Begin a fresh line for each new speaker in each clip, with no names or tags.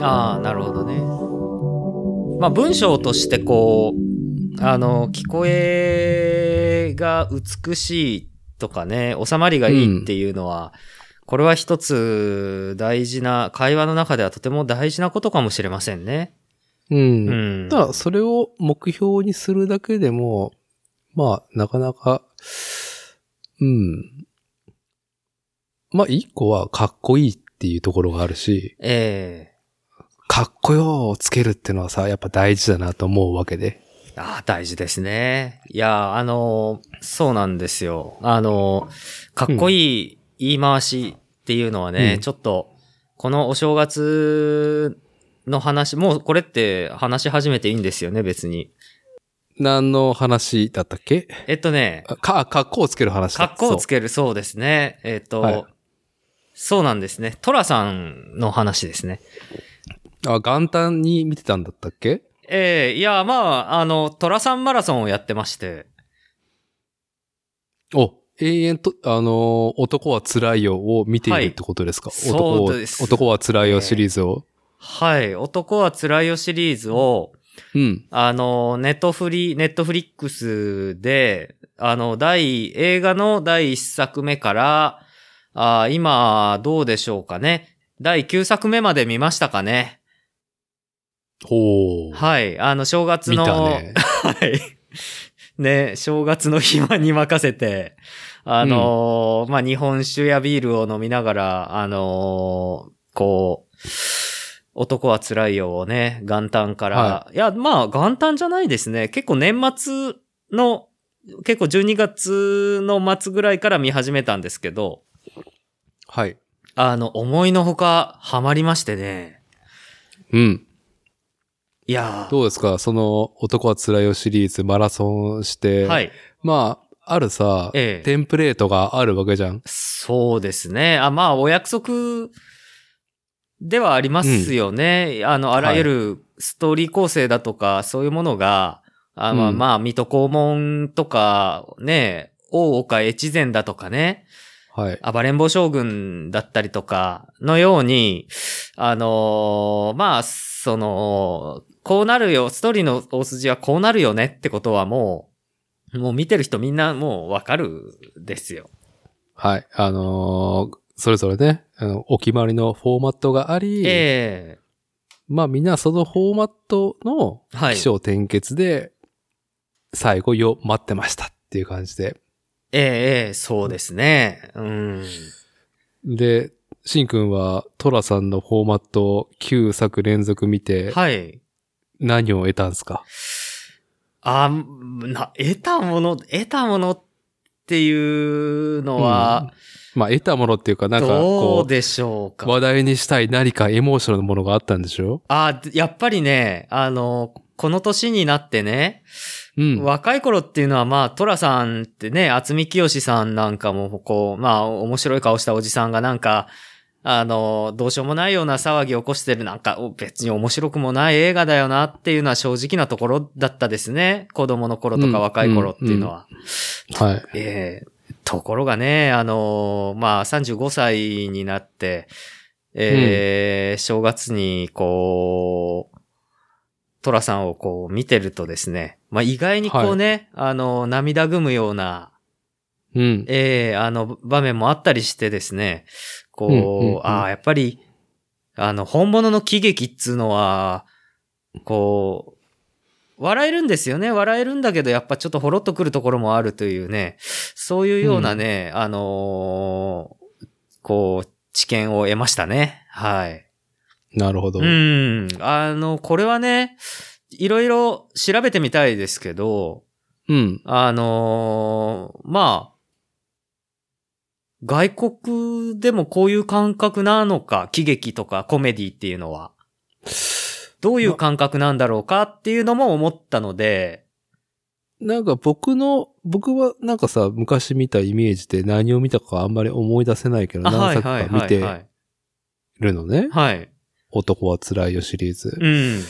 ああ、なるほどね。まあ文章としてこう、あの、聞こえが美しいとかね、収まりがいいっていうのは、これは一つ大事な、会話の中ではとても大事なことかもしれませんね。
う。
うんん。
ただ、それを目標にするだけでも、まあ、なかなか、うん。まあ、一個は、かっこいいっていうところがあるし、
え
かっこよをつけるってのはさ、やっぱ大事だなと思うわけで。
えああ、大事ですね。いや、あの、そうなんですよ。あの、かっこいい言い回しっていうのはね、
うん
ちょっと、このお正月の話、もうこれって話し始めていいんですよね、別に。
何の話だったっけ
えっと ね、
あか、かっこをつける話だ
格好をつける、そうですね。えっと、
はい
そうなんですね。トラさんの話ですね。
そうあ、元旦に見てたんだったっけ
ええいや、まあ、あの、トラさんマラソンをやってまして、
お、永遠と、あのー男は辛いよを見ているってことですか、
はい
男を
そうです
男は辛いよシリーズを。
はい、男は辛いよシリーズを、
うん。
あの、ネットフリ、ネットフリックスで、あの、第、映画の第1作目から、あー今、どうでしょうかね。第9作目まで見ましたかね。
ほう。
はい、あの、正月
見
の、
たね。
はい。ね、正月の暇に任せて、あのーまあ、日本酒やビールを飲みながら、あのーこう、男は辛いよをね、元旦から、、
はい
や、まあ、元旦じゃないですね。結構年末の、結構12月の末ぐらいから見始めたんですけど、
はい。
あの、思いのほかハマりましてね。
うん。
いやー
どうですかその、男は辛いよシリーズマラソンして、
はい。
まあ、あるさ、
ええ
テンプレートがあるわけじゃん。
そうですね。あ、まあ、お約束ではありますよね。あの、あらゆるストーリー構成だとか、そういうものが、あまあ、
うん
まあ、水戸黄門とか、ね、大岡越前だとかね、
はい。
暴れん坊将軍だったりとか、のように、あのーまあ、その、こうなるよ、ストーリーの大筋はこうなるよねってことはもう、もう見てる人みんなもうわかるですよ。
はい。あのーそれぞれね、あの、お決まりのフォーマットがあり、
ええ
まあみんなそのフォーマットの
はい
起承転結で、最後よ、待ってましたっていう感じで。
ええええ、そうですね。うん。
で、しんくんはトラさんのフォーマットを9作連続見て、
はい。
何を得たんですか
あ、な、得たもの、得たものっていうのは、
まあ得たものっていうか、なんか
ど
こ
う
う、
でしょうか。
話題にしたい何かエモーショナルなものがあったんでしょ
あ、やっぱりね、あの、この年になってね、
うん。
若い頃っていうのはまあ、トラさんってね、厚み清さんなんかも、こう、まあ、面白い顔したおじさんがなんか、あの、どうしようもないような騒ぎを起こしてるなんか、お別に面白くもない映画だよなっていうのは正直なところだったですね。子供の頃とか
うん
若い頃っていうのは。
はい。
ええところがね、あのまあ、35歳になって、ええ正月に、こう、トラさんをこう見てるとですね、まあ、意外にこうね、あの、涙ぐむような、
うん。
ええあの、場面もあったりしてですね、こう、
うんうんうん
ああ、やっぱり、あの、本物の喜劇っつうのは、こう、笑えるんですよね。笑えるんだけど、やっぱちょっとほろっとくるところもあるというね、そういうようなね、あのーこう、知見を得ましたね。はい。
なるほど。
うん。あの、これはね、いろいろ調べてみたいですけど、
うん。
あのーまあ、外国でもこういう感覚なのか、喜劇とかコメディっていうのは。どういう感覚なんだろうかっていうのも思ったので、
なんか僕の、僕はなんかさ、昔見たイメージで何を見たかあんまり思い出せないけど、
あは
何
い
作
はい
か
はい
見
はいは
て
い。
るのね。
はい。
男は辛いよシリーズ。
うん。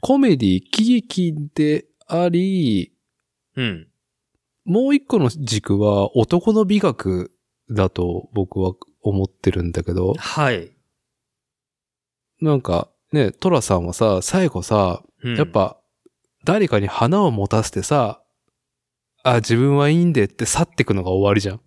コメディ、喜劇であり、
うん。
もう一個の軸は男の美学だと僕は思ってるんだけど、
はい。
なんか、ね、トラさんはさ、最後さ、
うん
やっ、ぱ、誰かに花を持たせてさ、あ、自分はいいんでって去ってくのが終わりじゃん。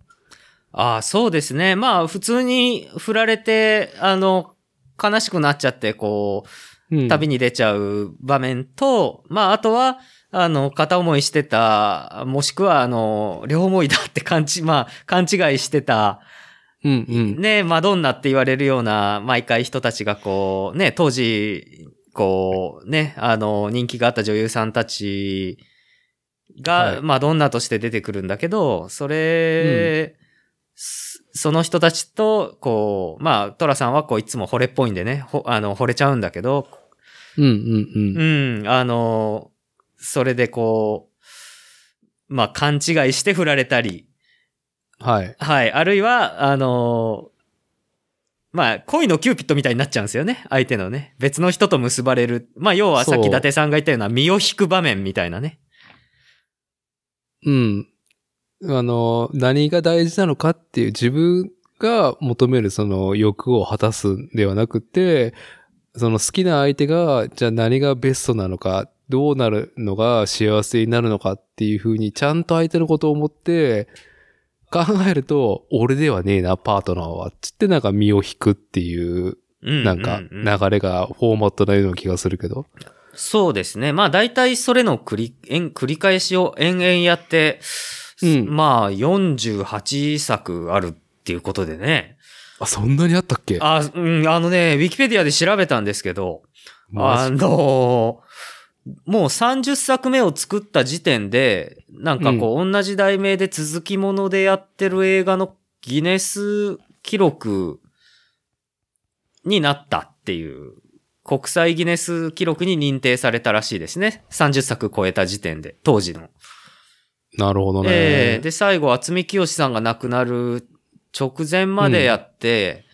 ああ、そうですね。まあ、普通に振られて、あの、悲しくなっちゃって、こ
うん
う、旅に出ちゃう場面と、まあ、あとは、あの、片思いしてた、もしくは、あの、両思いだって勘違い、 まあ、勘違いしてた、
うんうん。
ね、マドンナって言われるような、毎回人たちがこう、ね、当時、こう、ね、あの、人気があった女優さんたちが、
はい
マドンナとして出てくるんだけど、それ、そその人たちと、こう、まあ、トラさんはこう、いつも惚れっぽいんでね、ほあの、惚れちゃうんだけど、
うんうんう
う
ん。
ん、あの、それでこう、まあ、勘違いして振られたり、
はい。
はい。あるいは、あのーまあ、恋のキューピットみたいになっちゃうんですよね。相手のね。別の人と結ばれる。まあ、要はさっ
そ
き
う
伊達さんが言ったような身を引く場面みたいなね。
うん。あの、何が大事なのかっていう自分が求めるその欲を果たすんではなくて、その好きな相手が、じゃあ何がベストなのか、どうなるのが幸せになるのかっていうふうに、ちゃんと相手のことを思って、考えると、俺ではねえな、パートナーは。つってなんか身を引くっていう、
うん。
なんか
うう
流れがフォーマットなような気がするけど。
そうですね。まあ、大体それの繰り、延繰り返しを延々やって、
うん
まあ、48作あるっていうことでね。
あ、そんなにあったっけ
あ、うん、あのね、ウィキペディアで調べたんですけど、あ
マジ
のーもう30作目を作った時点で、なんかこう、同じ題名で続きものでやってる映画のギネス記録になったっていう、国際ギネス記録に認定されたらしいですね。30作超えた時点で、当時の。
なるほどね。
ええで、最後、渥美清さんが亡くなる直前までやって、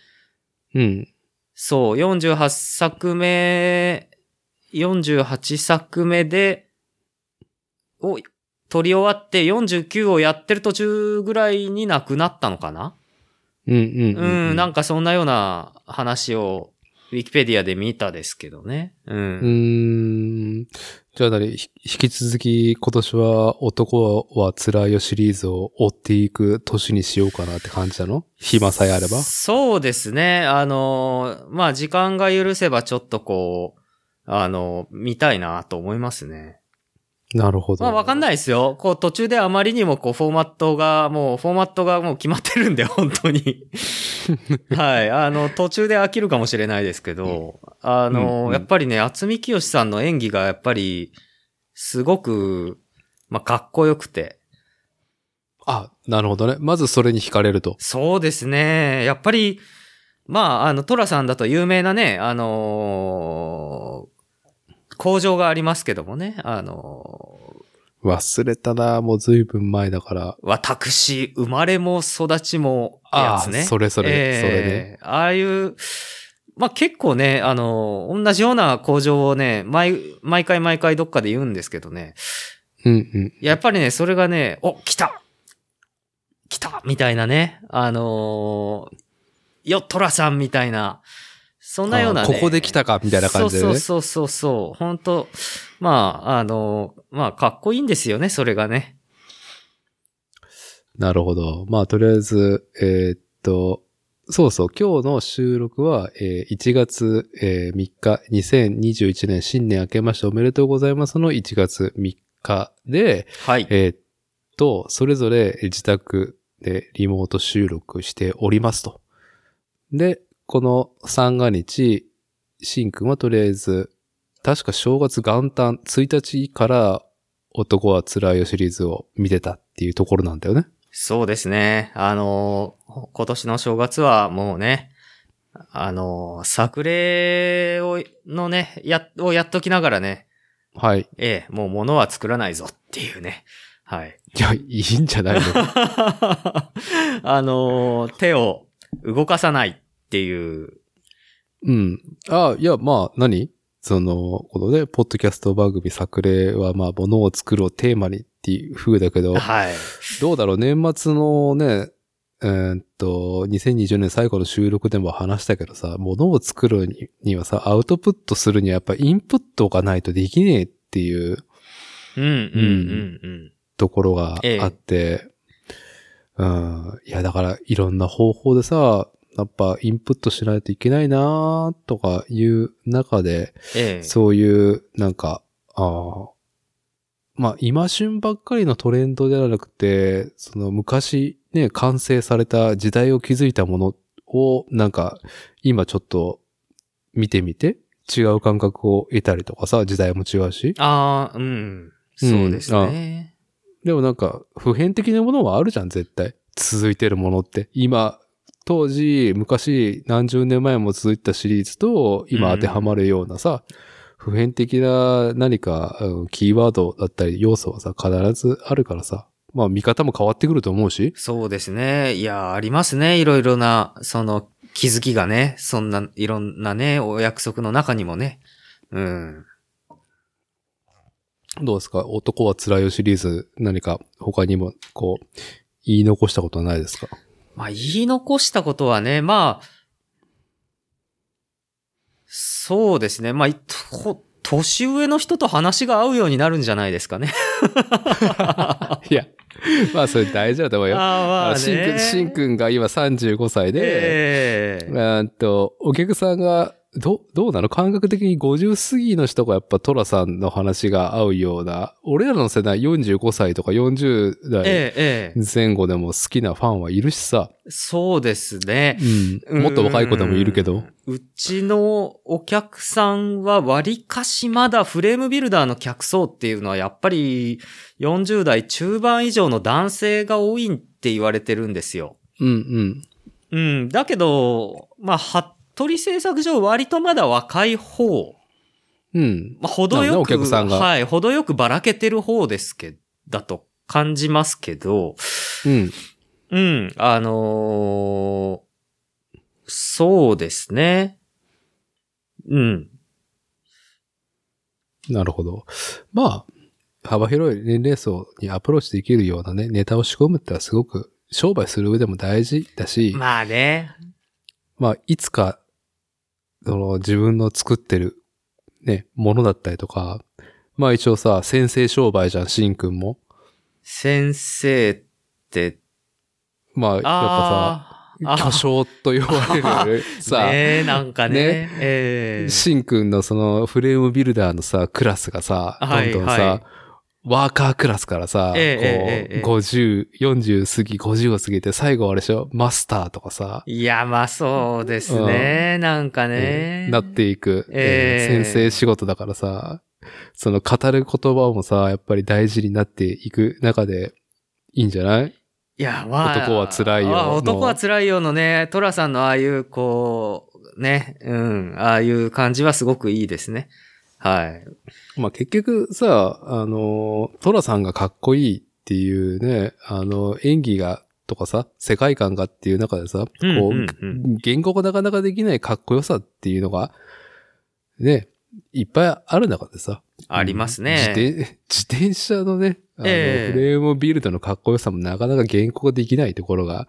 うん。
そう、48作目、48作目で、を取り終わって49をやってる途中ぐらいに亡くなったのかな
うんうん
うん、
うん。
なんかそんなような話を、ウィキペディアで見たですけどね。うん。
うーん。じゃあ何、ひ引き続き今年は男は辛いよシリーズを追っていく年にしようかなって感じなの暇さえあれば。
そうですね。あの、まあ、時間が許せばちょっとこう、あの、見たいなと思いますね。
なるほど。。
まあわかんないいですよ。こう途中であまりにもこうフォーマットが、もうフォーマットがもう決まってるんで、 本当 に。はい。あの、途中で飽きるかもしれないですけど、あの、
うんうん
やっぱりね、渥美清さんの演技がやっぱり、すごく、まあかっこよくて。
あ、なるほどね。まずそれに惹かれると。
そうですね。やっぱり、まあ、あの、トラさんだと有名なね、あのー工場がありますけどもね、あのー
忘れたな。もう随分前だから。
私、生まれも育ちも、や
あ
つ
あ、
ね。
それそれ、
ええ
それね。
ああいう、まあ、結構ね、あの、同じような工場をね、毎、毎回毎回どっかで言うんですけどね。
うんうん。
やっぱりね、それがね、お、来た来たみたいなね。あのーよ、トラさんみたいな。そんなような、
あ
ね、
ここで来たか、みたいな感じで
そう
ね。
そうそうそうそう。本当まあ、あのまあ、かっこいいんですよね、それがね。
なるほど。まあ、とりあえず、えーっと、そうそう、今日の収録は、えー1月、えー3日、2021年新年明けましておめでとうございますの1月3日で、
はい。
えーっと、それぞれえー自宅でリモート収録しておりますと。で、この三が日、しんくんはとりあえず、確か正月元旦1日から男は辛いよシリーズを見てたっていうところなんだよね。
そうですね。あのー、今年の正月はもうね、あのー、作例を、のね、や、をやっときながらね、
はい。
ええ、もう物は作らないぞっていうね。はい。
いや、いいんじゃないの
あのー、手を動かさないっていう、
うん。あいや、まあ、何その、このね、ポッドキャスト番組作例は、まあ、物を作るをテーマにっていう風だけど、
はい。
どうだろう、年末のね、うーんと、2020年最後の収録でも話したけどさ、物を作るににはさ、アウトプットするにはやっぱインプットがないとできねえっていう
うんうんうんうん。
ところがあって、うん。いや、だからいろんな方法でさ、やっぱインプットしないといけないなとかいう中で、
ええ。
そういう、なんか、あーまあ、今旬ばっかりのトレンドではなくて、その昔ね、完成された時代を築いたものを、なんか、今ちょっと見てみて、違う感覚を得たりとかさ、時代も違うし。
ああ、うん。そうですね。
でもなんか、普遍的なものはあるじゃん、絶対。続いてるものって。今、当時、昔、何十年前も続いたシリーズと、今当てはまるようなさ、普遍的な何か、うんキーワードだったり、要素はさ、必ずあるからさ。まあ、見方も変わってくると思うし。
そうですね。いや、ありますね。いろいろな、その、気づきがね。そんな、いろんなね、お約束の中にもね。うん。
どうですか男は辛いよシリーズ、何か他にも、こう、言い残したことはないですか
まあ、言い残したことはね、まあ、そうですね。まあ、いと年上の人と話が合うようになるんじゃないですかね。
いや、まあ、それ大事だと思うよ。
ああ、ま
あのしんくん、しんくんが今35歳で、
ええ
えーっと、お客さんが、ど、どうなの感覚的に50過ぎの人がやっぱトラさんの話が合うような、俺らの世代45歳とか40代
ええええ
前後でも好きなファンはいるしさ、
そうですね。
うん、もっと若い子でもいるけど、
うちのお客さんは割かしまだフレームビルダーの客層っていうのはやっぱり40代中盤以上の男性が多いって言われてるんですよ。
うんう
う
ん。
ん。だけど、まあ、服部製作上割とまだ若い方。
うん。
まあ、程よく、
お客さんが
はい、程よくばらけてる方ですけど、だと感じますけど、
うん。
うん、あのーそうですね。うん。
なるほど。まあ、幅広い年齢層にアプローチできるようなね、ネタを仕込むってのはすごく商売する上でも大事だし、
まあね。
まあ、いつか、その自分の作ってる、ね、ものだったりとか、まあ一応さ、先生商売じゃん、しんくんも。
先生って、
まあ、やっぱ
あー
さ、巨匠と呼ば れる
あ
さ、
ねえなんかね。
ね
ええ
しんくんのそのフレームビルダーのさ、クラスがさ、ど
はい
んどんさ、
はい
ワーカークラスからさ、
ええ
こ
ええ
う、
ええ
50、40過ぎ、50を過ぎて、最後あれでしょ、マスターとかさ、
いや、まあそうですね。なんかね。
なっていく、
ええ
えー先生仕事だからさ、その語る言葉もさ、やっぱり大事になっていく中で、いいんじゃない
いや、まあ。
男は辛いよ
あ
の
男は辛いよのね、トラさんのああいう、こう、ね、うん、ああいう感じはすごくいいですね。はい。
まあ、結局さ、あの、トラさんがかっこいいっていうね、あの、演技が、とかさ、世界観がっていう中でさ、こう、
うんうんうん
言語がなかなかできないかっこよさっていうのが、ね、いっぱいある中でさ、
あります
自
ね。
転、自転車のね、あの
ええ
フレームビルドのかっこよさもなかなか原稿できないところが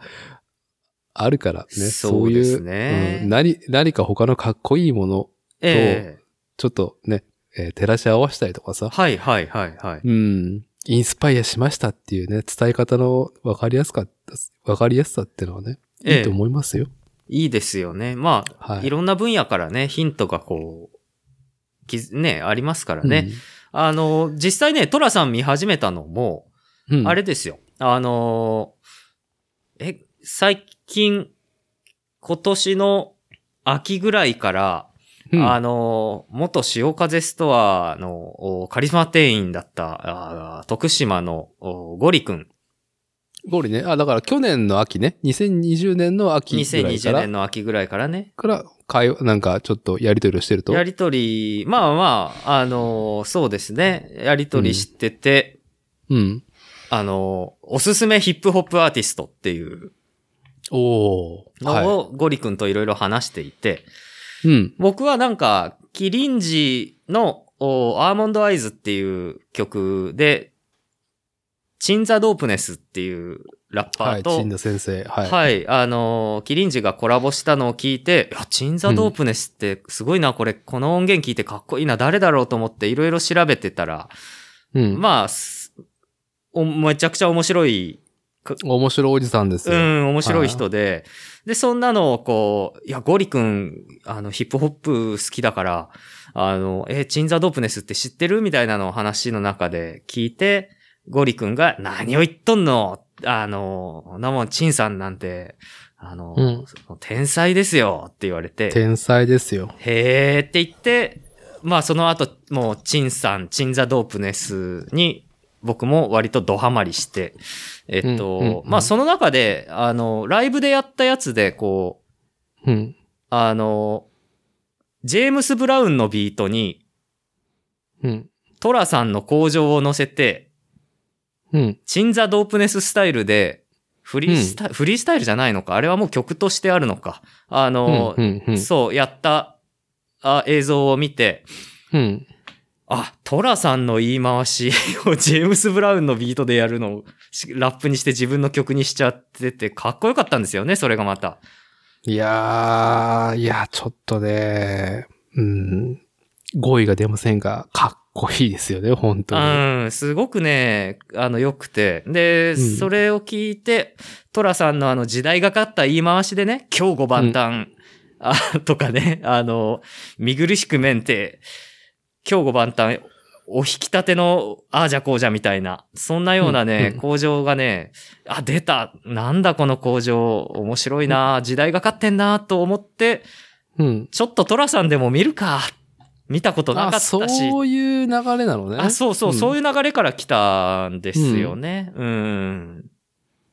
あるからね。
そうですね
そういう、うん何、何か他のかっこいいもの、
ええ
ちょっとね、えー照らし合わせたりとかさ、
はいはいはいはい。
うん、インスパイアしましたっていうね、伝え方の分かりやすかった、分かりやすさっていうのはね、
ええ
いいと思いますよ。
いいですよね。まあ、
はい。
いろんな分野からね、ヒントがこう、きね、ありますからね。あの、実際ね、トラさん見始めたのも、
うん。うん
あれですよ。あのーえ、最近、今年の秋ぐらいから、
うん
あのー元潮風ストアのおカリスマ店員だった、あー徳島のおゴリ君、
ゴリね、あ、だから去年の秋ね、2020年の秋ぐらいか
2020
ら
年、の秋ぐらいからね、
から、会話、なんかちょっとやりとりをしてると。
やりとり、まあまあ、あのーそうですね、やりとりしてて、
うん。
あのーおすすめヒップホップアーティストっていう
おー
の
は
をゴリ君といろいろ話していて、
い。うん。
僕はなんか、キリンジのおアーモンドアイズっていう曲で、チンザ・ドープネスっていうラッパ
は
ー
い、
と、
チンダ先生。はい。
はい、あのーキリンジがコラボしたのを聞いて、いや、チンザドープネスってすごいな、これ、この音源聞いてかっこいいな、誰だろうと思っていろいろ調べてたら、
うん。
まあ、すおめちゃくちゃ面白い、
面白いおじさんです
う
よ。
ん、面白い人で、で、そんなのをこう、いや、ゴリ君、あの、ヒップホップ好きだから、あの、えーチンザドープネスって知ってるみたいなのを話の中で聞いて、ゴリ君が、何を言っとんのあの、そんなもん、チンさんなんて、あの、
うん
その天才ですよって言われて、
天才ですよ。
へーって言って、まあその後、もう、チンさん、チンザドープネスに、僕も割とドハマりして、えっと、
うんうんうん
まあその中で、あの、ライブでやったやつで、こう、
うん。
あの、ジェームス・ブラウンのビートに、
うん。
トラさんの工場を乗せて、
うん。
チンザドープネススタイルで、フリースタイル、フリースタイルじゃないのかあれはもう曲としてあるのかあの、
うん。うん。
そう、やった、あ映像を見て、
うん。
あ、トラさんの言い回し をジェームス・ブラウンのビートでやるのをしラップにして自分の曲にしちゃっててかっこよかったんですよね、それがまた。
いやー、いや、ちょっとね、うん。語彙が出ませんが、かっこいいですよね、本当
う
に。
ん、すごくね、あの、良くて。で、
うん
それを聞いて、トラさんのあの時代がかった言い回しでね、今日5番端、あとかね、あの、見苦しく面って、今日5番端、お引き立ての、ああじゃこうじゃみたいな、そんなようなね、
うんうん
工場がね、あ、出たなんだこの工場、面白いな時代がかってんなと思って、
うん。
ちょっとトラさんでも見るか見たことなかっ
あ、
たし。
そういう流れなのね。
あ、そうそう、
うん
そういう流れから来たんですよね。うん。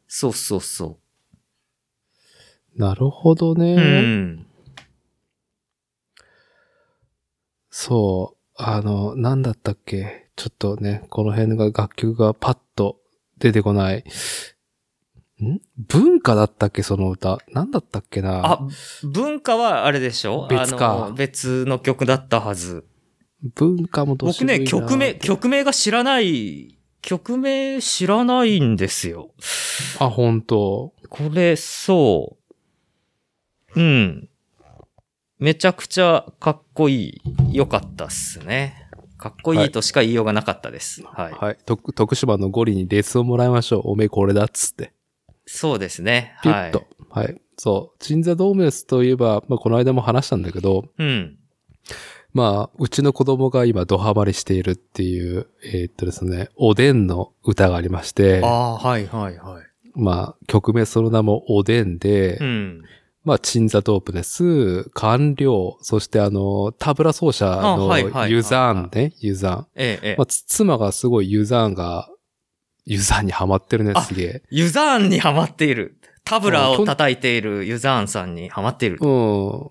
そうそうそ
なるほどね。
う。うん。
そう。あの、なんだったっけちょっとね、この辺が楽曲がパッと出てこない。ん文化だったっけその歌。なんだったっけな
あ、文化はあれでしょ
別か
あの別の曲だったはず。
文化もど
僕ね、曲名、曲名が知らない、曲名知らないんですよ。
あ、本当
これ、そう。うん。めちゃくちゃかっこいい。よかったっすね。かっこいいとしか言いようがなかったです。はい。
はい。徳徳島のゴリにレッスンをもらいましょう。おめえこれだっつって。
そうですね。
ピュ
は
ッ
い。
と。はい。そう。鎮座ドームネスといえば、まあ、この間も話したんだけど、
うん。
まあ、うちの子供が今ドハマりしているっていう、えーっとですね、おでんの歌がありまして、
ああ、はいはいはい。
まあ、曲名その名もおでんで、
うん。
まあ、鎮座ドープネス、官僚、そしてあの、タブラ奏者
あはいはいは
の
い
ユザーンね、ユザ
ええ、え
ーン。
え
まあ、。つ妻がすごいユザーンが、ユザーンにハマってるね、
あ
すげえ。
ユザーンにハマっている。タブラを叩いているユザーンさんにハマっている。
うん。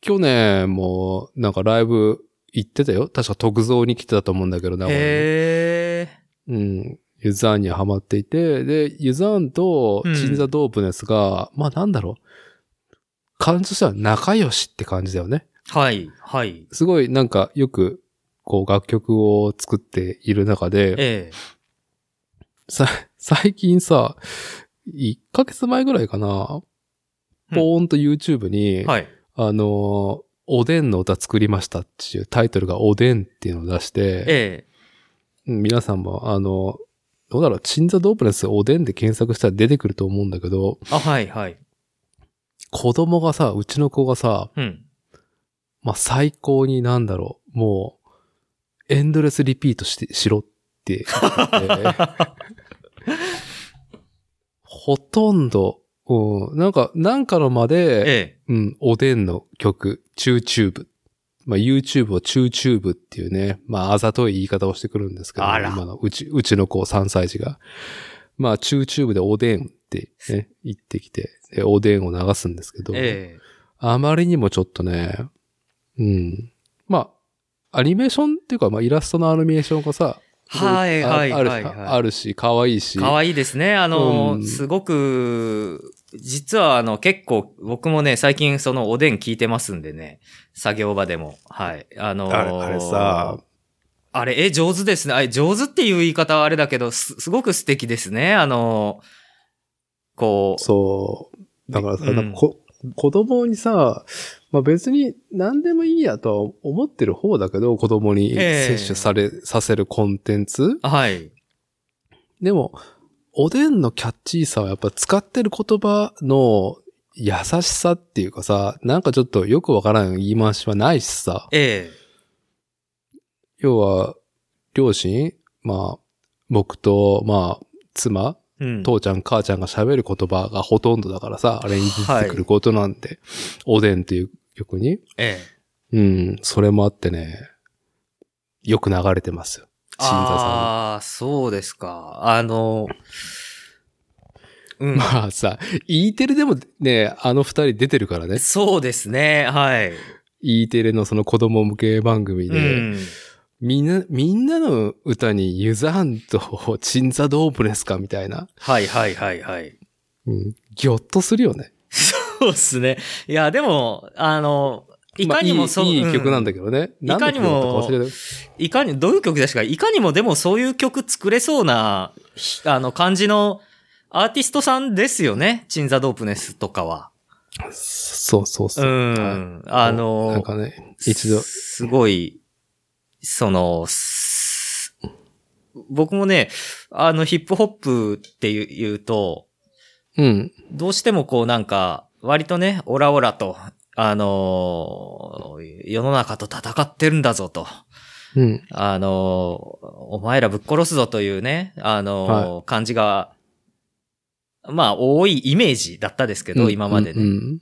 去年も、なんかライブ行ってたよ。確か特造に来てたと思うんだけど、名古屋に
へえ。
うん。ユザーンにはハマっていて、で、ユザーンと
うん
チンザドープネスが、まあなんだろう。感じとしては仲良しって感じだよね。
はい、はい。
すごいなんかよく、こう楽曲を作っている中で、
ええ。
さ最近さ、1ヶ月前ぐらいかな、ポーンと YouTube に、
はい。
あのー、おでんの歌作りましたっていうタイトルがおでんっていうのを出して、
え
うん皆さんもあの、どうだろう、チンザドープネスおでんで検索したら出てくると思うんだけど、
え。あ、はい、はい。
子供がさ、うちの子がさ、
うん。
まあ、最高になんだろう、もう、エンドレスリピートして、し ろって言っててほとんど、うん、なんか、なんかの間で、
え
うん、おでんの曲、チューチューブ。まあ、YouTube をチューチューブっていうね、まあ、あざとい言い方をしてくるんですけど、
あら
今のうち、うちの子3歳児が。まあ、チューチューブでおでんってね、言ってきて、でおでんを流すんですけ
え。
ど、
ええ。
あまりにもちょっとね、うん。まあ、アニメーションっていうか、まあ、イラストのアニメーションがさ、
はい
あ
はい
ある
はいはい
あるし、可愛いし。
かわいいですね。あの、
うん
すごく、実はあの、結構、僕もね、最近そのおでん聞いてますんでね。作業場でも。はい。あのー
あれあれさ、
あれ、え、上手ですね。あれ、上手っていう言い方はあれだけど、す、すごく素敵ですね。あのこう、
そう。だからさ、
うん
なんかこ子供にさ、まあ別に何でもいいやとは思ってる方だけど、子供に
ええ
摂取され、させるコンテンツ
はい。
でも、おでんのキャッチーさはやっぱ使ってる言葉の優しさっていうかさ、なんかちょっとよくわからん言い回しはないしさ、
え
要は、両親、まあ、僕と、まあ、妻、
えうん。
父ちゃん、母ちゃんが喋る言葉がほとんどだからさ、あれに出てくることなんて、おでんっていう曲に。
ええ。
うん、それもあってね、よく流れてますよ。新座さ
ああ、そうですか。あの、うん
ん。。まあさ、E テレでもね、あの二人出てるからね。
そうですね。はい。
E テレのその子供向け番組
う
で、
ん。
みんな、みんなの歌にユザンとチンザドープですかみたいな。
はいはいはいはい。
うん。ぎょっとするよね。
そうですね。いや、でも、あの、いかに
まあ
もそう、
いいいい曲なんんだけどね。
い
なん
か
だ
に
け
も
ど忘れた
いかに、どういう曲ですかいかにもでもそういう曲作れそうな、ひあの、感じのアーティストさんですよね。チンザドープネスとかは。
そうそうそうう。はい
ん。あの、
なんかね、一度。
すごい、その、す僕もね、あの、ヒップホップっていう言うと、
うん。
どうしてもこうなんか、割とね、オラオラと、あのー世の中と戦ってるんだぞと、
うん。
あのーお前らぶっ殺すぞというね、あのー感じが、まあ、多いイメージだったですけど、
うん
今まで
うん
ね。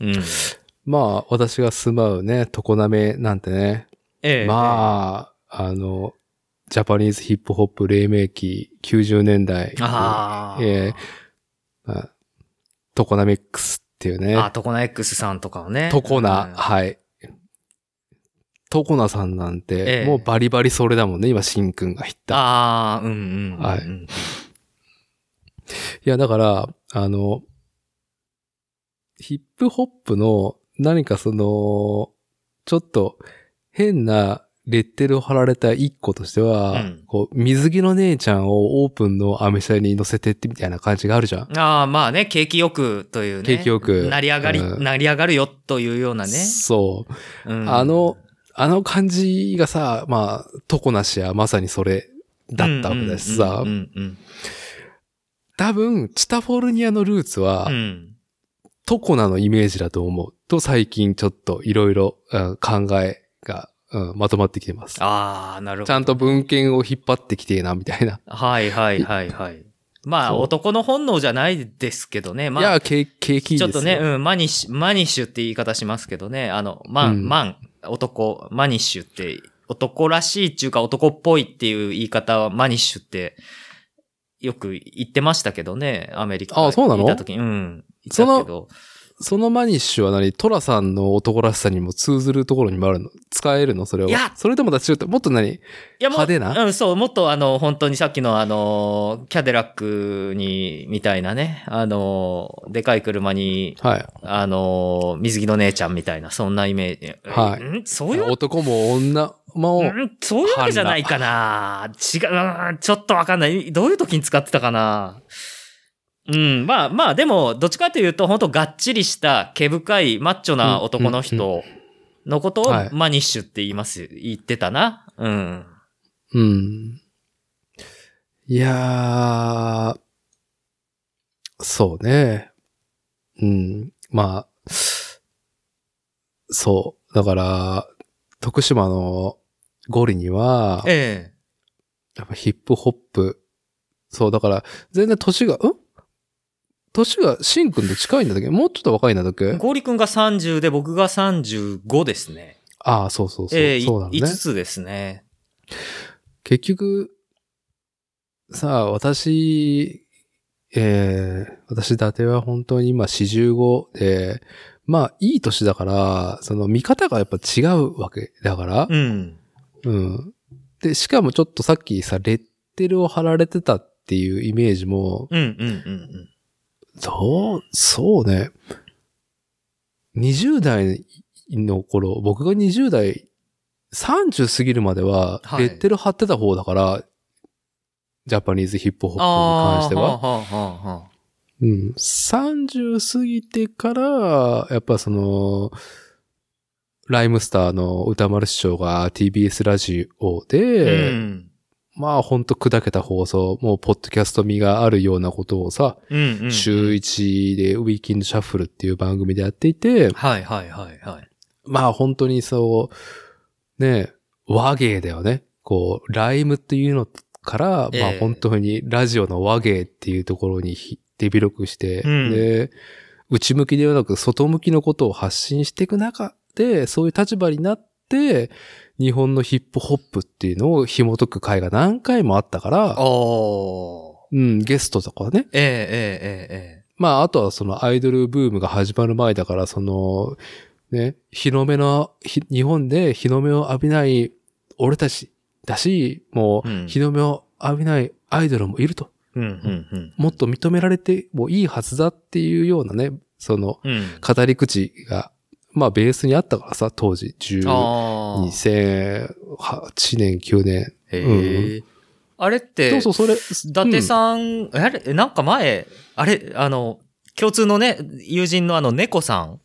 うん
うん。
まあ、私が住まうね、常滑なんてね。
ええ。
まあ、あの、ジャパニーズヒップホップ黎明期90年代。
ああ。
ええまあ常滑 X っていうね。
あ、トコナ X さんとかをね。
常
う
な、
ん
はい。常なさんなん
え
て、
え
もうバリバリそれだもんね、今、しんくんが言った。
ああ、うんうんうんうん。
はいいや、だから、あの、ヒップホップの何かその、ちょっと変なレッテルを貼られた一個としては、
うん
こう、水着の姉ちゃんをオープンのアメ車に乗せてってみたいな感じがあるじゃん。
ああ、まあね、景気よくというね。
景気よく
成り上がり、
うん
成り上がるよというようなね。
そう。
うん
あの、あの感じがさ、まあ、常なしはまさにそれだったわけだしさ
うん、うんうん
多分、チタフォルニアのルーツは、
うんうん。
トコナのイメージだと思うと最近ちょっといろいろうん考えが、うんまとまってきてます。
ああ、なるほど。
ちゃんと文献を引っ張ってきてえな、みたいな。
はいはいはいはい。まあ、
そう
男の本能じゃないですけどね。
い
ま
や、
あ、
景景気い
ち
いです
ょ
よ
っとね、うん、マニッシュ、マニッシュって言い方しますけどね。あの、マン、
うん
マン、男、マニッシュって、男らしいっていうか男っぽいっていう言い方はマニッシュって、よく言ってましたけどね、アメリカ。
あそうなの
いた時に、うん。いたけど。
そのマニッシュは何トラさんの男らしさにも通ずるところにもあるの使えるのそれを
いや。
それともだちょっと、もっと何
いやもう
派手な
うん、そう、もっとあの、本当にさっきのあの、キャデラックに、みたいなね、あの、でかい車に、
はい。
あの、水着の姉ちゃんみたいな、そんなイメージ。
はい
うんそういうわけ
男も女も、
うん、そういうわけじゃないかな。違ううん、ちょっとわかんない。どういう時に使ってたかな。うん、まあまあ、でも、どっちかというと、本当がっちりした、毛深い、マッチョな男の人のことを
はい、
マニッシュって言います、言ってたな。うん。
うん。いやー、そうね。うん。まあ、そう。だから、徳島のゴリには、
ええ。
やっぱヒップホップ。そう、だから、全然年が、ん年がシンくんと近いんだっけもうちょっと若いんだっけ
ゴーリ君が30で僕が35ですね。
ああ、そうそうそう。
ええ、い
そうなのね
5。つですね。
結局、さあ、私、えー、私伊達は本当に今45で、まあ、いい年だから、その見方がやっぱ違うわけだから、
うん。
うん。で、しかもちょっとさっきさ、レッテルを貼られてたっていうイメージも、
うん、うん、うん
どう、そうね。20代の頃、僕が20代、30過ぎるまでは、
はい
レッテル貼ってた方だから、ジャパニーズヒップホッ
うん。
プに関して
あーはあは
は。
あはあはあ
うん。30過ぎてから、やっぱその、ライムスターの歌丸師匠が TBS ラジオで、
うん。
まあほんと砕けた放送、もうポッドキャスト味があるようなことをさ、
うん、うん。
週1でウィーキングシャッフルっていう番組でやっていて、
はいはいはいはい。
まあ本当にそう、ね、和芸だよね。こう、ライムっていうのから、
ええ
まあ本当にラジオの和芸っていうところにひ手広くして、
うん
で、内向きではなく外向きのことを発信していく中で、そういう立場になって、日本のヒップホップっていうのを紐解く回が何回もあったから、
おー。
うん、ゲストとかね。
えええええ
まあ、あとはそのアイドルブームが始まる前だから、その、ね、日の目の、ひ日本で日の目を浴びない俺たちだし、も
うん
う日の目を浴びないアイドルもいると、
えええ。うんうん
もっと認められてもいいはずだっていうようなね、その
うん。うん。
語り口が、まあベースにあったからさ、当時、10、
ああ。
2008年、9年。
へえ。あれって、
そうそう、それ、
伊達さん、あれ、えなんか前、あれ、あの、共通のね、友人のあの、猫さん、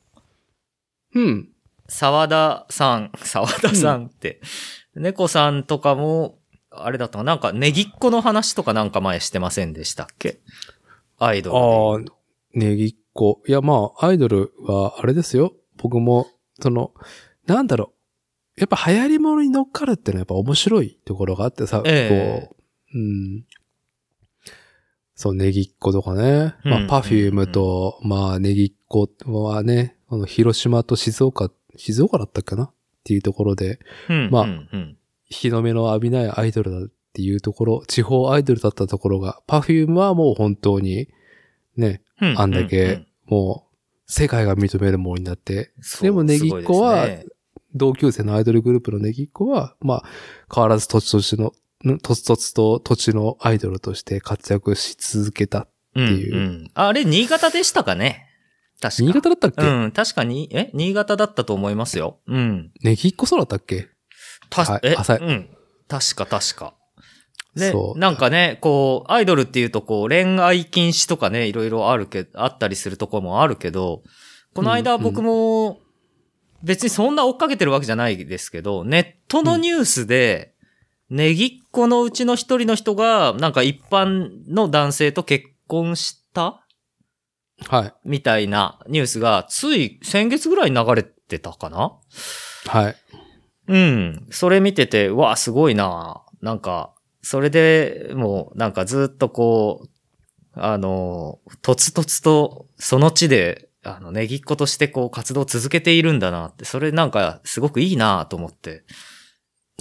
うん。
沢田さん、 沢田さんって、猫さんとかも、あれだったかななんか、ネギっ子の話とかなんか前してませんでしたっけアイドルで。
ああ、ネギっ子。いや、まあ、アイドルは、あれですよ。僕も、その、なんだろう。やっぱ流行り物に乗っかるってのはやっぱ面白いところがあってさ、
ええ
こう、うん。そう、ネギっ子とかね。
う
ま
ん
あ、パフュームと、まあ、ネギっ子はね、この広島と静岡、静岡だったっけなっていうところで、
うん、
まあ
うん、うん。
日の目の浴びないアイドルだっていうところ、地方アイドルだったところが、パフュームはもう本当に、ね、
う
あんだ
う
け、もう、世界が認めるものになって、
そう
でもネギっ子は
すごいですね
同級生のアイドルグループのネギっ子は、まあ、変わらず土地と地の、んとつとつと土地のアイドルとして活躍し続けた。
うん
っていう
うんあれ、新潟でしたかね確か。
新潟だったっけ、
うん、確かに、え新潟だったと思いますよ。うん。
ネギっ子そうだったっけ
た
はい
え、
浅い
うん。確か確か。ね
そ、う
なんかね、こう、アイドルっていうと、こう、恋愛禁止とかね、いろいろあるけ、あったりするとこもあるけど、この間
うん
僕も、別にそんな追っかけてるわけじゃないですけど、ネットのニュースで、ネギっ子のうちの一人の人が、なんか一般の男性と結婚した
はい。
みたいなニュースが、つい先月ぐらいに流れてたかな
はい。
うん。それ見てて、うわあ、すごいなあなんか、それでもう、なんかずっとこう、あの、とつとつと、その地で、あの、ネギっ子としてこう、活動を続けているんだなって、それなんか、すごくいいなあと思って。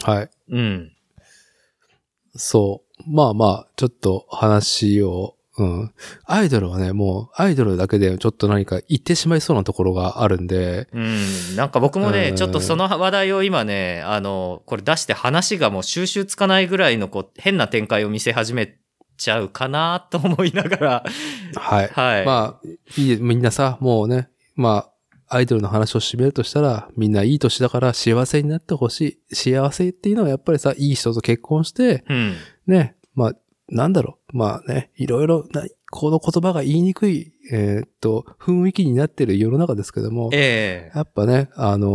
はい。
うん。
そう。まあまあ、ちょっと話を、うん。アイドルはね、もう、アイドルだけでちょっと何か言ってしまいそうなところがあるんで、
うん。なんか僕もね
う、ん
ちょっとその話題を今ね、あの、これ出して話がもう収集つかないぐらいの、こう、変な展開を見せ始めちゃうかなと思いながら、
はい。
はい。
まあ、いい、みんなさ、もうね、まあ、アイドルの話を締めるとしたら、みんないい年だから幸せになってほしい。幸せっていうのはやっぱりさ、いい人と結婚して、
うん。
ね、まあ、なんだろう、まあね、いろいろな、この言葉が言いにくい、えーっと、雰囲気になってる世の中ですけども、
ええ
やっぱね、あのー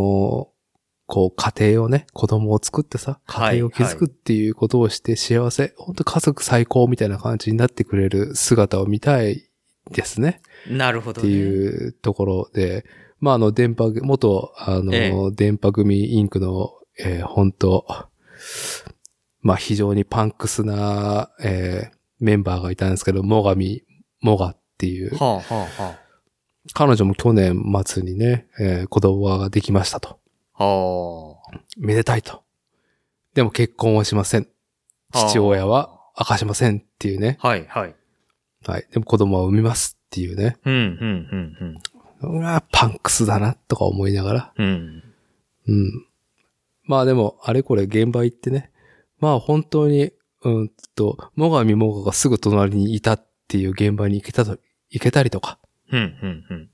こう、家庭をね、子供を作ってさ、
はい
家庭を築くっていうことをして幸せ、本当家族最高みたいな感じになってくれる姿を見たいですね。
なるほど、
って
ね。
いうところで、まあ、あの、電波組、元、あの、
え
電波組インクの、えー本当まあ、非常にパンクスな、えーメンバーがいたんですけど、モガミ、モガっていう、
はあはあは
彼女も去年末にね、えー子供ができましたと。
あ。は
めでたいと。でも結婚はしません。
あ。
父親は明かしませんっていうね。
はいはい。
はい。でも子供は産みますっていうね。
うんうんうん
うわパンクスだなとか思いながら。
うん。うん。
うん。まあでも、あれこれ現場行ってね。まあ本当に、うんと、もがみもががすぐ隣にいたっていう現場に行けたと、行けたりとか、
うんうんうん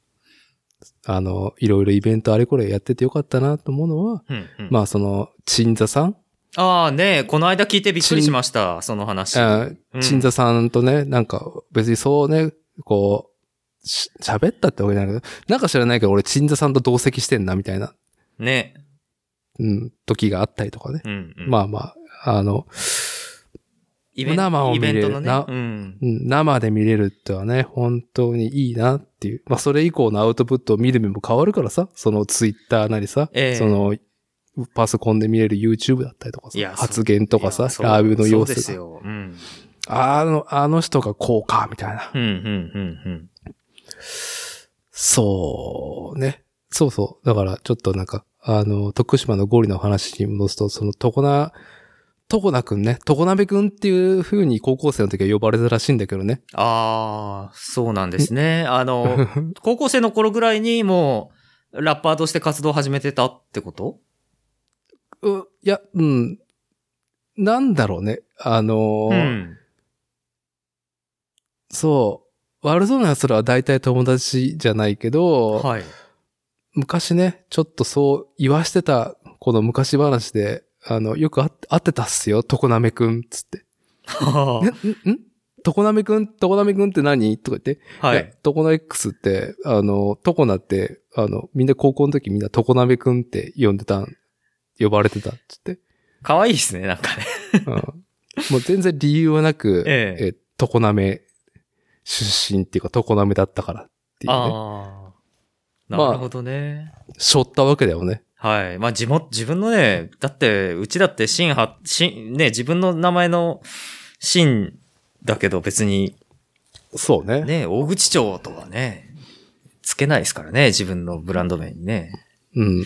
あの、いろいろイベントあれこれやっててよかったなと思うのは、
うんうん。
まあその、鎮座さん、
ああねえ、この間聞いてびっくりしました、その話。
あ
うん
鎮座さんとね、なんか別にそうね、こう、し喋ったってわけじゃないけど、なんか知らないけど俺、鎮座さんと同席してんな、みたいな、
ね。
うん、時があったりとかね。
うん、うん。
まあまあ、あの、
イベン
生を
ト、イ
見れ
ベン
る
トのね
な。
うん。
うん生で見れるってのはね、本当にいいなっていう。まあ、それ以降のアウトプットを見る目も変わるからさ、そのツイッターなりさ、
ええ
その、パソコンで見れる YouTube だったりとか
い
さ
や、
発言とか
い
さ
や、そう
ライブの様
そうです
子が。
よ。うん。
あの、あの人がこうか、みたいな
う。ん、うん、うん、
そうね。そうそう。だから、ちょっとなんか、あの、徳島のゴリの話に戻すと、その、トコナ、トコナくんね、トコナベくんっていう風に高校生の時は呼ばれたらしいんだけどね。
ああ、そうなんですね。あ の、高校生の頃ぐらいにもう、ラッパーとして活動を始めてたってこと
ういや、うん。なんだろうね。あの
う
ー
ん。
そう。悪そうな奴らは大体友達じゃないけど、
はい。
昔ね、ちょっとそう言わしてた、この昔話で、あの、よくあ会ってたっすよ、常滑くん、つって。
は
んんん常滑くん、常滑くんって何とか言って。
あ はい
や。。常滑 X って、あの、常なって、あの、みんな高校の時みんな常滑くんって呼んでたん、呼ばれてた、つって。
可愛いですね、なんかね。、
うんもう全然理由はなく
ええ
え常滑出身っていうか、常滑だったからっていう ね。
ああ。
まあ
なるほどね。
しょったわけだよね。
はい。まあ、地元、自分のね、だって、うちだって、シンは、シン、ね、自分の名前のシンだけど、別に、
そうね。
ね、大口町とはね、つけないですからね、自分のブランド名にね。
うん。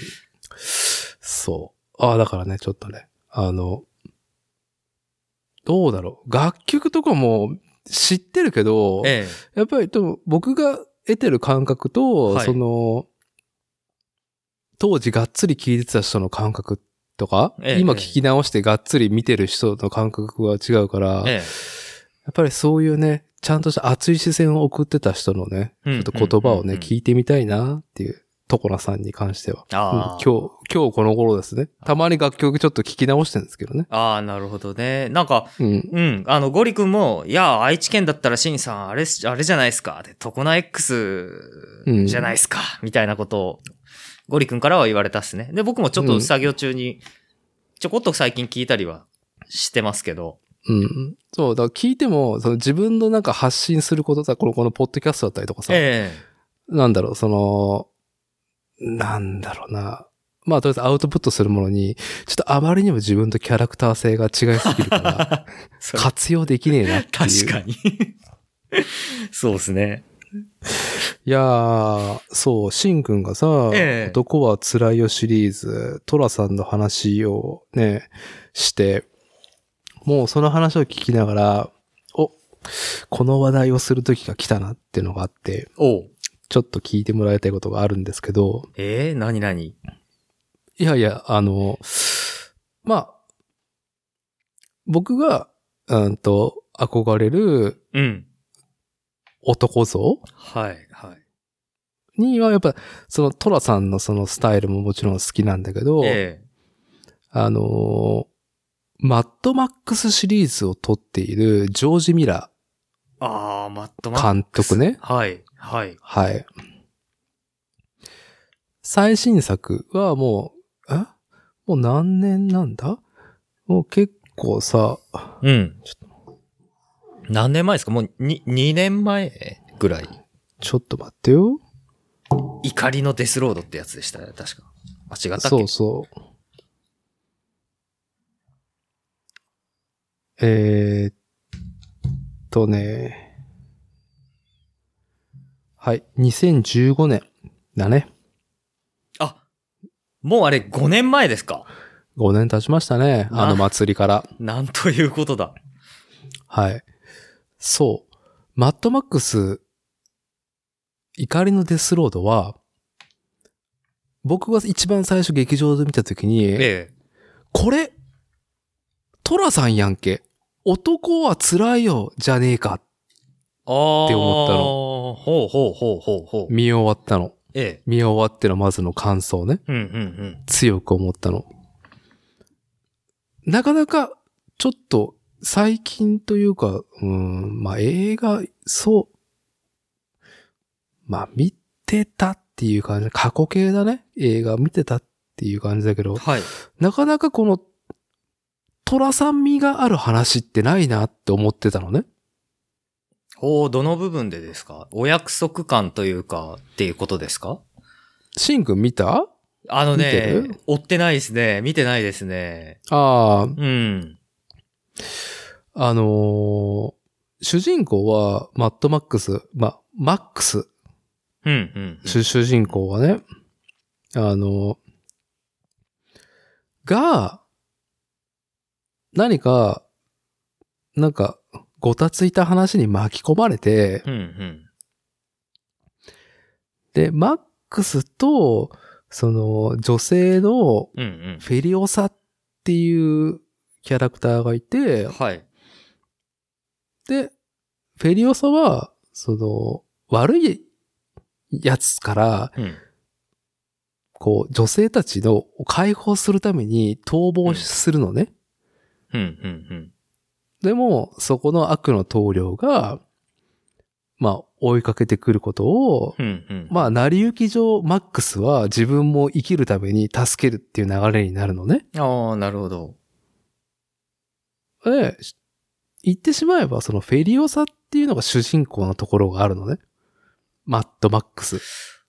そう。ああ、だからね、ちょっとね、あの、どうだろう。楽曲とかも知ってるけど、
ええ。
やっぱりでも僕が得てる感覚と、
はい
その、当時がっつり聴いてた人の感覚とか、
ええ
今聞き直してがっつり見てる人の感覚は違うから、
ええ。
やっぱりそういうね、ちゃんとした熱い視線を送ってた人のね、
うん
ちょっと言葉を
うんうんう
ね、
ん
聞いてみたいなっていう、トコナさんに関しては。うん
ああ。
今日、今日この頃ですね。たまに楽曲ちょっと聞き直してるんですけどね。
ああ、なるほどね。なんか、
うん。
うん、あの、ゴリ君も、いや、愛知県だったらシンさん、あれし、あれじゃないですか。で、トコナ X
うん
じゃないですか。みたいなことを、ゴリ君からは言われたっすね。で、僕もちょっ
う
と
ん
作業中に、ちょこっと最近聞いたりはしてますけど。
うん。そう、だから聞いても、その自分のなんか発信することさ、この、このポッドキャストだったりとかさ、
え
なんだろう、その、なんだろうな。まあ、とりあえずアウトプットするものに、ちょっとあまりにも自分とキャラクター性が違いすぎるから、
えそれ
活用できねえなっていう。
確か に。そうですね。
いやー、そう、シンくんがさ、
ええ
男は辛いよシリーズ、トラさんの話をね、して、もうその話を聞きながら、お、この話題をする時が来たなっていうのがあって、
おう
ちょっと聞いてもらいたいことがあるんですけど、
ええ何何
いやいや、あの、まあ、僕が、うんと、憧れる
うん。
男像
はい、はい。
にはやっぱ、そのトラさんのそのスタイルももちろん好きなんだけど、
え
あのーマッドマックスシリーズを撮っているジョージ・ミラ
えああ、マットマ
ー監督ね。
はい、はい。
はい。最新作はもう、えもう何年なんだもう結構さ、
うん。何年前ですかもうに 2, 年前ぐらい。
ちょっと待ってよ。
怒りのデスロードってやつでしたね、確か。あ、違ったっけ
そうそう。えー、っとね。はい。2015年だね。
あ、もうあれ5年前ですか
5年経ちましたね。
な
あの祭りから。
なんということだ。
はい。そう。マッドマックス、怒りのデスロードは、僕が一番最初劇場で見たときに、
ええ。
これ、トラさんやんけ。男は辛いよ、じゃねえ
あ
か。
あ。
って思ったの
ほうほうほうほうほう。
見終わったの。
ええ。
見終わってのまずの感想ね。
うんうん
強く思ったの。なかなか、ちょっと、最近というか、うーん、まあ、映画、そう、まあ、見てたっていう感じ、過去形だね。映画見てたっていう感じだけど、
はい。
なかなかこの、寅さん味がある話ってないなって思ってたのね。
ほう、どの部分でですかお約束感というか、っていうことですか
シンくん見た
あのね
見て、
追ってないですね。見てないですね。
ああ、
うん。
あのー主人公は、マッドマックス、まあ、マックス、
うん、うん。
主主人公はね、あの、が、何か、なんか、ごたついた話に巻き込まれて、
うん、うん。
で、マックスと、その、女性の
うん、うん。
フェリオサっていうキャラクターがいて、
はい。
で、フェリオサは、その、悪いやつから、
うん。
こう、女性たちの解放するために逃亡するのね。
うん、うん、
でも、そこの悪の棟梁が、まあ、追いかけてくることを、
うん。うん、うん。
まあ、成り行き上、マックスは自分も生きるために助けるっていう流れになるのね。
ああ、なるほど。
で、し言ってしまえば、そのフェリオサっていうのが主人公のところがあるのね。マッドマックス。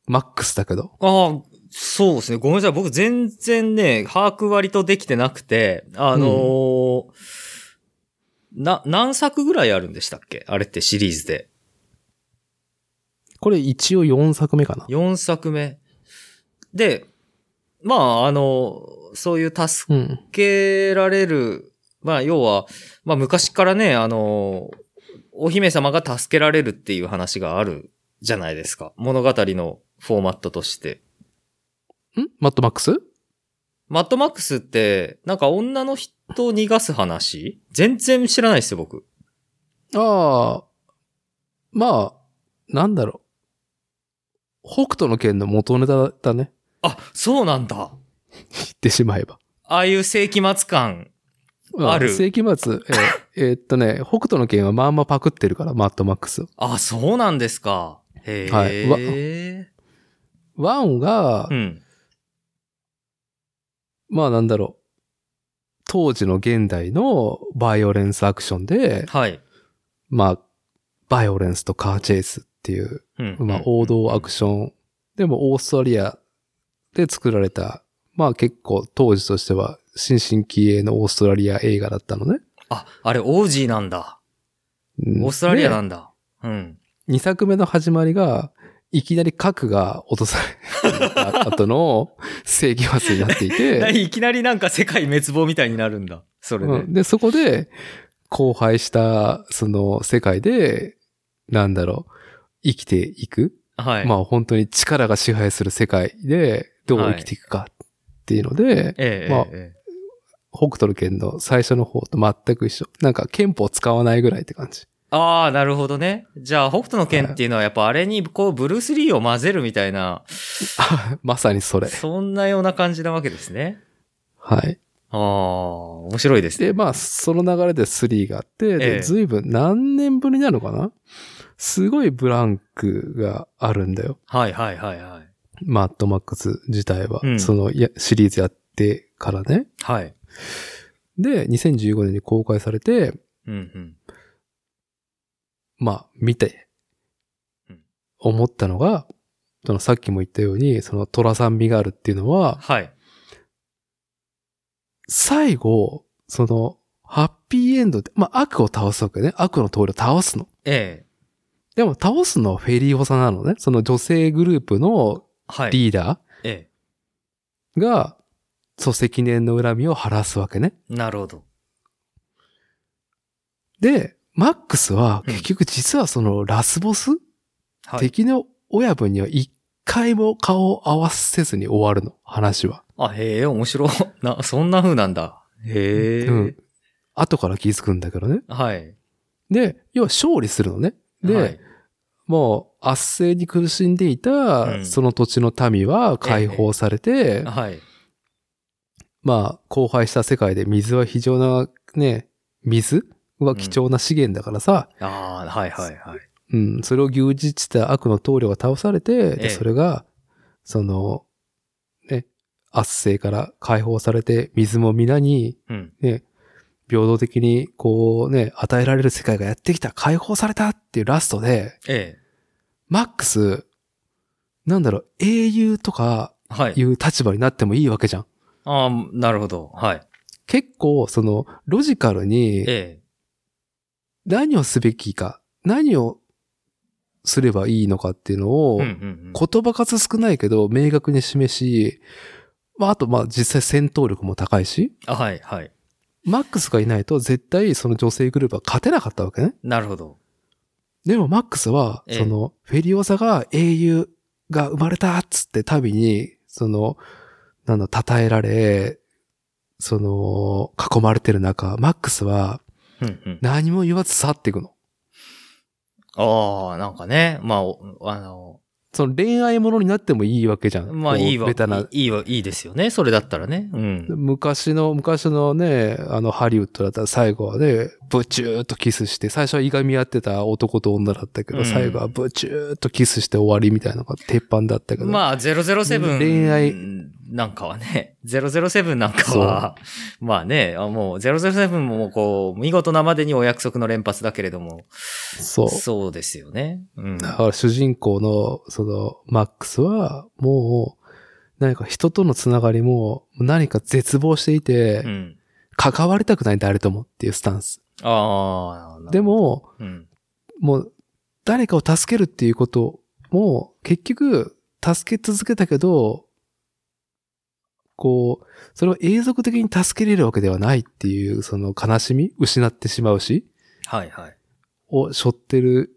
マックスだけど。
ああ、そうですね。ごめんなさい。僕全然ね、把握割とできてなくて、あのーな、何作ぐらいあるんでしたっけあれってシリーズで。
これ一応4作目かな。
4作目。で、まあ、あの、そういう助
うん。
けられる、まあ、要は、まあ、昔からね、あの、お姫様が助けられるっていう話があるじゃないですか。物語のフォーマットとして。
んマッドマックス
マットマックスって、なんか女の人を逃がす話全然知らないですよ、僕。
ああ、まあ、なんだろう。北斗の剣の元ネタだね。
あ、そうなんだ。
言ってしまえば。
ああいう世紀末感。
うん
ある
世紀末、 えーえーっとね、北斗の剣はまあまあパクってるから、マッドマックス。
あ、そうなんですか。へえ。
はワンが、
うん。
まあなんだろう。当時の現代のバイオレンスアクションで、
はい。
まあ、バイオレンスとカーチェイスっていう、
うん
まあ王道アク
シ
ション。でもオーストラリアで作られた、まあ結構当時としては新進気鋭のオーストラリア映画だったのね。
ョン。あ、あれ、オージーなんだ。
うん
オーストラリア
で
なんだ。うん。
2作目の始まりが、いきなり核が落とされた後の世紀末になってい て、
いきなりなんか世界滅亡みたいになるんだ。それで。
うんで、そこで、荒廃した、その世界で、なんだろう、生きていく。
はい。
まあ本当に力が支配する世界で、どう生きていくかっていうので、
ええ
まあ
えええ
北斗の剣の最初の方と全く一緒。なんか憲法使わないぐらいって感じ。
え ああ、なるほどね。じゃあ、北斗の拳っていうのは、やっぱあれに、こう、ブルース・リーを混ぜるみたいな、
まさにそれ。
そんなような感じなわけですね。
はい。
ああ、面白いですね。
で、まあ、その流れで3があって、
ええ
で、ずいぶん何年ぶりなのかなすごいブランクがあるんだよ。
はいはいはいはい。
マッドマックス自体は。
うん
そのやシリーズやってからね。
はい。
で、2015年に公開されて、
うんうん。
まあ、見て
うん、
思ったのが、そのさっきも言ったように、その虎さん味があるっていうのは、
はい。
最後、その、ハッピーエンドで、まあ、悪を倒すわけね。悪の通りを倒すの。
ええ
でも倒すのはフェリーホサなのね。その女性グループの
はい。
リーダ
え
ーが、そう、積年の恨みを晴らすわけね。
えなるほど。
で、マックスは
うん
結局実はそのラスボス、
はい。
敵の親分には一回も顔を合わせずに終わるの、話は。
あ、へえ、面白い。 な、そんな風なんだ。へえ。
うん後から気づくんだけどね。
はい。
で、要は勝利するのね。で、
はい、
もう圧政に苦しんでいた、
うん
その土地の民は解放されて、
はい。
まあ、荒廃した世界で水は非常な、ね、水は貴重な資源だからさ、
ああ、はいはいはい。
うん、それを牛耳ってた悪の棟梁が倒されて、
ええ
でそれが、その、ね、圧政から解放されて、水も皆に、
うん。
ね、平等的に、こうね、与えられる世界がやってきた、解放されたっていうラストで、
ええ。
マックス、なんだろう、英雄とか
はい
い。う立場になってもいいわけじゃん。
ああ、なるほど。はい。
結構、その、ロジカルに、
え
何をすべきか、何をすればいいのかっていうの
え。
を、
うんうんうん。
言葉数少ないけど明確に示し、まあ、あとまあ実際戦闘力も高いし、
あはい、はい。
マックスがいないと絶対その女性グループは勝てなかったわけね。
なるほど。
でもマックスは、
ええ
そのフェリオサが英雄が生まれたっつって旅に、その、なんだ、称えられ、その、囲まれてる中、マックスは
うんうん。
何も言わず去っていくの。
ああ、なんかね。まあ、おあの、
その恋愛ものになってもいいわけじゃん。
まあ
こう
いいわ。
ベタない
いいいわ、いいですよね。それだったらね。うん。
昔の、昔のね、あの、ハリウッドだったら最後はね、ブチューっとキスして、最初はいがみ合ってた男と女だったけど、
うん
最後はブチューっとキスして終わりみたいなのが鉄板だったけど。
まあ、007
恋愛
なんかはね、007なんかは、 まあね、あもう007もこう、見事なまでにお約束の連発だけれども、
そう。
そうですよね。うん。
だから主人公の、その、マックスは、もう、何か人とのつながりも、何か絶望していて、
うん。
関わりたくない誰ともっていうスタンス。
ああ、
で、も、
うん。
もう、誰かを助けるっていうことも、結局、助け続けたけど、こう、それを永続的に助けれるわけではないっていう、その悲しみ、失ってしまうし、
はいはい。
を背負ってる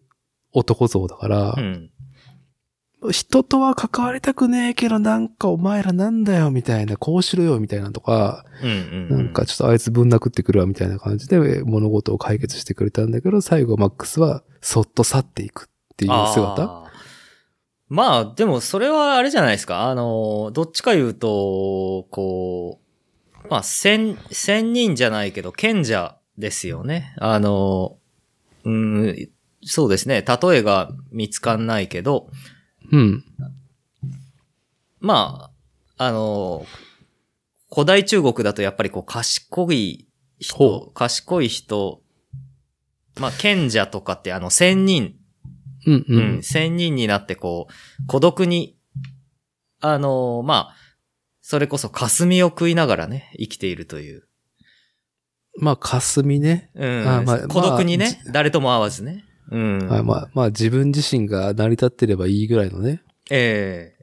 男像だから
う、ん。
人とは関わりたくねえけど、なんかお前らなんだよ、みたいな、こうしろよ、みたいなとか、
うんうん、う
なんか、ちょっとあいつぶん殴ってくるわ、みたいな感じで物事を解決してくれたんだけど、最後マックスは、そっと去っていくっていう姿。
あーまあ、でもそれはあれじゃないですか。あの、どっちか言うと、こう、まあ、千、千人じゃないけど、賢者ですよね。あの、うん、そうですね。例えが見つかんないけど、
うん。
まあ、あの、古代中国だとやっぱりこう、賢い
ほ
人、賢い人、まあ、賢者とかってあの、千人
うんう
うん
ん。、
千人になってこう、孤独に、あのーまあ、それこそ霞を食いながらね、生きているという。
まあ、霞ね。
うん。
あまあ
孤独にね、誰とも会わずね。うん。
はい、まあ、まあ、自分自身が成り立ってればいいぐらいのね。
え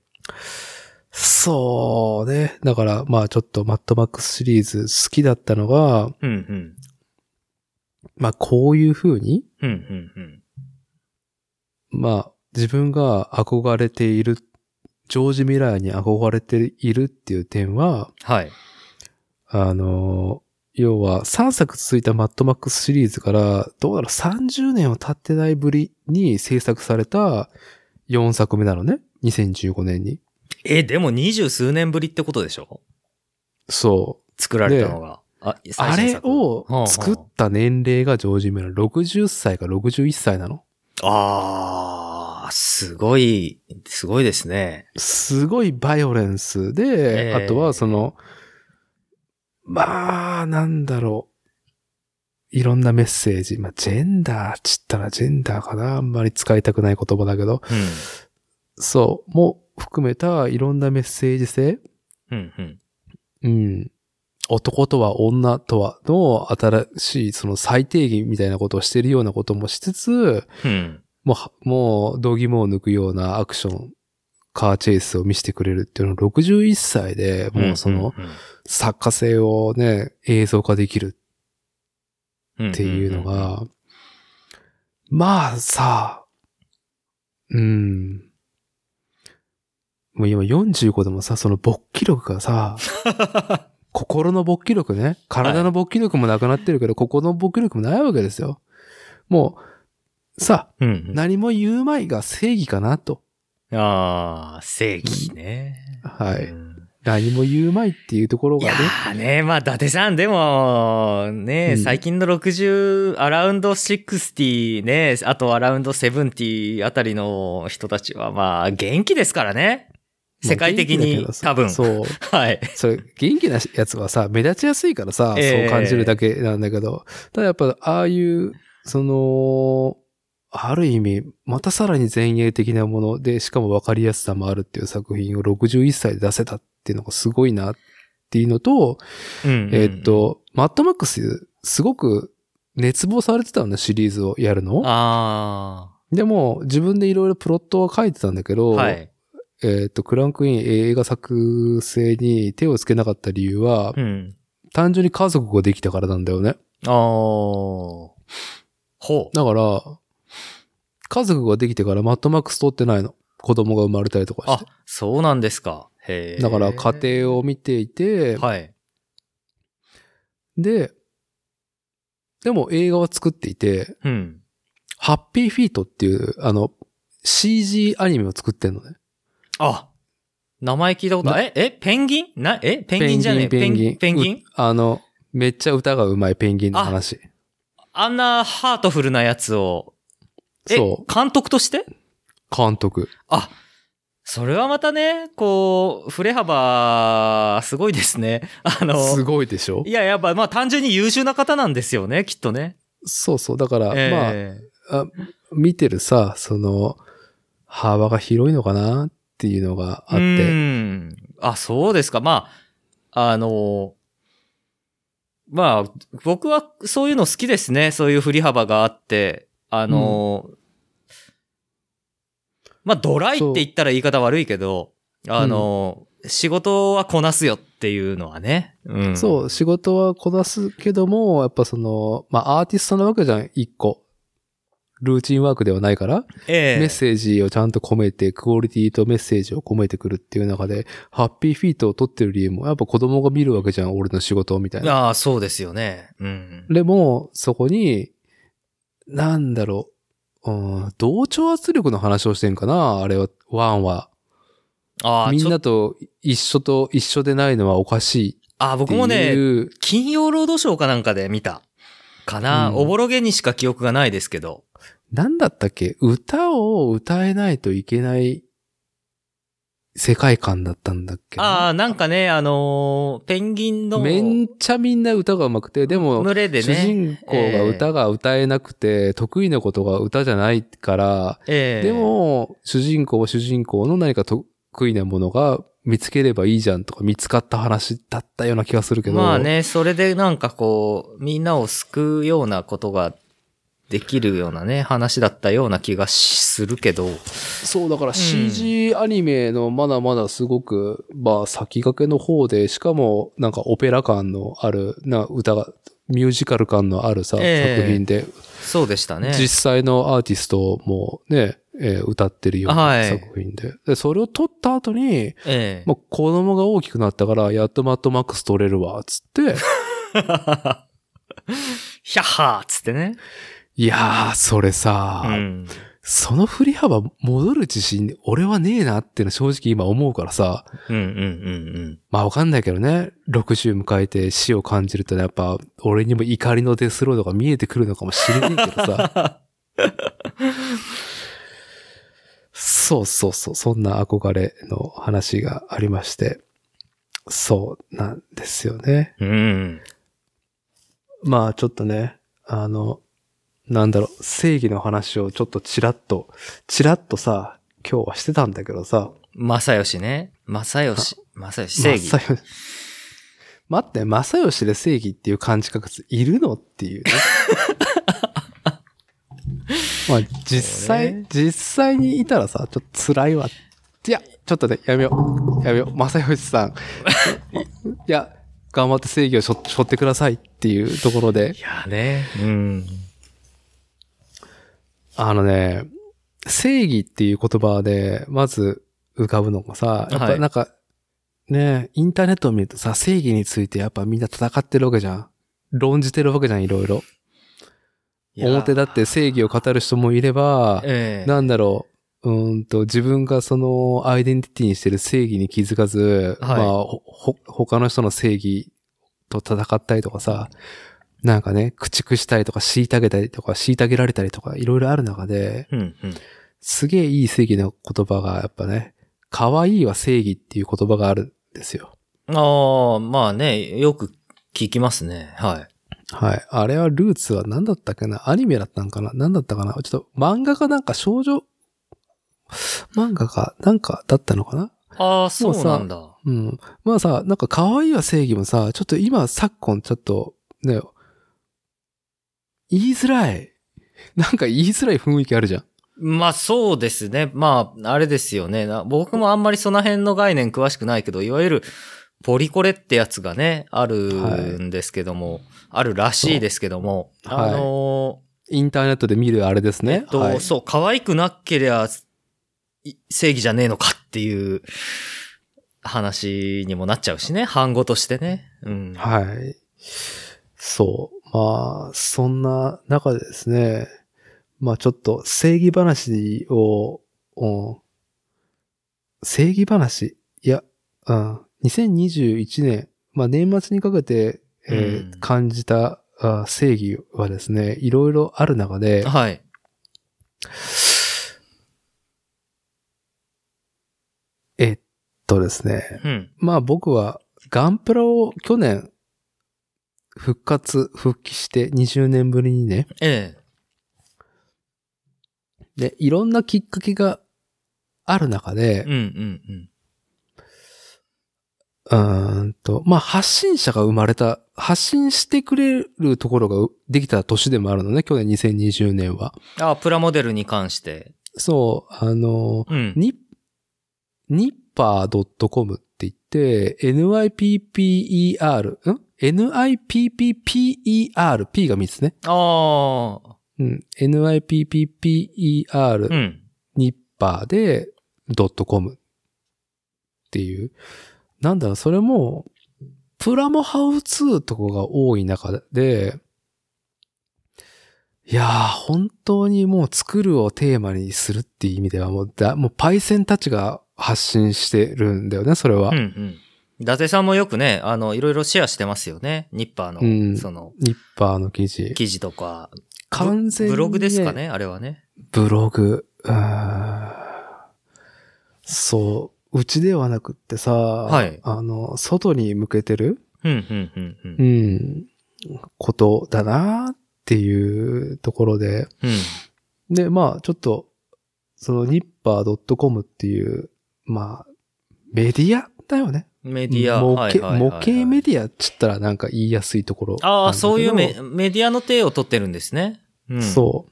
そうね。だから、まあ、ちょっとマッドマックスシリーズ好きだったのが、
えうんうん。
まあ、こういう風に、
うんうんうん。
まあ、自分が憧れている、ジョージ・ミラーに憧れているっていう点は、
はい。
あの、要は3作続いたマッドマックスシリーズから、どうだろう、30年は経ってないぶりに制作された4作目なのね。2015年に。
え、でも二十数年ぶりってことでしょ
そう。
作られたのが。あ、
あ
最新
れ
作
を作っ
ほうほう
た年齢がジョージ・ミラー、60歳か61歳なの。
あー、すごい、すごいですね。
すごいバイオレンス
え
で、
え
あとはその、まあ、なんだろう。いろんなメッセージ。まあ、ジェンダーっちったらジェンダーかな。あんまり使いたくない言葉だけど。そう、も含めたいろんなメッセージ性。
うん。うんうん。
うん。男とは女とはの新しいその最低限みたいなことをしてるようなこともしつつ、
うん。
もうは、もう、道義もを抜くようなアクション、カーチェイスを見せてくれるっていうのは61歳で、もうその、
んんん、
作家性をね、映像化できるっていうの
んんん、
が、まあさ、うん。もう今45でもさ、その勃起力がさ、心の勃起力ね、体の勃起力もなくなってるけど、心の勃起力もないわけですよ。もう、さ、
うんうん
何も言うまいが正義かなと。
ああ、正義ね。
は
う
い。
ん
何も言うまいっていうところ
い
が
や
ね。
ーね、まあ、伊達さん、でも、ね、
うん
最近の60、アラウンド60ね、あとアラウンド70あたりの人たちは、まあ、元気ですからね。世界的
まあ元気
に
だけど、さ
多分。
そう。
はい。
それ、元気なやつはさ、目立ちやすいからさ、
ええ
そう感じるだけなんだけど、ただやっぱ、ああいう、その、ある意味、またさらに前衛的なもので、しかも分かりやすさもあるっていう作品を61歳で出せたっていうのがすごいなっていうのと、
うんうん
えっ。と、マッドマックス、すごく熱望されてたんだ、シリーズをやるの。
あ
でも、自分でいろいろプロットは書いてたんだけ
あ。
ど、
はい。
えっと、クランクイン映画作成に手をつけなかった理由は、
うん。
単純に家族ができたからなんだよね。
ああ。ほう。
だから、家族ができてからマットマックス撮ってないの。子供が生まれたりとか
あ
し、
そうなんですか。へ
て。
え。
だから家庭を見ていて、
はい。
で、でも映画は作っていて、
うん。
ハッピーフィートっていう、あの、CG アニメを作ってんのね。
あ、名前聞いたことない。え、え、ペンギンな、え、ペンギンじゃねえ。
ペンギン
ペンギン
うあの、めっちゃ歌がうまいペンギンの話。
あんなハートフルなやつを、え、
そ
監督として
う、監督。
あ、それはまたね、こう、振れ幅、すごいですね。あ
す
の、
ごいでしょ
いや、やっぱ、まあ単純に優秀な方なんですよね、きっとね。
そうそう。だから、
え
まあ、見てるさ、その、幅が広いのかなっていうのがあっ
う
て。
ん。あ、そうですか。まあ、あの、まあ、僕はそういうの好きですね。そういう振り幅があって。あの、まあ、ドライって言ったら言い方悪いけど、あの、仕事はこなすよっていうのはね。うん。
そう、仕事はこなすけども、やっぱその、まあアーティストなわけじゃん、一個。ルーチンワークではないから、
ええ
メッセージをちゃんと込めて、クオリティとメッセージを込めてくるっていう中で、ハッピーフィートを撮ってる理由も、やっぱ子供が見るわけじゃん、俺の仕事をみたいな。
ああ、そうですよね。うん。
でも、そこに、なんだろう、うん、同調圧力の話をしてんかな、あれは、ワンは。
ああ、
み
ち
ん
ょ
な
っと、
と一緒と一緒でないのはおかし
ああ、
いって
僕
いう。
もね、金曜ロードショーかなんかで見た。かな、
うん
おぼろげにしか記憶がないですけど。
なんだったっけ歌を歌えないといけない世界観だったんだっけ
ああ、なんかね、あのーペンギンの
め
群
っちゃみんな歌が上手くて、でも、
れで
主
ね。
人公が歌が歌えなくて、得意なことが歌じゃないから、
ええ
で、も、主人公は主人公の何か得意なものが見つければいいじゃんとか見つかった話だったような気がするけど。
まあね、それでなんかこう、みんなを救うようなことができるようなね、話だったような気がしするけど。
そう、だから CG アニメのまだまだすごく、まあ先駆けの方で、しかもなんかオペラ感のある、な歌が、ミュージカル感のあるさ、
ええ
作品で、
そうでしたね。
実際のアーティストもね、えー歌ってるよう
は
ない作品で。でそれを撮った後に、
ええ
まあ、子供が大きくなったから、やっとマットマックス撮れるわ、つって、
ひゃっはーっつってね。
いやー、それさ、
うん。
その振り幅戻る自信、俺はねえなっていうの正直今思うからさ、
うんうんうんうん。
まあわかんないけどね、60迎えて死を感じるとね、やっぱ俺にも怒りのデスロードが見えてくるのかもしれないけどさ。 そうそうそう、そんな憧れの話がありまして。そうなんですよね。
うん。
まあちょっとね、あの、なんだろう、正義の話をちょっとチラッと、チラッとさ、今日はしてたんだけどさ。
正義ね。正義。正義。正義。
正義。待って、正義で正義っていう漢字書くやついるのってい うね。まあ、実
そ
際
れ、
実際にいたらさ、ちょっと辛いわ。いや、ちょっとね、やめよう。やめよう。正義さ ん。いや、頑張って正義をしょしょってくださいっていうところで
い、やね。うん。
あのね、正義っていう言葉で、まず浮かぶのがさ、やっぱなんか、ね、インターネットを見るとさ、正義についてやっぱみんな戦ってるわけじゃん。論じてるわけじゃん、いろいろ。表だって正義を語る人もいれば、
ええ
なんだろう、うーんと、自分がそのアイデンティティにしてる正義に気づかず、
はい
まあ、ほ、ほ他の人の正義と戦ったりとかさ、なんかね、駆逐したりとか、虐げたりとか、虐げられたりとか、いろいろある中で、
うん、うん。
すげえいい正義の言葉が、やっぱね、可愛いは正義っていう言葉があるんですよ。
ああ、まあね、よく聞きますね。はい。
はい。あれはルーツは何だったっけなアニメだったんかな何だったかなちょっと漫画かなんか少女漫画かなんかだったのかな
ああ、そうなんだ。
うん。まあさ、なんか可愛いは正義もさ、ちょっと今昨今ちょっとね、言いづらい。なんか言いづらい雰囲気あるじゃん。
まあそうですね。まあ、あれですよね。な僕もあんまりその辺の概念詳しくないけど、いわゆるポリコレってやつがね、あるんですけども、あるらしいですけども、
そうはい
あの
インターネットで見るあれです
ー、
ね。
えっと、
はい、
そう、可愛くなけりゃい正義じゃねえのかっていう話にもなっちゃうしね、反語としてね。うん。
はい。そう。まあ、そんな中でですね、まあちょっと正義話を、うん正義話いや、うん、2021年、まあ年末にかけて、えー
うん
感じたあ正義はですね、いろいろある中で、
はい。
えっとですね、
うん。
まあ僕はガンプラを去年復活、復帰して20年ぶりにね、
ええ。
で、いろんなきっかけがある中で
うん、うんうん。
うーんと、まあ、発信者が生まれた、発信してくれるところがうできた年でもあるのね、去年2020年は。
あ、プラモデルに関して。
そう、あの、
うん。
ニニッパー .com って言って、NIPPER、ん ?NIPPPER、P が3つね。
ああ。
うん。NIPPPER、
うん。
ニッパーで、ドットコムっていう。なんだろう、それも、プラモハウツーとかが多い中で、いやー、本当にもう作るをテーマにするっていう意味では、もうだ、もうパイセンたちが発信してるんだよね、それは。
うんうん。伊達さんもよくね、あの、いろいろシェアしてますよね。ニッパーの、
うん
その、
ニッパーの記事。
記事とか。
完全に、
ブログですかね、あれはね。
ブログ。うーんそう。うちではなくってさ、
い
あの、外に向けてる、
うん、うん、うん、うん
う。ん、ことだなっていうところで。
うん。
で、まあ、ちょっと、その、ニッパー .com っていう、まあ、メディアだよね。
メディア、
模
はい
型、
はいはいはい
模型メディアっつったらなんか言いやすいところ
ああ、そういう
なんだけ
メ
ど
メディアの手を取ってるんですね。うん、
そ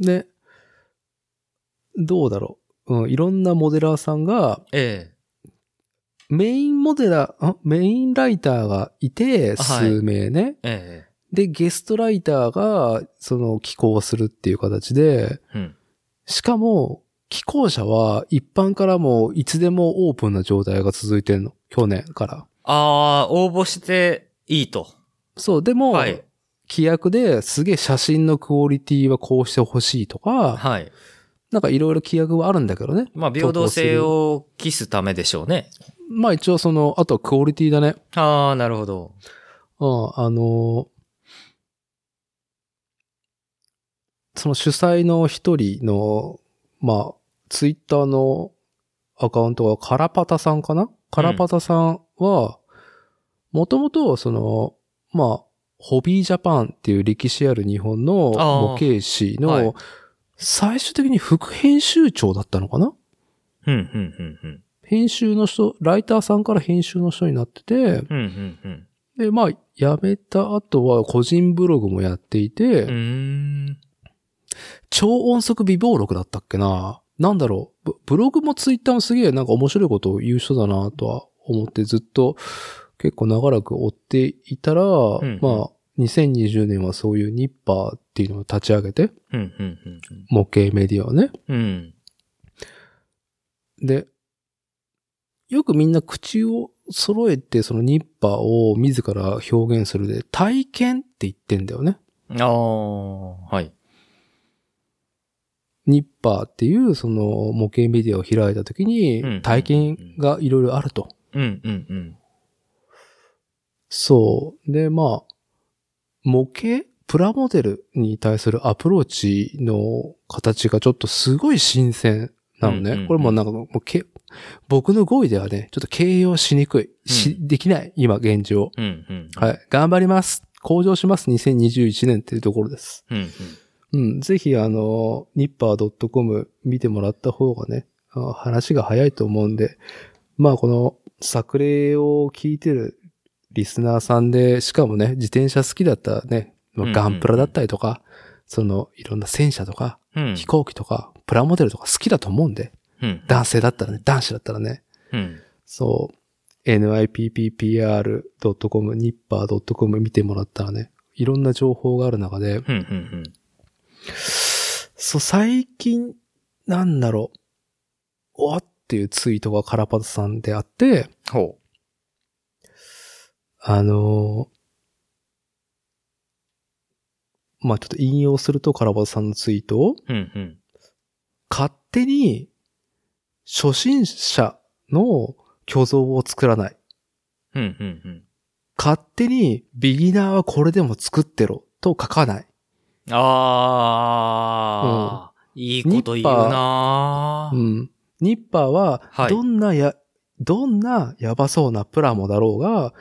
う。で、どうだろう。うん、いろんなモデラーさんが、
え
メインモデラー、んメインライターがいて、
はい
数名ね。
え、え
で、ゲストライターが、その、寄稿するっていう形で、
え。うん。
しかも、寄稿者は一般からもいつでもオープンな状態が続いてんの。去年から。
ああ、応募していいと。
そう、でも、
はい。
規約ですげえ写真のクオリティはこうしてほしいとか、
はい。
なんかいろいろ規約はあるんだけどね。
まあ、平等性を期すためでしょうね。
まあ一応その、あとはクオリティだね。
ああ、なるほど。
うん、あのーその主催の一人の、まあ、ツイッターのアカウントがカラパタさんかなカラパタさんは、もともとその、まあ、ホビージャパンっていう歴史ある日本の模
あー
型師
はい
の、最終的に副編集長だったのかな
うん、うん、うん、
編集の人、ライターさんから編集の人になってて、
うん。うん、うん、
で、まあ、辞めた後は個人ブログもやっていて、
うん。うーん。
超音速微暴録だったっけななんだろうブ、ブログもツイッターもすげえなんか面白いことを言う人だなとは思ってずっと結構長らく追っていたら、
ん
まあ、2020年はそういうニッパーっていうのを立ち上げて、
うん、うん、うんうん。
模型メディアをね。
うん。
で、よくみんな口を揃えてそのニッパーを自ら表現するで、体験って言ってんだよね。
ああ、はい。
ニッパーっていうその模型メディアを開いた時
うん
に体験がいろいろあると。
うんうんうん。
そう。で、まあ、模型プラモデルに対するアプローチの形がちょっとすごい新鮮な
う
のね。
んうんうん
これもなんかもうけ、僕の語彙ではね、ちょっと形容しにくい。し、できない、今現状。
うんうん。い。
はい。頑張ります。向上します。2021年っていうところです。
うんうん。
うん、ぜひあの、ニッパー .com 見てもらった方がね、あ話が早いと思うんで、まあこの作例を聞いてるリスナーさんで、しかもね、自転車好きだったらね、ま
うん
あ、
うん
ガンプラだったりとか、そのいろんな戦車とか、
うん。
飛行機とか、プラモデルとか好きだと思うんで、
うん。
男性だったらね、男子だったらね、
うん。
そう、nippr.com、ニッパー .com 見てもらったらね、いろんな情報がある中で、
うんうん
そう、最近、なんだろう。おわっていうツイートがカラパタさんであって、
ほ
あのーまあ、ちょっと引用するとカラパタさんのツイートを、
う。うんうん。
勝手に初心者の虚像を作らない。
うんうんうん。
勝手にビギナーはこれでも作ってろと書かない。
ああ、いいこと言うな
う
ー
ん。ニッパーは
は、い
どんなや、どんなやばそうなプラモだろうが、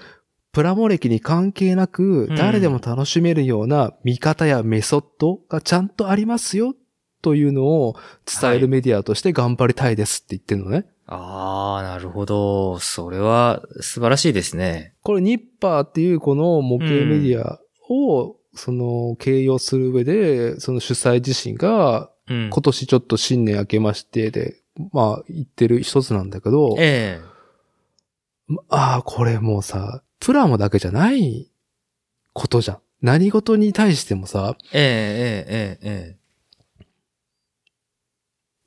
プラモ歴に関係なく
うん、
誰でも楽しめるような見方やメソッドがちゃんとありますよ、というのを伝え
はい
るメディアとして頑張りたいですって言ってるのね。
ああ、なるほど。それは素晴らしいですね。
これニッパーっていうこの模型メディアを、その、形容する上で、その主催自身が、
うん。
今年ちょっと新年明けましてで、まあ、言ってる一つなんだけど、
ええ。
ああ、これもうさ、プラモだけじゃないことじゃん。何事に対してもさ、
ええ、ええ、ええ。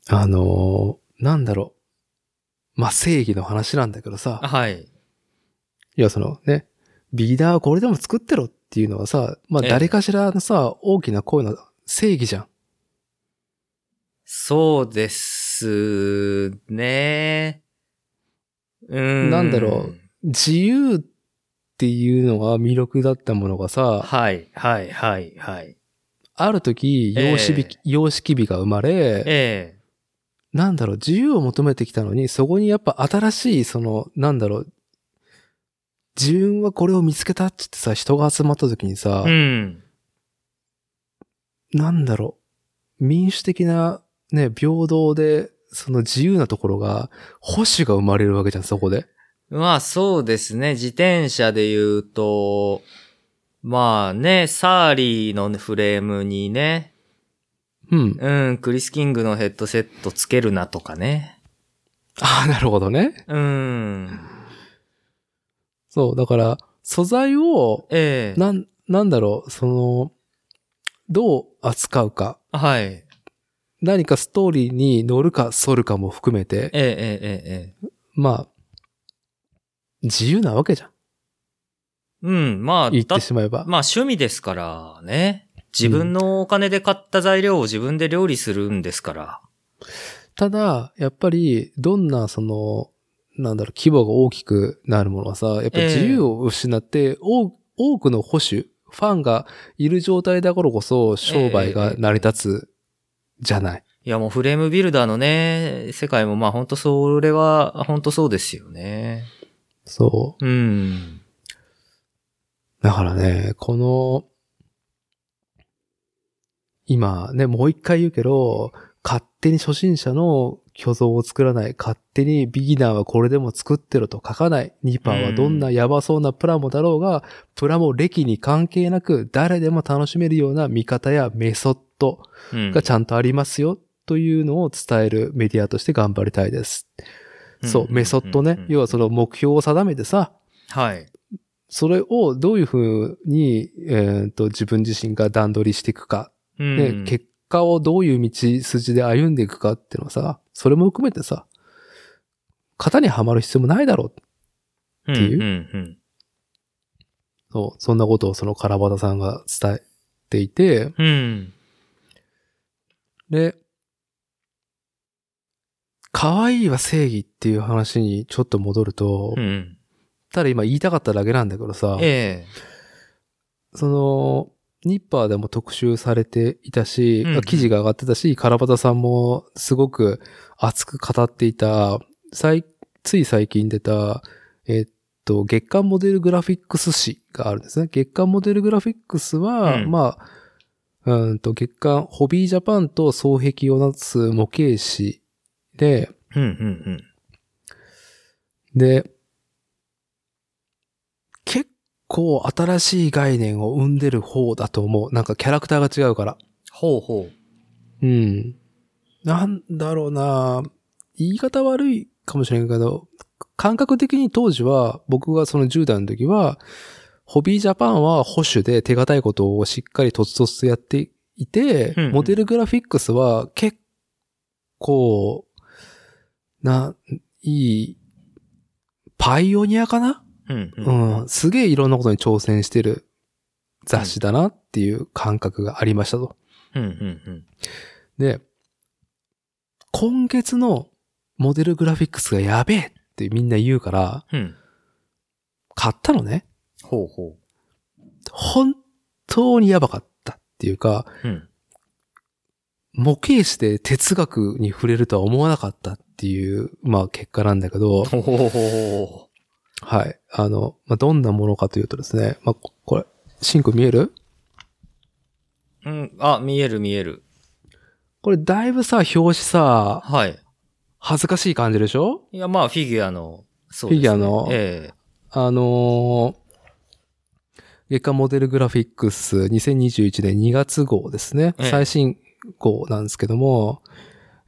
あのーなんだろう。まあ、正義の話なんだけどさ、
はい。
いや、そのね、ビーダーはこれでも作ってろっていうのはさ、まあ、
ええ
誰かしらのさ、大きな声の正義じゃん。
そうですね。うん。
なんだろ自由っていうのが魅力だったものがさ、
はい、はい、はい、はい。
ある時、様式美、
ええ
様式美が生まれ、
ええ。
なんだろう、自由を求めてきたのに、そこにやっぱ新しい、その、なんだろう、自分はこれを見つけたって言ってさ、人が集まった時にさ、
うん。
なんだろう、民主的な、ね、平等で、その自由なところが、保守が生まれるわけじゃん、そこで。
まあそうですね。自転車で言うと、まあね、サーリーのフレームにね、
うん。
うん、クリス・キングのヘッドセットつけるなとかね。
ああ、なるほどね。
うん。
そう、だから、素材を、
ええ
なん、なんだろう、その、どう扱うか、
はい。え
何かストーリーに乗るか、反るかも含めて、
ええええええ
まあ、自由なわけじゃん。
うん、まあ、
言っ
だ
てしまえば。
まあ趣味ですからね。自分のお金で買った材料を自分で料理するんですから。
ただ、やっぱり、どんな、その、なんだろう、規模が大きくなるものはさ、やっぱり自由を失って、多多くの保守、ファンがいる状態だからこそ、商売が成り立つ、じゃない。
いやもうフレームビルダーのね、世界もまあ本当それは、本当そうですよね。
そ
うん。
う。だからね、この、今ね、もう一回言うけど、勝手に初心者の虚像を作らない。勝手にビギナーはこれでも作ってろと書かない。ニパーはどんなやばそうなプラモだろうが、プラモ歴に関係なく誰でも楽しめるような見方やメソッド
うん
がちゃんとありますよというのを伝えるメディアとして頑張りたいです。そう、メソッドね。要はその目標を定めてさ、
はい。
それをどういうふうに、えーと自分自身が段取りしていくか
うん
ね、結果をどういう道筋で歩んでいくかっていうのはさ、それも含めてさ、型にはまる必要もないだろう。
って
いう
うん
そう、そんなことをそのカラバタさんが伝えていて、
うん。うん。
で、可愛いは正義っていう話にちょっと戻ると、
うん。
ただ今言いたかっただけなんだけどさ、
ええ。
その、ニッパーでも特集されていたし、
うん
記事が上がってたし、カラバタさんもすごく熱く語っていた、最つい最近出た、えっと、月刊モデルグラフィックス誌があるんですね。月刊モデルグラフィックスは、
うん
まあ、うんと、月刊ホビージャパンと双璧をなす模型誌で、
うんうん
で、結構新しい概念を生んでる方だと思う。なんかキャラクターが違うから。
ほうほ
うん。なんだろうな言い方悪いかもしれんけど、感覚的に当時は、僕がその10代の時は、ホビージャパンは保守で手堅いことをしっかりとつとつとやっていて、
うんうん
モデルグラフィックスは結構、な、いい、パイオニアかな
う。うんうん。
うん、すげえいろんなことに挑戦してる雑誌だなっていう感覚がありましたと。
うんうん
で、今月のモデルグラフィックスがやべえってみんな言うから、
うん。うん。
買ったのね。
ほうほ
本当にやばかったっていうか、
う。うん。
模型師で哲学に触れるとは思わなかったっていう、まあ結果なんだけど、
ほうほうほ
はい。あの、まあ、どんなものかというとですね、まあ、ここれ、シンク見える
う。うん。あ、見える見える。
これだいぶさ、表紙さ、
はい。
恥ずかしい感じでしょ
いや、まあ、フィギュアの、そうですね。
フィギュアの
え
あのー月刊モデルグラフィックス2021年2月号ですね。
ええ
最新号なんですけども、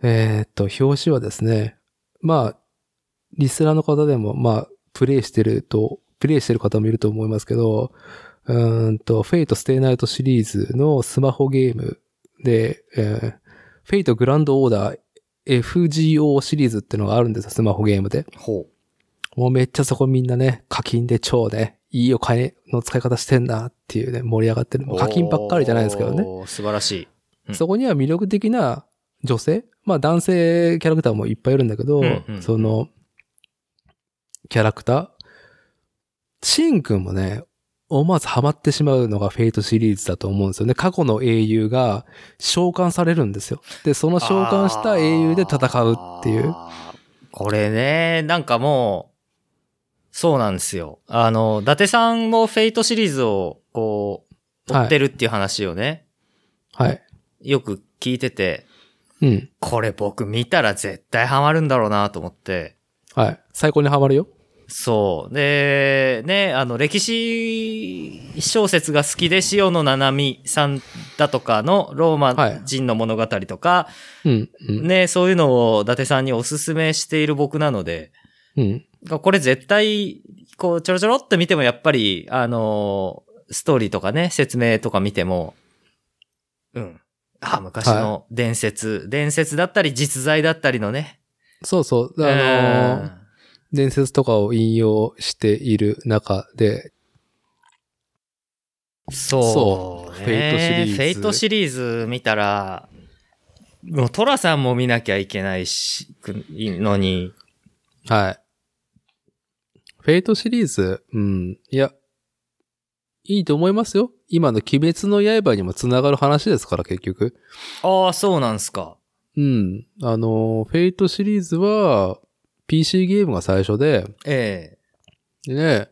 えーっと、表紙はですね、まあ、リスナーの方でも、まあ、プレイしてると、プレイしてる方もいると思いますけど、うーんと、フェイト・ステイナイトシリーズのスマホゲームで、えーフェイト・グランド・オーダー FGO シリーズってのがあるんですよ、スマホゲームで。
えほ
もうめっちゃそこみんなね、課金で超ね、いいお金の使い方してんなっていうね、盛り上がってる。
う。
課金ばっかりじゃないですけどね。
おー。素晴らしい。ー
そこには魅力的な女性まあ男性キャラクターもいっぱいいるんだけど、
うんうん
その、キャラクター。シンくんもね、思わずハマってしまうのがフェイトシリーズだと思うんですよね。過去の英雄が召喚されるんですよ。で、その召喚した英雄で戦うっていう。
あー。これね、なんかもう、そうなんですよ。あの、伊達さんもフェイトシリーズを、こう、追ってるっていう話をね、
はい。
よく聞いてて、
うん。
これ僕見たら絶対ハマるんだろうなと思って。
はい。最高にハマるよ。
そう。で、ね、あの、歴史小説が好きで、塩野七海さんだとかのローマ人の物語とか、
うん。うん。
ね、そういうのを伊達さんにおすすめしている僕なので、
うん。
これ絶対、こう、ちょろちょろっと見てもやっぱり、あのーストーリーとかね、説明とか見ても、うん。あ、昔の伝説、伝説だったり実在だったりのね。
そうそう。あのー
うん
伝説とかを引用している中で、
そう、
そうフェイトシリーズ
フェイトシリーズ見たら、もうトラさんも見なきゃいけないし、くのに。
はい。フェイトシリーズ、うん、いや、いいと思いますよ。今の鬼滅の刃にもつながる話ですから、結局。
ああ、そうなんすか。
うん。あの、フェイトシリーズは、PC ゲームが最初で、
え
でね、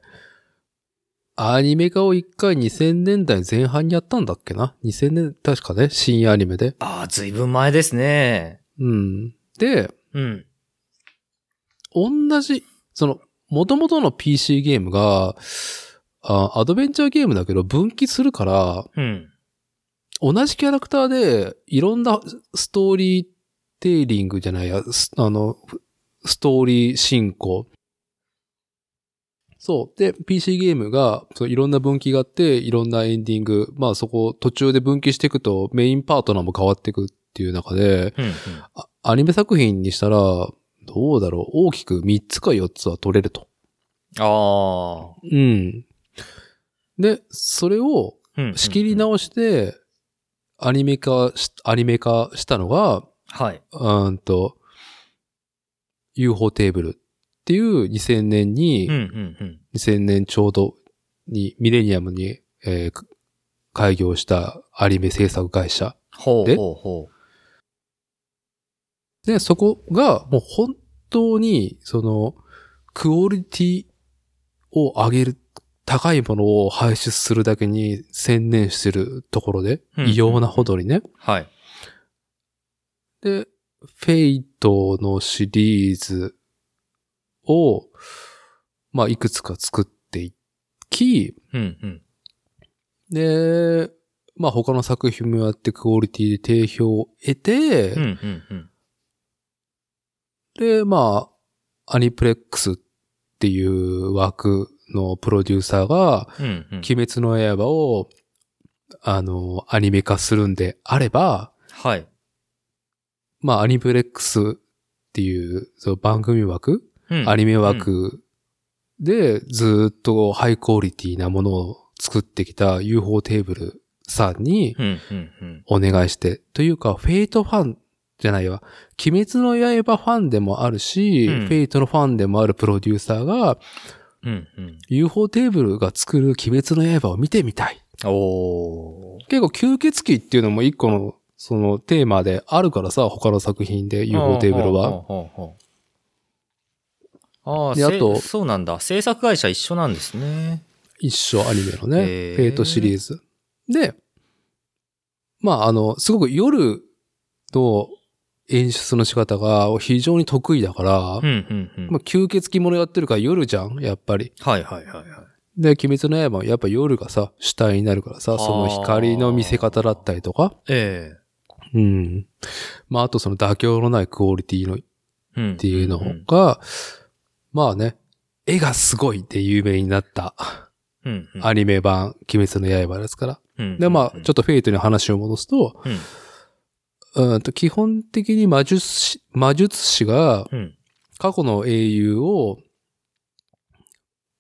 アニメ化を一回2000年代前半にやったんだっけな ?2000 年、確かね、深夜アニメで
え。ああ、ずいぶん前ですね。
うん。で、
うん。
同じ、その、元々の PC ゲームが、あアドベンチャーゲームだけど分岐するから、
うん。
同じキャラクターで、いろんなストーリーテイリングじゃないや、スあの、ふストーリー進行。そう。で、PC ゲームが、そういろんな分岐があって、いろんなエンディング、まあそこ、途中で分岐していくと、メインパートナーも変わっていくっていう中で、
うん。うん
あアニメ作品にしたら、どうだろう、大きく3つか4つは取れると。
ああ。
うん。で、それを
うん
仕切り。直して、アニメ化し、アニメ化したのが、
はい。
うーんと、 UFO テーブルっていう2000年に、
うんうんうん。
2000年ちょうどに、ミレニアムに、えーか開業したアニメ制作会社。
ほう
で
ほうほ
で、そこがもう本当に、その、クオリティを上げる、高いものを排出するだけに専念してるところで、
うん
異様なほどにね。
う。はい。
で、フェイトのシリーズを、まあ、いくつか作っていき、
うんうん。
で、まあ他の作品もやってクオリティで定評を得て、
うんうんうん。
で、まあ、アニプレックスっていう枠のプロデューサーが、
うんうん。
鬼滅の刃を、あの、アニメ化するんであれば、
はい。
まあアニプレックスっていう、その番組枠、
うん。
アニメ枠でずーっとハイクオリティなものを作ってきた UFO テーブルさんに、
うんうんうん。
お願いして。というか、フェイトファンじゃないわ。鬼滅の刃ファンでもあるし、
うん
フェイトのファンでもあるプロデューサーが、
うんうん。
UFO テーブルが作る鬼滅の刃を見てみたい。
おー。
結構吸血鬼っていうのも一個の、そのテーマであるからさ、他の作品で UFO テーブルは。
は。ああ、
であと
せそうなんだ。制作会社一緒なんですね。
一緒アニメの
へ
ね、
ー
フェイトシリーズ。で、まああの、すごく夜の演出の仕方が非常に得意だから、
うんうんうん。
まあ、吸血鬼ものやってるから夜じゃんやっぱり。
はいはいはいはい。
で、鬼滅の刃はやっぱ夜がさ、主体になるから
あ
さ、
ー
その光の見せ方だったりとか。
え
うん。まあ、あとその妥協のないクオリティのっ
えん。って
いうの
うん
が、まあね、絵がすごいで有名になった
うんうん。
アニメ版、鬼滅の刃ですから。
うん
で、まあ、ちょっとフェイトに話を戻すと、
うん
うんと基本的に魔術師、魔術師が
うん。
過去の英雄を、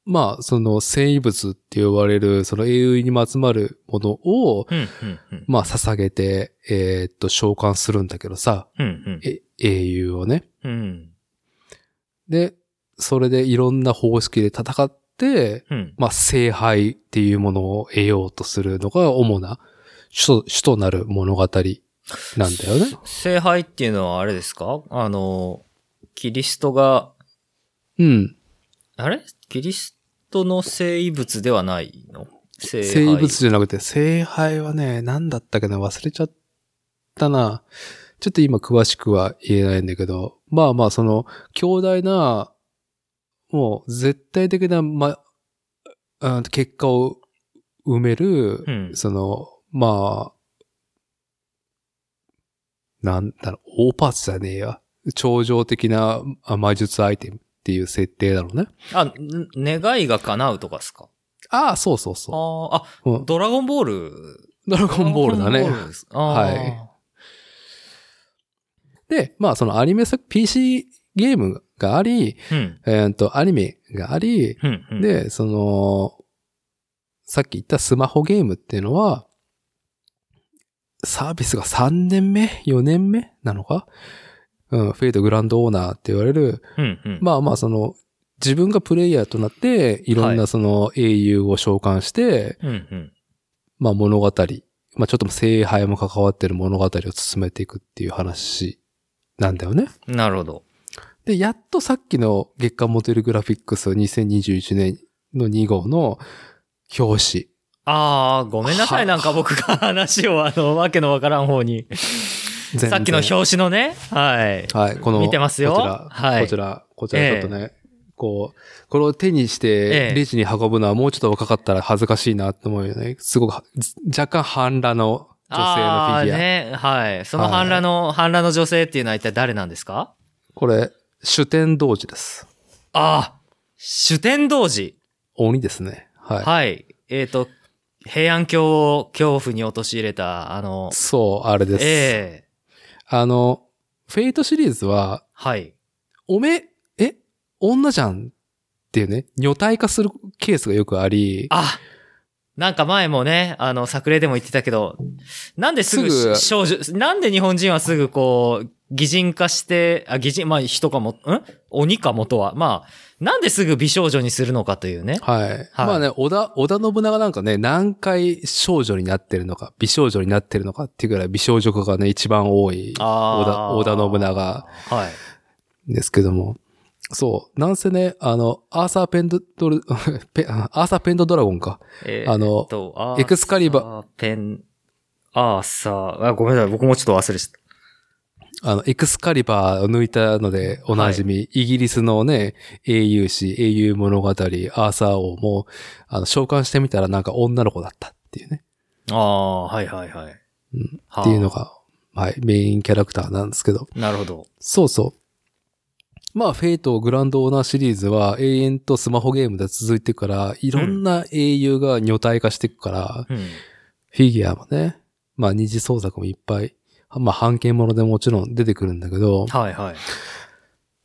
まあ、その生遺物って呼ばれる、その英雄にまつまるものを、
うんうんうん。
まあ、捧げて、えーっと、召喚するんだけどさ、
うん
え英雄をね。
うん。うん。
で、それでいろんな方式で戦って、
うん。
まあ、聖杯っていうものを得ようとするのが主な主と、主となる物語なんだよね。
聖杯っていうのはあれですかあの、キリストが、
うん。
あれキリストの聖物ではないの聖杯
聖物じゃなくて、聖杯はね、何だったっけな、忘れちゃったな。ちょっと今詳しくは言えないんだけど、まあまあ、その、強大な、もう絶対的な、ま、あ結果を埋める、
うん
その、まあ、なんだろう、大パーツじゃねえや。超常的なあ魔術アイテムっていう設定だろうね。
あ、ん願いが叶うとかですか
ああ、そうそう
あ
そ
ーあ、
う。うん
ドラゴンボール。
ドラゴンボールだね。
ドラゴンボールです。は
はいで、まあそのアニメ作、PC ゲームがあり、
うん。
えーっと、アニメがあり、
うんうん、
で、その、さっき言ったスマホゲームっていうのは、サービスが3年目 ?4 年目なのかうん、フェイトグランドオーナーって言われる、
うんうん、
まあまあその、自分がプレイヤーとなって、いろん
は
ないその英雄を召喚して、
うんうん。
まあ物語、まあちょっと聖杯も関わってる物語を進めていくっていう話なんだよね。
なるほど。
で、やっとさっきの月間モデルグラフィックス2021年の2号の表
ああ、ごめんなさ。
はい
なんか僕が話を、あの、わけのわからん方に。
紙。
さっきの
全
表紙のね。はい。
然。はい、この、
見てますよ
こちら、
はい
こちら、こちらちょっとね、こう、これを手にして
ええ
レジに運ぶのはもうちょっと若かったら恥ずかしいなって思うよね。すごくは、若干半裸の女性のフィギュア。
あーね。はい。その
はい
反乱の、反乱の女性っていうのは一体誰なんですか
これ、主典同時です。
ああ、主天童子。
鬼ですね。はい。
はい。えっ、と、平安京を恐怖に陥れた、あの、
そう、あれです。
ええ
あの、フェイトシリーズは、
はい。
おめ、え、女じゃんっていうね、女体化するケースがよくあり、
あなんか前もね、あの、作例でも言ってたけど、なんですぐ
すぐ
少女、なんで日本人はすぐこう、擬人化して、あ、擬人、まあ人かも、ん鬼か元は。まあ、なんですぐ美少女にするのかというね。
はい。まあね、織田、織田信長なんかね、何回少女になってるのか、美少女になってるのかっていうぐらい美少女化がね、一番多い
あー
織田織田信長
はい。
ですけども。そう。なんせね、あの、アーサーペンドドル、 ペアーサーペンドドラゴンか。
え
あの
と、あ
エクスカリバ
ー。ペン、アーサー。あ、ごめんなさい。僕もちょっと忘れちゃっ
あの、エクスカリバーを抜いたのでおなじみ、イギリスのね、英雄史、英雄物語、アーサー王も、あの、召喚してみたらなんか女の子だったっていうね。
た。ああ、はいはいはい。
うん
はあ
っていうのが、はい、メインキャラクターなんですけど。
なるほど。
そうそう。まあ、フェイト、グランドオーナーシリーズは永遠とスマホゲームで続いていくから、いろんな英雄が女体化していくから、
うん。
フィギュアもね、まあ二次創作もいっぱい、まあ半径ものでもちろん出てくるんだけど、
はいはい。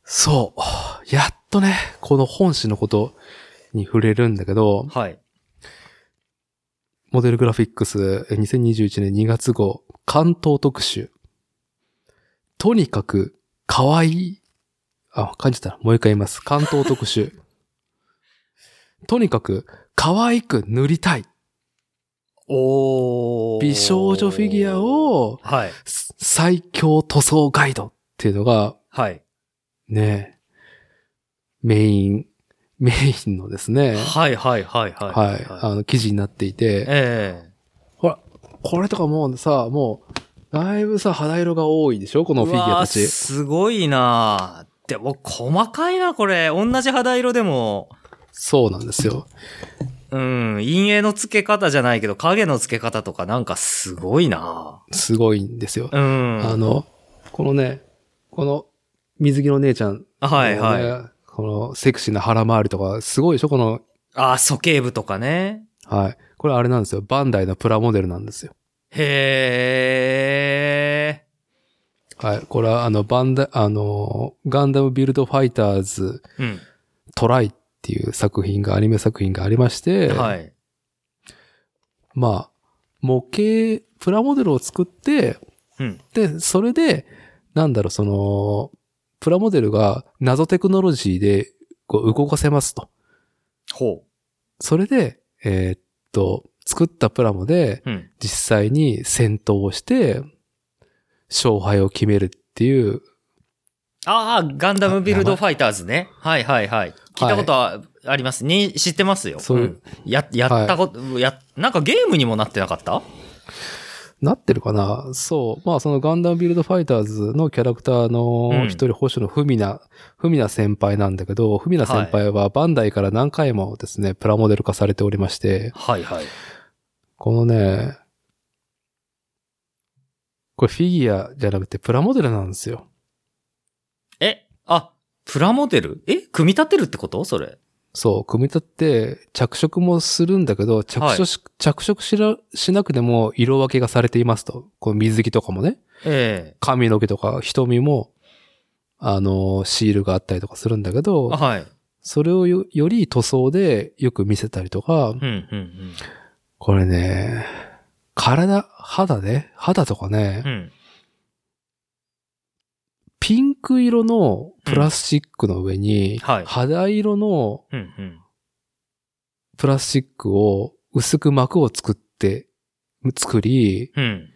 そう、やっとね、この本誌のことに触れるんだけど、
はい。
モデルグラフィックスえ2021年2月号、関東特集。とにかく、可愛い。あ、感じたらもう一回言います。関東特集。 とにかく、可愛く塗りたい。
おー
美少女フィギュアを
はい。
す最強塗装ガイドっていうのが、
はい。
ね、メイン、メインのですね、
はいはいはいはい。
はい、あの、記事になっていて、
え
これとかもうさ、もう、だいぶさ、肌色が多いでしょこ
え
のフィギュアた
うわー
ち。
すごいなーでも、細かいな、これ。同じ肌色でも、
そうなんですよ。
うん、陰影の付け方じゃないけど、影の付け方とかなんかすごいな
すごいんですよ。
うん。
あの、このね、この、水着の姉ちゃん、
はいはい。
い。このセクシーな腹回りとか、すごいでしょこの、
ああ、鼠径部とかね。
はい。これあれなんですよ。バンダイのプラモデルなんですよ。
へえ。
はい。これはあの、バンダ、あの、ガンダムビルドファイターズ
うん。
トライっていう作品が、アニメ作品がありまして、
はい。
まあ、模型、プラモデルを作って、
うん。
で、それで、なんだろう、その、プラモデルが謎テクノロジーでこう動かせますと。
ほ
それで、えーっと、作ったプラモで
う。うん。
実際に戦闘をして、勝敗を決めるっていう、
ああ、ガンダムビルドファイターズね。はいはいはい。聞いたことはあります。に知ってますよ。
そういうん
や、やったこと、や、なんかゲームにもなってなかった
なってるかなそう。まあ、そのガンダムビルドファイターズのキャラクターの一人、保守のフミナ、フミナ先輩なんだけど、フミナ先輩はバンダイから何回もですね、プラモデル化されておりまして、
はいはい。
このね、これフィギュアじゃなくてプラモデルなんですよ。
え、あ、プラモデルえ組み立てるってことそれ。
そう、組み立って着色もするんだけど、着色し、着色しらしなくても色分けがされていますと。この水着とかもね、
ええ
髪の毛とか瞳も、あの、シールがあったりとかするんだけど
あ、はい。
それをよより塗装でよく見せたりとか、
うん、うん、
これね、体、肌ね、肌とかね
うん。う、ん。
ピンク色のプラスチックの上に、
はい
肌色の
うん、うん。
プラスチックを薄く膜を作って、作り、
うん。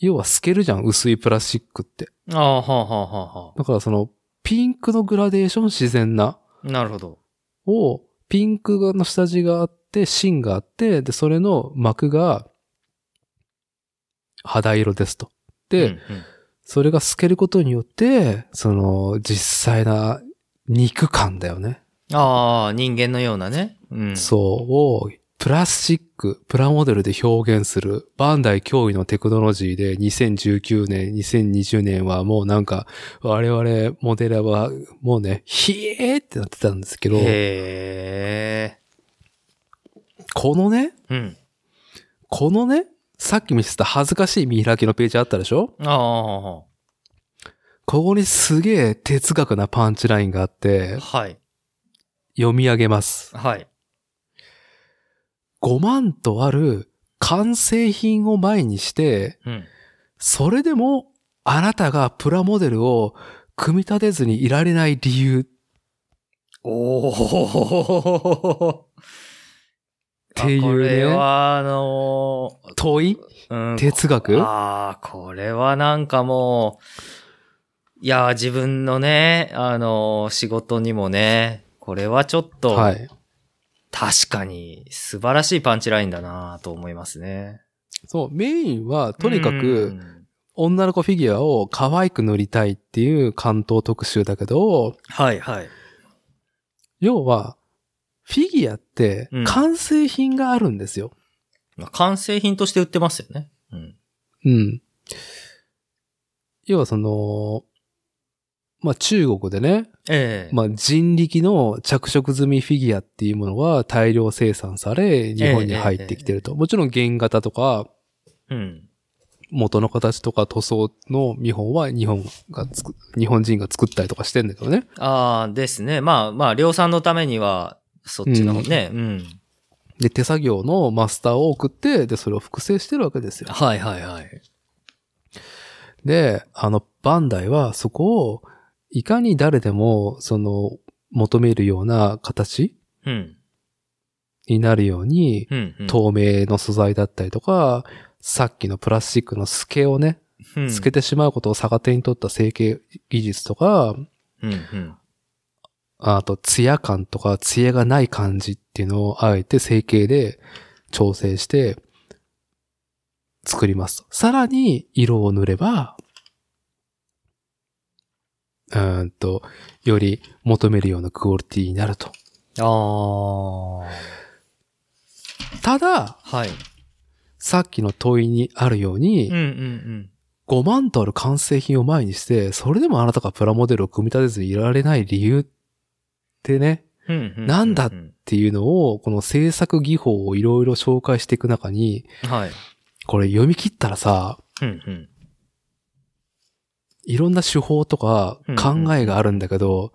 要は透けるじゃん、薄いプラスチックって。
ああ、はあ、はあ、はあは
だからその、ピンクのグラデーション自然な、
あ。なるほど。
を、ピンクの下地があって、芯があって、で、それの膜が、肌色ですと。で、
うんうん
それが透けることによって、その、実際な肉感だよね。
ああ、人間のようなね。うん。
そう、を、プラスチック、プラモデルで表現する、バンダイ脅威のテクノロジーで、2019年、2020年はもうなんか、我々モデラーは、もうね、ひえーってなってたんですけど、
へ
このね、
え。うん。
このね、さっき見せた恥ずかしい見開きのページあったでしょ
ああ、は
ここにすげえ哲学なパンチラインがあって
あ、はい。
読み上げます。
はい。
5万とある完成品を前にして、
うん。
それでもあなたがプラモデルを組み立てずにいられない理由っ
おお。
てい
あこ
う
れ
ね、
は、あの
問い
ー、うん、
哲学
ああ、これはなんかもう、いやー、自分のね、あのー仕事にもね、これはちょっと、
はい。
確かに素晴らしいパンチラインだなと思いますね。
そう、メインはとにか
う
く
ん
女の子フィギュアを可愛く塗りたいっていう関東特集だけど、
はいはい。
要は、フィギュアって
うん
完成品があるんですよ。
まあ完成品として売ってますよね。うん。
うん。要はその、まあ中国でね、
ええ
まあ人力の着色済みフィギュアっていうものが大量生産され、日本に入ってきてると。もちろん原型とか、
うん。
元の形とか塗装の見本は日本がつく、日本人が作ったりとかしてんだけどね。
ああ、ですね。まあまあ、量産のためには、そっちの方ね、うん。
で、手作業のマスターを送って、で、それを複製してるわけですよ。
はいはいはい。
で、あの、バンダイはそこを、いかに誰でも、その、求めるような形
うん。
になるように、
うん、うん。
透明の素材だったりとか、さっきのプラスチックの透けをね、
うん、
透けてしまうことを逆手に取った成形技術とか、
うん、うん。
あと、ツヤ感とか、ツヤがない感じっていうのを、あえて成形で調整して、作りますと。さらに、色を塗れば、うーんと、より求めるようなクオリティになると。
ああ。は
ただ、
い。
さっきの問いにあるように
うん、、うん、
5万ドル完成品を前にして、それでもあなたがプラモデルを組み立てずにいられない理由ってね、
うん。うん、うん。
なんだ
う
っていうのを、この制作技法をいろいろ紹介していく中に、
はい。
これ読み切ったらさ、
うん、うん。
いろんな手法とか
うんうん
考えがあるんだけど、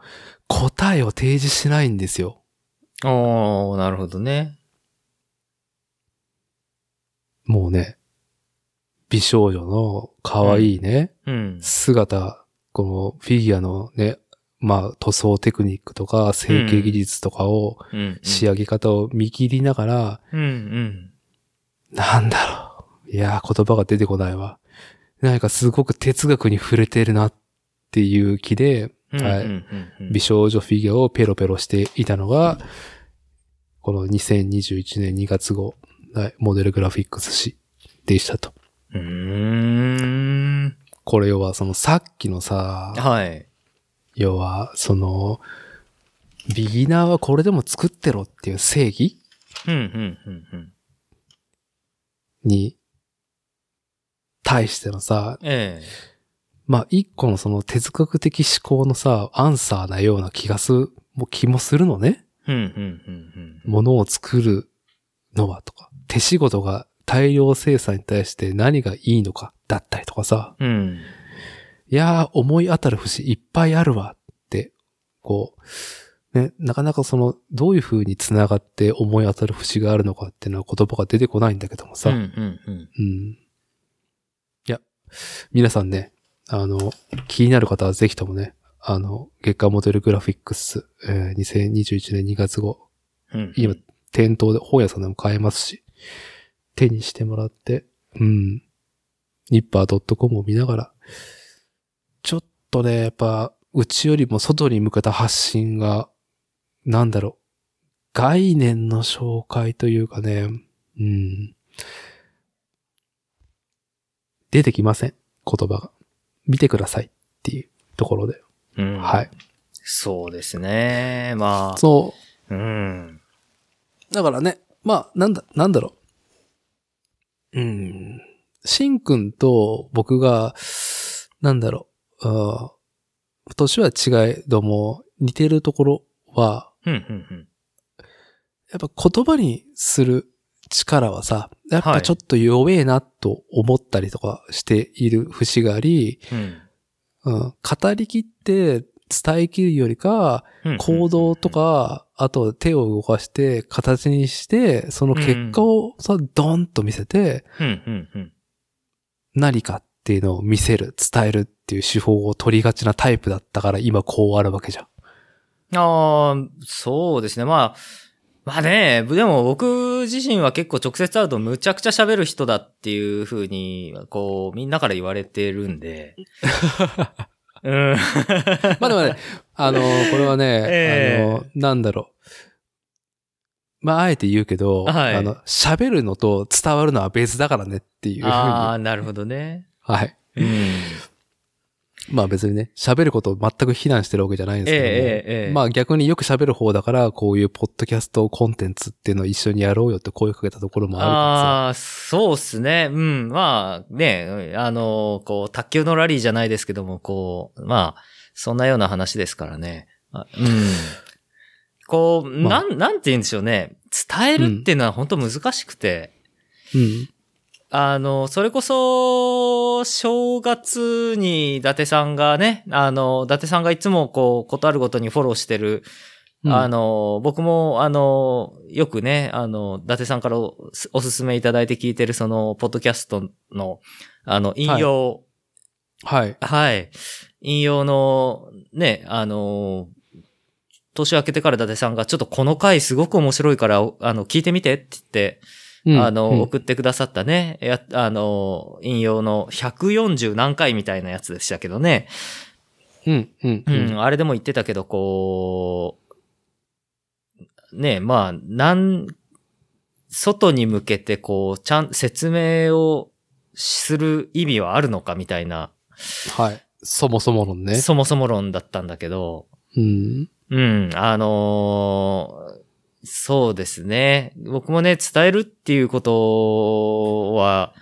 答えを提示しないんですよ。
おー、なるほどね。
もうね、美少女の可愛いね、
うん。
姿、このフィギュアのね、まあ塗装テクニックとか成形技術とかを、
うんうん。
仕上げ方を見切りながら、
うん、うん。
なんだろう。いやー、言葉が出てこないわ。なんかすごく哲学に触れてるなっていう気で、
うん
はい
うんうんうん
美少女フィギュアをペロペロしていたのが、この2021年2月号、はい、モデルグラフィックス誌でしたと。
うーん。
これ要はそのさっきのさ、
はい。
要はその、ビギナーはこれでも作ってろっていう正義
うん、うん、うん、うん。
に対してのさ、
ええ。
まあ一個のその哲学的思考のさ、アンサーなような気がする、もう気もするのね。
うん、うん、うん、うん。
ものを作るのはとか、手仕事が大量生産に対して何がいいのかだったりとかさ、
うん。
いやー思い当たる節いっぱいあるわって、こう、ね、なかなかその、どういう風に繋がって思い当たる節があるのかっていうのは言葉が出てこないんだけどもさ、
うん、うん、うん。
うん。いや、皆さんね、あの、気になる方はぜひともね、あの、月刊モデルグラフィックス、えー2021年2月号、
うん
今、店頭で本屋さんでも買えますし、手にしてもらって、うん。ニッパー .com を見ながら、ちょっとね、やっぱ、うちよりも外に向けた発信が、なんだろう、概念の紹介というかね、うん。出てきません、言葉が。見てくださいっていうところで。
うん
はい。。
そうですね。まあ。
そう、
うん。
だからね、まあ、なんだ、なんだろう。うん。しんくんと僕が、なんだろう。うん年は違えども、似てるところは、
うん、うん、
やっぱ言葉にする力はさ、やっ
は
ぱ
い
ちょっと弱えなと思ったりとかしている節があり、
うん。
うん、語りきって伝えきるよりか、
うん
行動と、か、あと手を動かして、形にして、その結果をさ、ドンと見せて、
うん、うん、うん。
何かっっていうのを見せる、伝えるっていう手法を取りがちなタイプだったから今こうあるわ けじゃん。
ああ、そうですね。まあ、まあね、でも僕自身は結構直接会うとむちゃくちゃ喋る人だっていう風に、こう、みんなから言われてるん で。うん。
まあでもね、あの、これはね、
ええ
あの、なんだろう。まあ、あえて言うけど、
はい
あの、喋るのと伝わるのは別だからねっていうふうに。
あ
は
あ、なるほどね。
い。
うん。
まあ別にね、喋ることを全く非難してるわけじゃないんで
ええ
すけども、
ええええ。
まあ逆によく喋る方だから、こういうポッドキャストコンテンツっていうのを一緒にやろうよって声かけたところもあるか
ああー、そうっすね。うん。まあ、ね、あの、こう、卓球のラリーじゃないですけども、こう、まあ、そんなような話ですからね。あ うん。こう、
まあ
なん、なんて言うんでしょうね。伝えるっていうのは本当難しくて、
らさ。うん。
あの、それこそ、正月に伊達さんがね、あの、伊達さんがいつもこう、ことあるごとにフォローしてる、
うん
あの、僕も、あの、よくね、あの、伊達さんからおおすすめいただいて聞いてる、その、ポッドキャストの、あの、引用、
はい。
はい、引用の、ね、あの、年明けてから伊達さんが、ちょっとこの回すごく面白いから、おあの、聞いてみてって言って、
うん
あの、
うん
送ってくださったね、や、あの、引用の140何回みたいなやつでしたけどね。
うん、うん、
う、
うんん。
あれでも言ってたけど、こう、ねえ、まあ、なん、外に向けて、こう、ちゃん、説明をする意味はあるのかみたいな、
はい。そもそものね。
そもそも論だったんだけど、
うん。
うん、あのーそうですね。僕もね、伝えるっていうことは、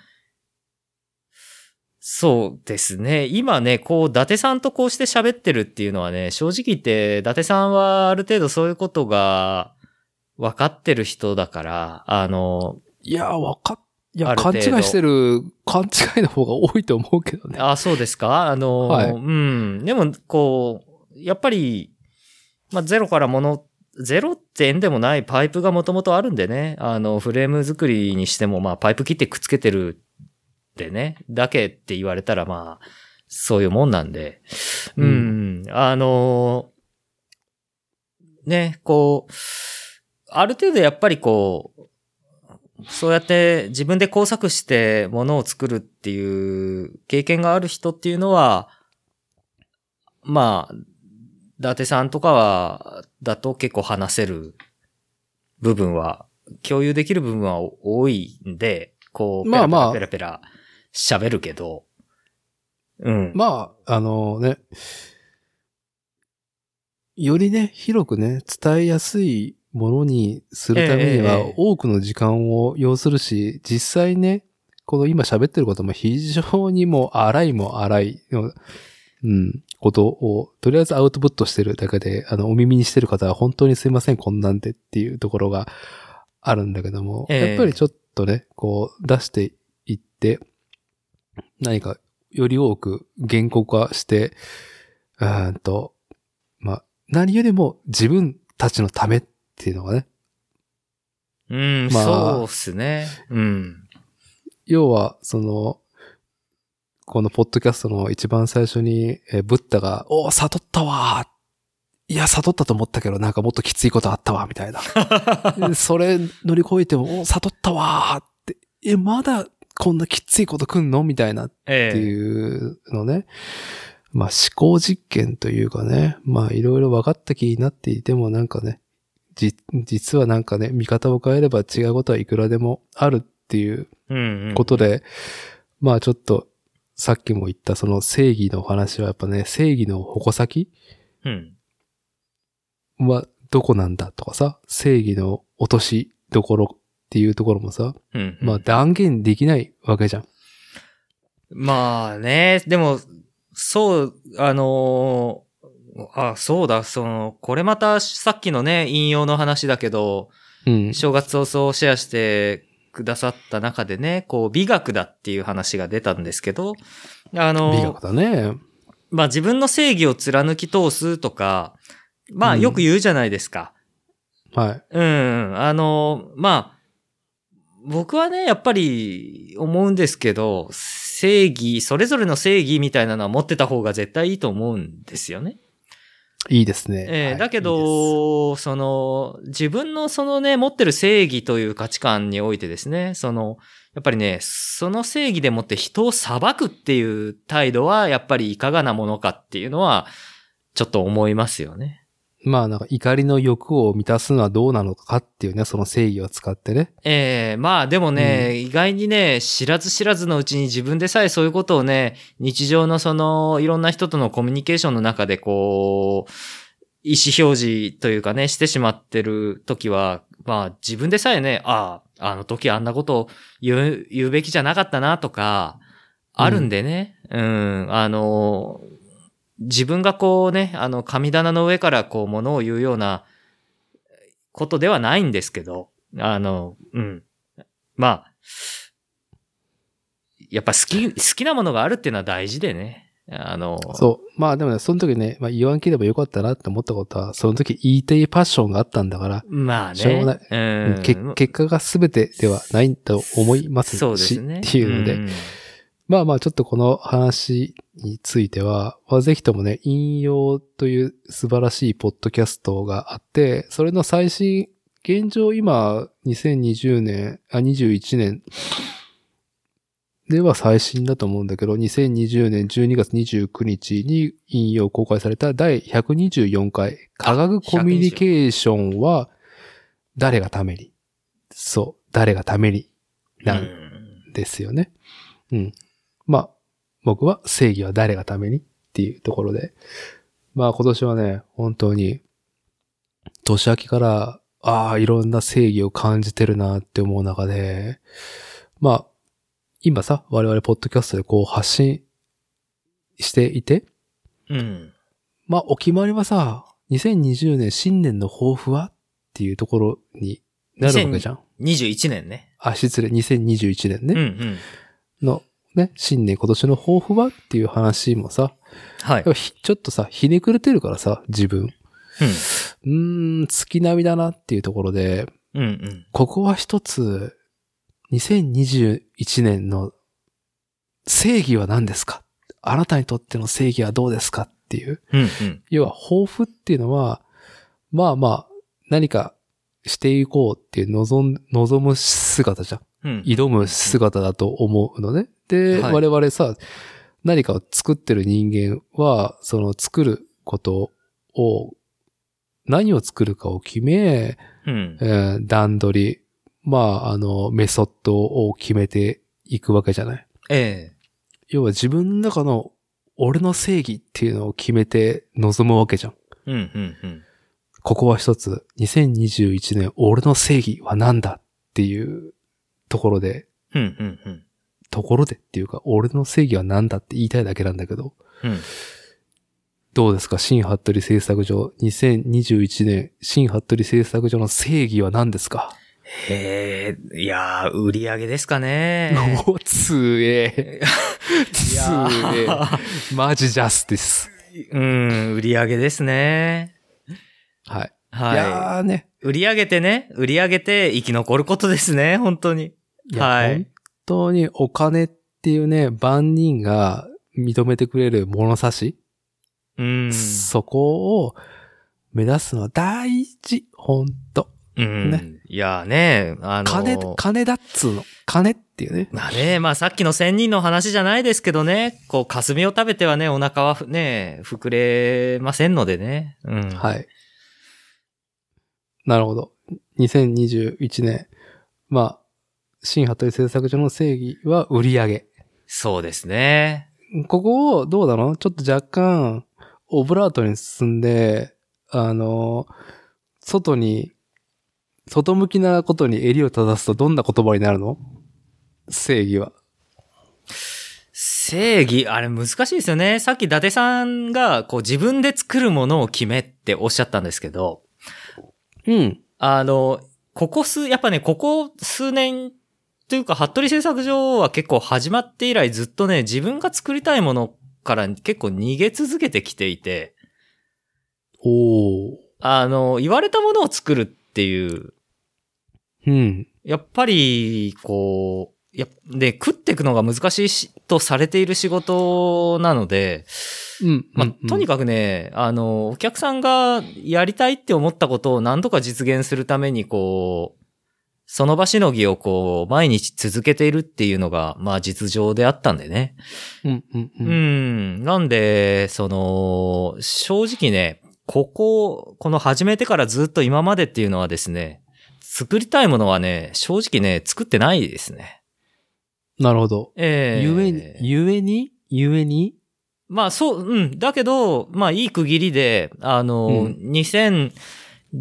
そうですね。今ね、こう、伊達さんとこうして喋ってるっていうのはね、正直言って、伊達さんはある程度そういうことが分かってる人だから、あの、
いや、わかっ、い
あ
や、
る
勘
程度
違いしてる、勘違いの方が多いと思うけどね。
あ、そうですかあの、
はい
うん。でも、こう、やっぱり、まあ、ゼロからもの、ゼロって縁でもないパイプがもともとあるんでね、あの、フレーム作りにしても、まあ、パイプ切ってくっつけてるでね、だけって言われたら、まあ、そういうもんなんで、うん、あのね、こう、ある程度やっぱりこう、そうやって自分で工作して物を作るっていう経験がある人っていうのは、まあ、伊達さんとかは、だと結構話せる部分は、共有できる部分は多いんで、こう、ペ
ま
ラ
あ
ペ
ま
ラ
あ
ペラペラ喋るけど、うん。
まあ、あのね、よりね、広くね、伝えやすいものにするために
ええ
は
ええ、
多くの時間を要するし、実際ね、この今喋ってることも非常にもう荒いも荒い、うん、ことを、とりあえずアウトプットしてるだけで、あの、お耳にしてる方は本当にすいません、こんなんでっていうところがあるんだけども、
ええ
やっぱりちょっとね、こう、出していって、何かより多く言語化して、うーんと、まあ、何よりも自分たちのためっていうのがね、
うん、
まあ
そうっすね。うん。
要は、その、このポッドキャストの一番最初に、えーブッダが、おー悟ったわーいや、悟ったと思ったけど、なんかもっときついことあったわ、みたいな。 でそれ乗り越えても、おー悟ったわーって、え、まだこんなきついことくんのみたいな
ええ
っていうのね。まあ思考実験というかね、まあいろいろ分かった気になっていてもなんかね、じ、実はなんかね、見方を変えれば違うことはいくらでもあるっていう
うん、うん。
ことで、まあちょっと、さっきも言ったその正義のお話はやっぱね、正義の矛先
うん。
はどこなんだとかさ、正義の落としどころっていうところもさ、
うん。
まあ断言できないわけじゃん。
まあね、でも、そう、あのーあ、そうだ、その、これまたさっきのね、引用の話だけど、
うん。
正月早々シェアしてくださった中でね、こう、美学だっていう話が出たんですけど、あのー
美学だね。
まあ自分の正義を貫き通すとか、まあよく言うじゃないですか。
はい。
うん、あの、まあ、僕はね、やっぱり思うんですけど、正義、それぞれの正義みたいなのは持ってた方が絶対いいと思うんですよね。
いいですね。
え
は
ー
い
だけ、
いい
ど、その、自分のそのね、持ってる正義という価値観においてですね、その、やっぱりね、その正義でもって人を裁くっていう態度は、やっぱりいかがなものかっていうのは、ちょっと思いますよね。
ですまあなんか怒りの欲を満たすのはどうなのかっていうね、その正義を使ってね。
ええまあでもね、意外にね、知らず知らずのうちに自分でさえそういうことをね、日常のその、いろんな人とのコミュニケーションの中でこう、意思表示というかね、してしまってる時は、まあ自分でさえね、ああ、あの時あんなことを言う、言うべきじゃなかったなとか、あるんでね、うん、あの、自分がこうね、あの、神棚の上からこう、ものを言うようなことではないんですけど、あの、うん。まあ、やっぱ好き、好きなものがあるっていうのは大事でね。あの、
そう。まあでもね、その時ね、まあ言わんければよかったなって思ったことは、その時言いたいパッションがあったんだから、
まあね。
しょうが
うん。
け結果が全てではないと思いますし、
そうですね。
っていうので、
ん
まあまあちょっとこの話については、まあ、ぜひともね、引用という素晴らしいポッドキャストがあって、それの最新、現状今、2020年、あ、21年では最新だと思うんだけど、2020年12月29日に引用公開された第124回、科学コミュニケーションは誰がためにそう、誰がためになん
うん
ですよね。うん。まあ、僕は正義は誰がためにっていうところで。まあ今年はね、本当に、年明けから、ああ、いろんな正義を感じてるなって思う中で、まあ、今さ、我々ポッドキャストでこう発信していて、
うん。
まあ、お決まりはさ、2020年新年の抱負はっていうところになるわけじゃん。
21年ね。
あ、失礼、2021年ね。
うんうん。
の、ね、新年今年の抱負はっていう話もさ、
はい。
ひちょっとさ、ひねくれてるからさ、自分。うーん、月並みだなっていうところで、
うん。うんうん。
ここは一つ、2021年の正義は何ですかあなたにとっての正義はどうですかっていう。
うんうん。
要は、抱負っていうのは、まあまあ、何かしていこうっていう望ん望む姿じゃん。
うん。
挑む姿だと思うのね。で、
はい
我々さ、何かを作ってる人間は、その作ることを、何を作るかを決め、
うん
え。ー段取り、まあ、あの、メソッドを決めていくわけじゃない。
ええ。
要は自分の中の俺の正義っていうのを決めて臨むわけじゃん。
うんうんうん。
ここは一つ、2021年俺の正義は何だっていうところで
うんうんうん。
ところでっていうか、俺の正義は何だって言いたいだけなんだけど、
うん。
どうですか新ハットリ製作所、2021年、新ハットリ製作所の正義は何ですか、
へえ、いやー、売り上げですか ね。
おつえ。
い
つ
や
え。
ー
マジジャスティス。
うん、売り上げですね。
はい。い、
は
やーね。
い。売り上げてね、売り上げて生き残ることですね、本当に。
いや
はい
本当にお金っていうね、万人が認めてくれる物差し、
うん。
そこを目指すのは大事。本当
うん。
ね
いやーね、あの
金、金だっつうの。金っていうね。
まあね、まあさっきの千人の話じゃないですけどね、こう、霞を食べてはね、お腹はふね、膨れませんのでね。うん。い。
はい。なるほど。2021年。まあ、新ハットリ製作所の正義は売り上げ。
そうですね。
ここをどうだろうちょっと若干、オブラートに進んで、あの、外に、外向きなことに襟を正すとどんな言葉になるの正義は。
正義、あれ難しいですよね。さっき伊達さんが、こう、自分で作るものを決めっておっしゃったんですけど、
うん。
あの、ここ数、やっぱね、ここ数年、というか、服部製作所は結構始まって以来ずっとね、自分が作りたいものから結構逃げ続けてきていて、
おー。
あの、言われたものを作るっていう、
うん。
やっぱり、こう、いや、で、食っていくのが難しいしとされている仕事なので、
うん。
まあ、とに
か
かくね、あの、お客さんがやりたいって思ったことを何とか実現するために、こう、その場しのぎをこう、毎日続けているっていうのが、まあ実情であったんでね。
く。うん、うん、う。
うんん。なんで、その、正直ね、ここ、この始めてからずっと今までっていうのはですね、作りたいものはね、正直ね、作ってないですね。
なるほど。
ええ
ゆえに、ゆえに、ゆえに、
まあそう、うん。だけど、まあいい区切りで、あの、
う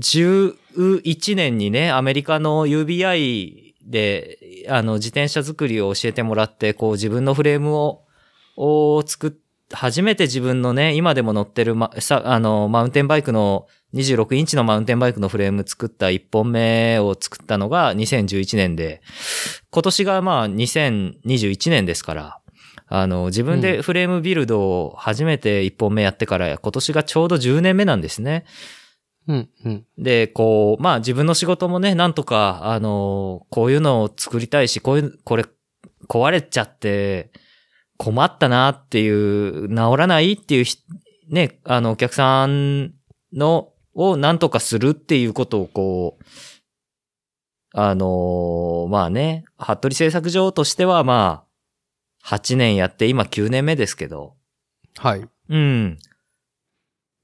2011年にね、アメリカの UBI で、あの、自転車作りを教えてもらって、こう自分のフレームを、を作っ、初めて自分のね、今でも乗ってる、ま、さ、あの、マウンテンバイクの、26インチのマウンテンバイクのフレーム作った1本目を作ったのが2011年で、今年がまあ2021年ですから、あの、自分でフレームビルドを初めて1本目やってから、今年がちょうど10年目なんですね。
うん、うん。
で、こう、まあ自分の仕事もね、なんとか、あの、こういうのを作りたいし、こういう、これ、壊れちゃって、困ったなっていう、治らないっていうひ、ね、あの、お客さんの、をなんとかするっていうことをこう、あの、まあね、服部製作所としてはまあ、8年やって、今9年目ですけど、
はい。
うん。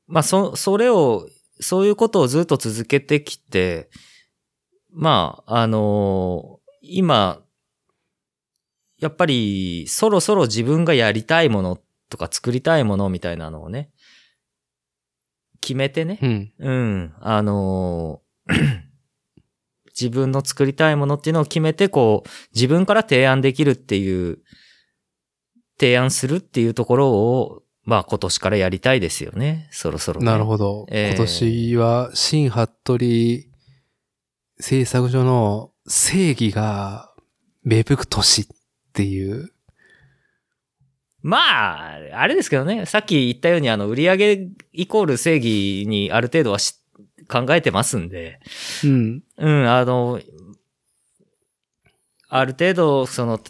まあ、そ、それを、そういうことをずっと続けてきて、まあ、あのー今、やっぱり、そろそろ自分がやりたいものとか作りたいものみたいなのをね、決めてね
う、ん。
うん、あのー 自分の作りたいものっていうのを決めて、こう、自分から提案できるっていう、提案するっていうところを、まあ今年からやりたいですよね、そろそろ、ね。
なるほど。
ええ
今年は、新服部製作所の正義が芽吹く年っていう。
まあ、あれですけどね、さっき言ったように、あの、売り上げイコール正義にある程度はし考えてますんで、
うん。
うん、あの、ある程度、その、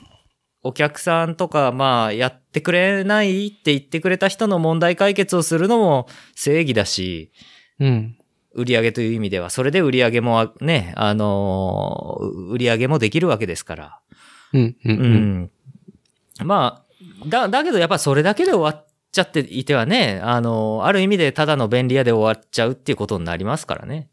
お客さんとか、まあ、やってくれないって言ってくれた人の問題解決をするのも正義だし、
うん。
売り上げという意味では、それで売り上げもね、あのー、売り上げもできるわけですから。
うん。う。
うんん。まあ、だ、だけどやっぱそれだけで終わっちゃっていてはね、あのー、ある意味でただの便利屋で終わっちゃうっていうことになりますからね。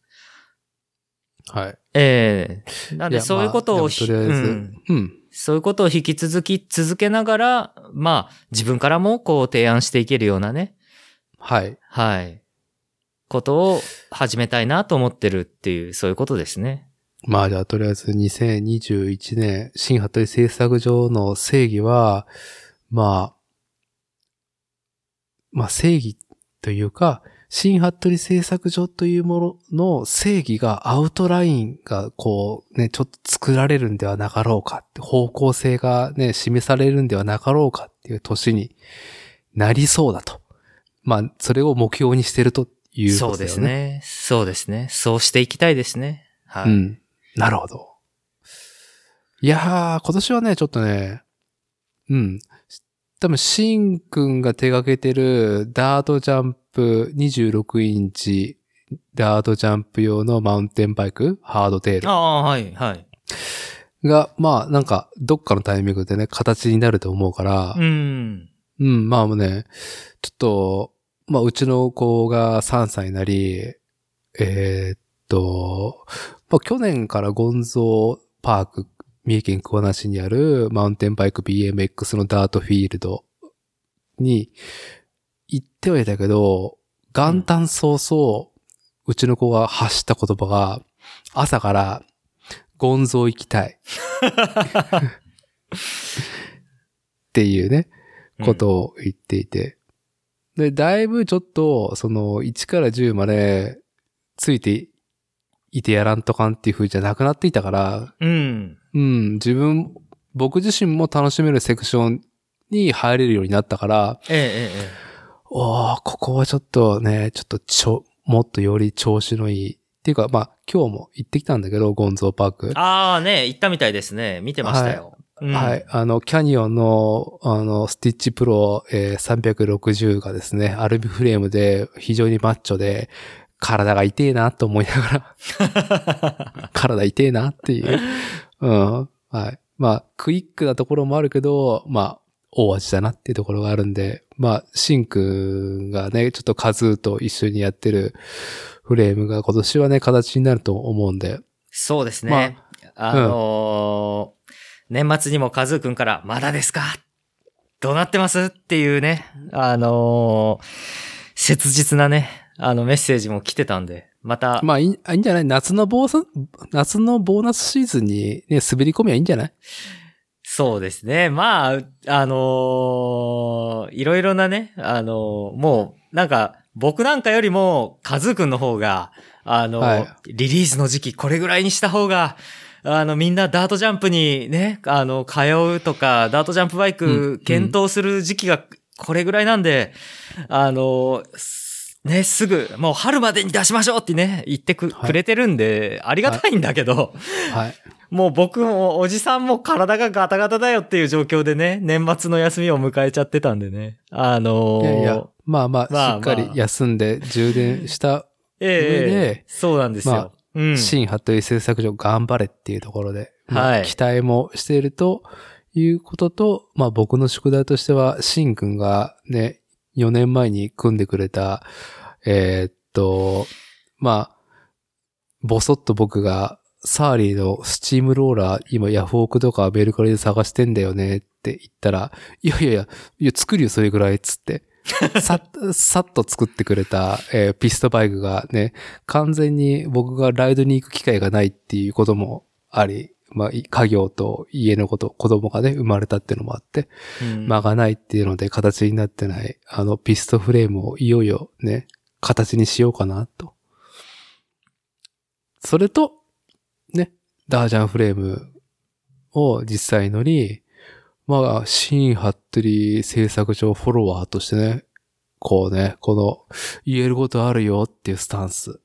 はい。
ええなんで
や
そういうこと
ま
を
あ
ひ、
でもとりあえず、
うん
うん。
そういうことを引き続き続けながら、まあ、自分からもこう提案していけるようなね、
はい。
はい、ことを始めたいなと思ってるっていう、そういうことですね。
まあじゃあとりあえず2021年、新服部製作所の正義は、まあ、まあ正義というか、新服部製作所というものの正義がアウトラインがこうね、ちょっと作られるんではなかろうかって、方向性がね、示されるんではなかろうかっていう年になりそうだと。まあ、それを目標にしてるという
そ
こ
う
とだ
で
よ
すね。そうですね。そうしていきたいですね。はい。
うん。なるほど。いやー、今年はね、ちょっとね、うん。多分、シンくんが手掛けてるダートジャンプ26インチ、ダートジャンプ用のマウンテンバイク、ハードテー
ああ、はい、はい。
ルが、まあ、なんか、どっかのタイミングでね、形になると思うから、
うん。
うん、まあもうね、ちょっと、まあうちの子が3歳になり、えーっと、まあ去年からゴンゾーパーク、三重県桑名市にあるマウンテンバイク BMX のダートフィールドに行ってはいたけど、元旦早々、うちの子が発した言葉が、朝から、ゴンゾー行きたい。っていうね。ことを言っていて。で、だいぶちょっと、その、1から10まで、ついていてやらんとかんっていう風じゃなくなっていたから、
うん。うん。
うん、自分、僕自身も楽しめるセクションに入れるようになったから、
えええええ
おー、ここはちょっとね、ちょっとちょ、もっとより調子のいい。っていうか、まあ、今日も行ってきたんだけど、ゴンゾーパーク
え。。ああね、行ったみたいですね。見てましたよ。うん
はい。。あの、キャニオンの、あの、スティッチプロ、えー360がですね、アルミフレームで非常にマッチョで、体が痛えなと思いなが ら、体痛えなっていう。うん。はい。まあ、クイックなところもあるけど、まあ、大味だなっていうところがあるんで、まあ、シンクがね、ちょっとカズーと一緒にやってるフレームが今年はね、形になると思うんで、
そうですね。あのー年末にもカズーくんから、まだですかどうなってますっていうね、あのー切実なね、あのメッセージも来てたんで、また、
まあいい、いいんじゃない夏のボーナス、夏のボーナスシーズンにね、滑り込みはいいんじゃない
そうですね。まあ、あのーいろいろなね、あのーもう、なんか、僕なんかよりも、カズーくんの方が、あのー
はい
リリースの時期これぐらいにした方が、あの、みんなダートジャンプにね、あの、通うとか、ダートジャンプバイ
うん
ク検討する時期がこれぐらいなんで、あのーすね、すぐ、もう春までに出しましょうってね、言ってく,、
はい
くれてるんで、ありがたいんだけど、
はい。
もう僕もおじさんも体がガタガタだよっていう状況でね、年末の休みを迎えちゃってたんでね。あのー、
いやいや、まあま
まあ
あ、しっかり休んで充電した
ええ
上で
そうなんですよ。
まあ
うん。
新ハット SF 作場頑張れっていうところで、まあ
はい
期待もしているということと、まあ僕の宿題としては、シンくんがね、4年前に組んでくれた、えーっと、まあ、ぼそっと僕が、サーリーのスチームローラー、今ヤフオクとかメルカリで探してんだよねって言ったら、いやいやいや、いや作るよそれぐらいっ つって、さっ、さっと作ってくれた、えーピストバイクがね、完全に僕がライドに行く機会がないっていうこともあり、まあ、い家業と家のこと、子供がね、生まれたっていうのもあって、
うん
間がないっていうので形になってない、あのピストフレームをいよいよね、形にしようかなと。それと、ね、ダージャンフレームを実際乗り、まあ、新ハットリ製作上フォロワーとしてね、こうね、この、言えることあるよっていうスタンス、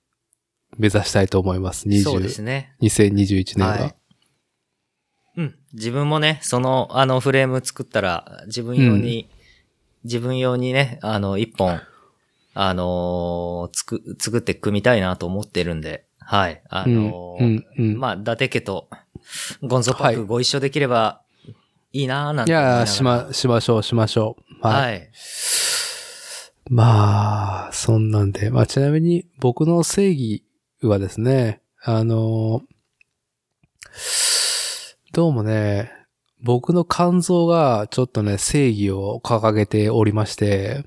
目指したいと思います。
そうです
20
ね。
2021年は。
はいうん。自分もね、その、あのフレーム作ったら、自分用に、自分用にね、あの、一本、あのーつく、作って組みたいなと思ってるんで、はい。あのー
うんうんうん
まあ、伊達家と、ゴンゾパッ
は
ク
い
ご一緒できれば、いいなーなん
い
て思いながら。
やー、しま、しましょう、しましょう。はい
はい。
まあ、そんなんで。まあ、ちなみに僕の正義はですね、あのどうもね、僕の肝臓がちょっとね、正義を掲げておりまして、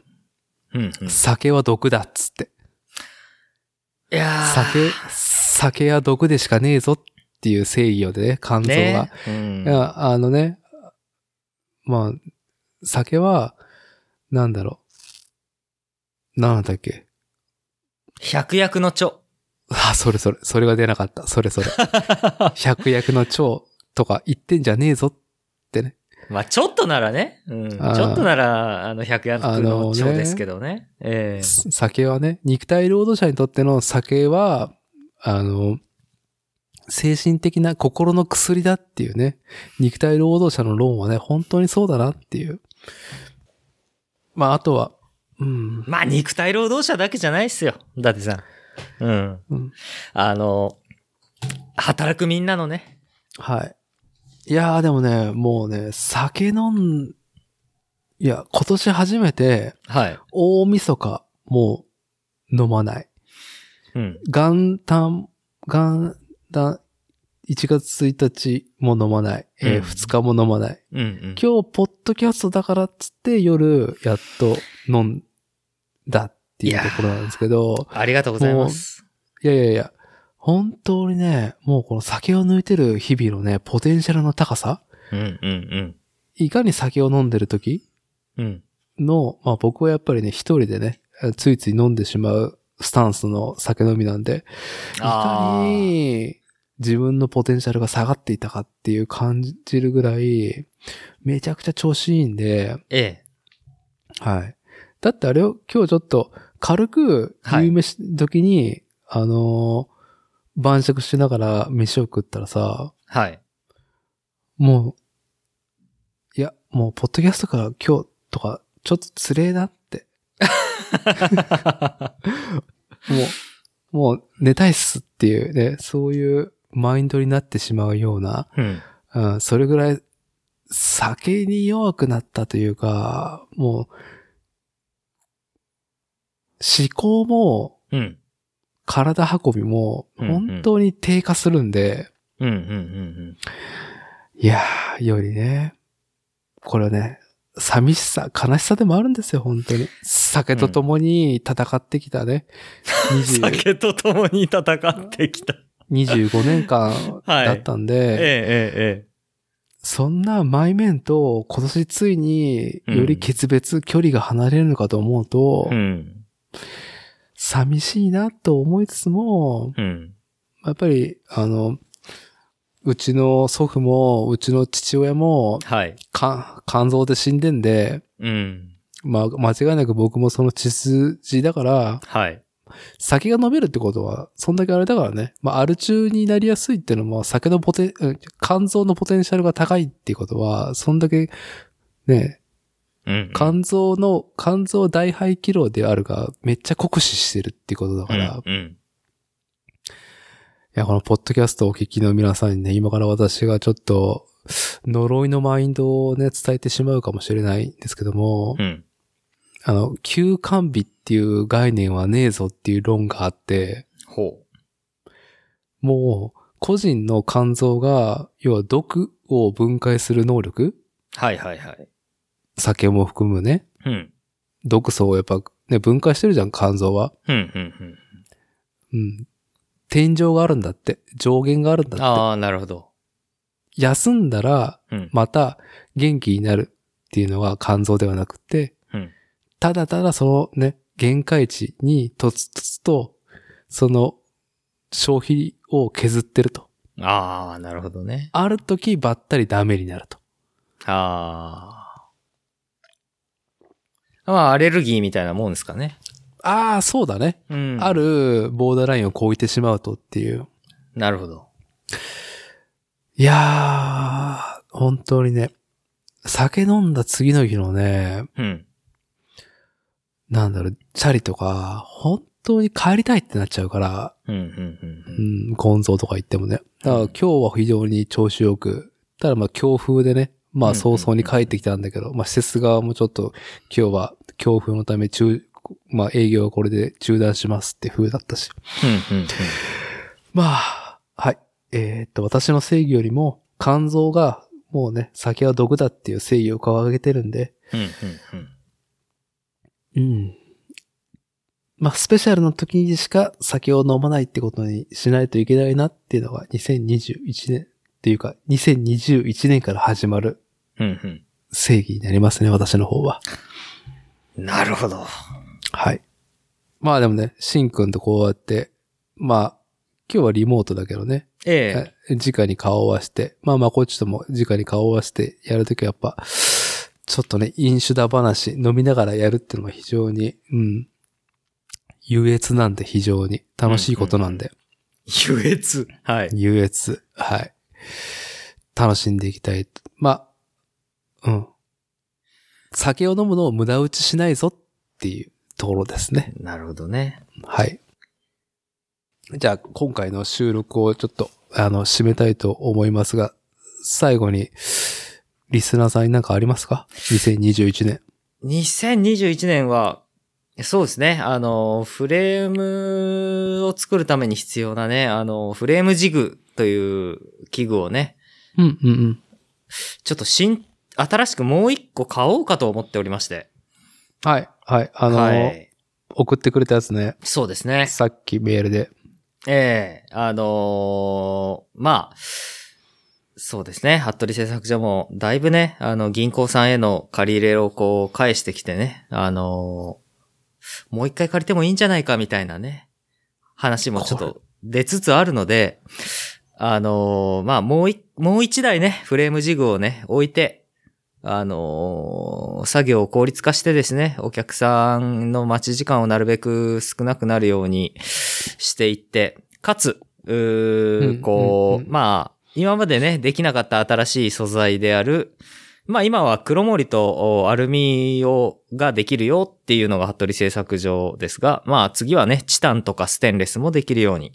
うん、うん。い
酒は毒だっつって。
やー
酒、酒は毒でしかねえぞっていう正義をね、肝臓が。
ね。うん
いや、あのね、まあ、酒は、なんだろう。なんだっけ。
百薬の長。
あ、それそれ、それが出なかった。それ それ。百薬の長とか言ってんじゃねえぞってね。
まあ、ちょっとならね。うん。ちょ
あー
っとなら、あの、百薬の
あの
長
ね
ですけどね。ええ
酒はね、肉体労働者にとっての酒は、あの、精神的な心の薬だっていうね、肉体労働者の論はね、本当にそうだなっていう。まあ、あとは、うん、
まあ、肉体労働者だけじゃないっすよ。伊達さん。うん。
うん
あの、働くみんなのね。
はい。いやーでもね、もうね、酒飲ん、いや、今年初めて、
はい。
大晦日、もう、飲まない。
うん。
元旦、元旦、1月1日も飲まない。え
う
ー、
ん
2日も飲まない。
うん、うん。
今日、ポッドキャストだからっつって夜、やっと飲んだっていうところなんですけど、
ありがとうございます。
いやいやいや、本当にね、もうこの酒を抜いてる日々のね、ポテンシャルの高さ
うん、うん、
いかに酒を飲んでる時
うん。うん。
の、まあ僕はやっぱりね、一人でね、ついつい飲んでしまうスタンスの酒飲みなんで、いか
あー
に自分のポテンシャルが下がっていたかっていう感じるぐらい、めちゃくちゃ調子いいんで、
ええ。
はい。だってあれを今日ちょっと軽く
はい
夕飯時に、あのー晩酌しながら飯を食ったらさ、
はい。
もいや、もう、ポッドキャストから今日とか、ちょっとつれえなって。もう、もう、寝たいっすっていうね、そういうマインドになってしまうような、
うん。
うん、それぐらい、酒に弱くなったというか、もう、思考も、
うん。
体運びも、
うんうん
本当に低下するんで、
うん。うん。うん。
いやー、よりね、これはね、寂しさ、悲しさでもあるんですよ、本当に。酒と共に戦ってきたね、20
酒と共に戦ってきた。
25年間
はい
だったんで、
えええ
そんな前面と今年ついにより決別、距離が離れるのかと思うと
え、ええ。うん。
寂しいなと思いつつも、
うん。
やっぱり、あの、うちの祖父も、うちの父親も、
はい。
か肝臓で死んでんで、
うん。
まあ、間違いなく僕もその血筋だから、
はい。
酒が飲めるってことは、そんだけあれだからね。まあ、アル中になりやすいっていうのも、酒のポテン、うん肝臓のポテンシャルが高いっていうことは、そんだけ、ね、
うん。
肝臓の、肝臓大肺機能であるが、めっちゃ酷使してるってことだから、い
うん。
や、このポッドキャストをお聞きの皆さんにね、今から私がちょっと、呪いのマインドをね、伝えてしまうかもしれないんですけども、
うん。
あの、休館日っていう概念はねえぞっていう論があって、
ほ
もう、個人の肝臓が、要は毒を分解する能力
う。はいはいはい。
酒も含むね。
うん。
毒素をやっぱね、分解してるじゃん、肝臓は。
うん。うん。
うん。天井があるんだって。上限があるん
うん。
だって。
ああ、なるほど。
休んだら、
うん。
また元気になるっていうのが肝臓ではなくて、
うん
ただただそのね、限界値にとつとつと、その消費を削ってると。
ああ、なるほどね。
ある時ばったりダメになると。
ああ。まあ、アレルギーみたいなもんですかね。
ああ、そうだね。
うん
あ。るボーダーラインを超えてしまうとっていう。
なるほど。
いやー、本当にね、酒飲んだ次の日のね、
うん。
なんだろう、チャリとか、本当に帰りたいってなっちゃうから、
うん。うん。うん
う。ん、ゴンゾーとか行ってもね。だから今日は非常に調子よく、ただまあ強風でね、まあ早々に帰ってきたんだけど、まあ施設側もちょっと今日は強風のため中、まあ営業はこれで中断しますって風だったし。
うん。うん。
まあ、はい。えーっと、私の正義よりも肝臓がもうね、酒は毒だっていう正義を掲げてるんで、
うん。うん。うん。
うん。まあ、スペシャルの時にしか酒を飲まないってことにしないといけないなっていうのが2021年っていうか2021年から始まる
うん
正義になりますね、私の方は。
うん。なるほど。
はい。まあでもね、シンくんとこうやって、まあ、今日はリモートだけどね、
え
え直に顔を合わせて、まあまあこっちとも直に顔を合わせてやるときはやっぱ、ちょっとね、飲酒だ話、飲みながらやるっていうのは非常に、うん、優越なんで非常に楽しいことなんで、
え。優越。はい。
優越、はい。楽しんでいきたい。まあ、うん。酒を飲むのを無駄打ちしないぞっていうところですね。
なるほどね。
はい。じゃあ、今回の収録をちょっと、あの、締めたいと思いますが、最後に、リスナーさんに何かありますか ?2021 年。
2021年は、そうですね。あの、フレームを作るために必要なね、あの、フレームジグという器具をね、
うんうんうん。
ちょっと新、新しくもう一個買おうかと思っておりまして。
はい、はい。あの、
はい。
送ってくれたやつね。
そうですね。
さっきメールで。
ええあのーまあ、そうですね。服部製作所も、だいぶね、あの、銀行さんへの借り入れをこう、返してきてね、あのーもう一回借りてもいいんじゃないかみたいなね、話もちょっ
こと
出つつあるので、あのーまあ、もうい、もう一台ね、フレームジグをね、置いて、あのー作業を効率化してですね、お客さんの待ち時間をなるべく少なくなるようにしていって、かつ、うー
うん
こう、
うんうん
まあ、今までね、できなかった新しい素材である、まあ今は黒森とおアルミをができるよっていうのが服部製作所ですが、まあ次はね、チタンとかステンレスもできるように、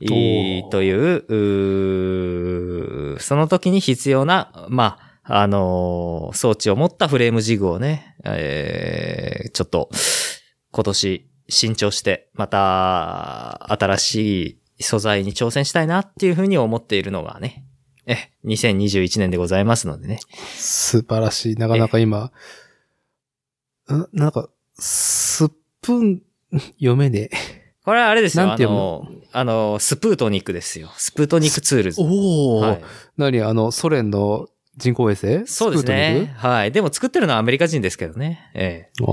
おー
いいといううー、その時に必要な、まあ、あのー装置を持ったフレームジグをね、えー、ちょっと今年新調して、また新しい素材に挑戦したいなっていうふうに思っているのがね、え、2021年でございますのでね。
素晴らしい。なかなか今、んなんか、すっぷん、読めねえ。
これはあれですよ。
なんて
あ
読む
の、あの、スプートニクですよ。スプートニクツールズ。
お
はい
何あの、ソ連の人工衛星
そうです。
スプートニ
ね
ク。
はい。でも作ってるのはアメリカ人ですけどね。え
あ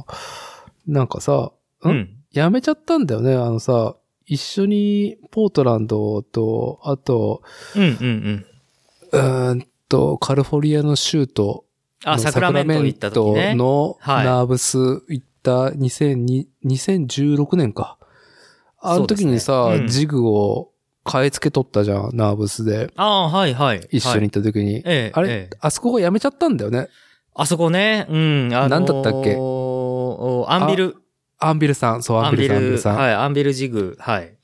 あ。なんかさ、
え。
ん
うん。
やめちゃったんだよね。あのさ、一緒にポートランドと、あと、
うんうんうん。
うーんと、カリフォルニアの州と、
あ、
の
サクラメント行った時
サクラメ
ね
ント。の
はい
ナーブス行った2002 2016年か。あの時に
そう
さ、
ですねうん
ジグを買い付け取ったじゃん、ナーブスで。
ああ、はいはい。
一緒
は
に行
い
った時に。
ええ。
あれ、
ええ
あそこがやめちゃったんだよね。
あそこね。うん。あのー
なんだったっけ
おアンビル。
アンビルさん、そう、
ア
アン
ンビ
ビルさん、アンビル
ル。
さん。
はい。アンビルジグ。はい。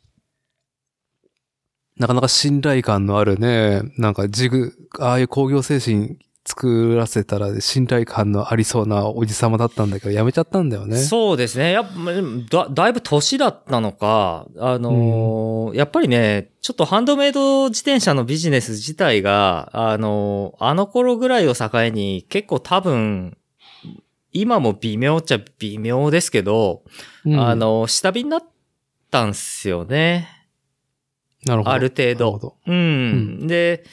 なかなか信頼感のあるね、なんかジグ、ああいう工業精神作らせたら信頼感のありそうなおじさまだったんだけど、やめちゃったんだよね。
そうですね。やっぱ、だ、だいぶ年だったのか、あのーやっぱりね、ちょっとハンドメイド自転車のビジネス自体が、あのーあの頃ぐらいを境に結構多分、今も微妙っちゃ微妙ですけど、
うん
あ、のー下火になったんすよね。
なるほど。
ある程
な
度。
ほ
うん。で、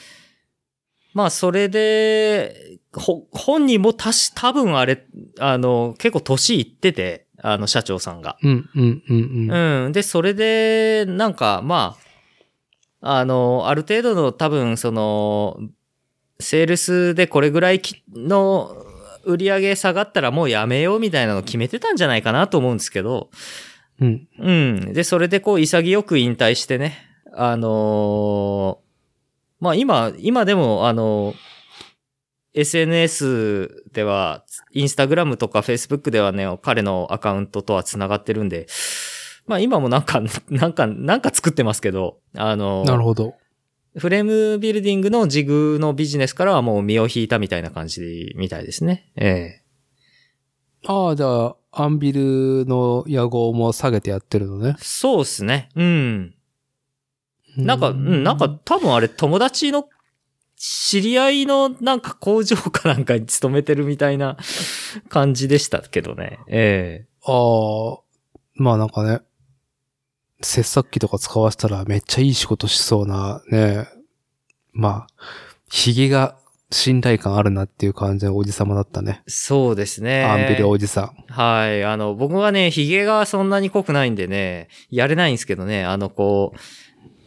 まあ、それで、ほ、本人もたし、多分あれ、あの、結構年いってて、あの、社長さんが。
うん、うん、うん、うん。
うん。で、それで、なんか、まあ、あの、ある程度の多分、その、セールスでこれぐらいきの売り上げ下がったらもうやめようみたいなの決めてたんじゃないかなと思うんですけど、
うん、
うん。で、それでこう、潔く引退してね。あのーまあ今、今でも、あのー SNS では、インスタグラムとか Facebook ではね、彼のアカウントとは繋がってるんで、まあ今もなんか、なんか、なんか作ってますけど、あのー
なるほど。
フレームビルディングのジグのビジネスからはもう身を引いたみたいな感じみたいですね。ええ
ああ、じゃあ、アンビルの野号も下げてやってるのね。
そうですね。うん。なんか、
う
うん、なんか、多分あれ友達の知り合いのなんか工場かなんかに勤めてるみたいな感じでしたけどね。え
ああ、まあなんかね、切削機とか使わせたらめっちゃいい仕事しそうなね、まあ、髭が信頼感あるなっていう感じのおじさまだったね
え。そうですね。
アンビルおじさん。
はい。あの、僕はね、髭がそんなに濃くないんでね、やれないんですけどね、あの、こう、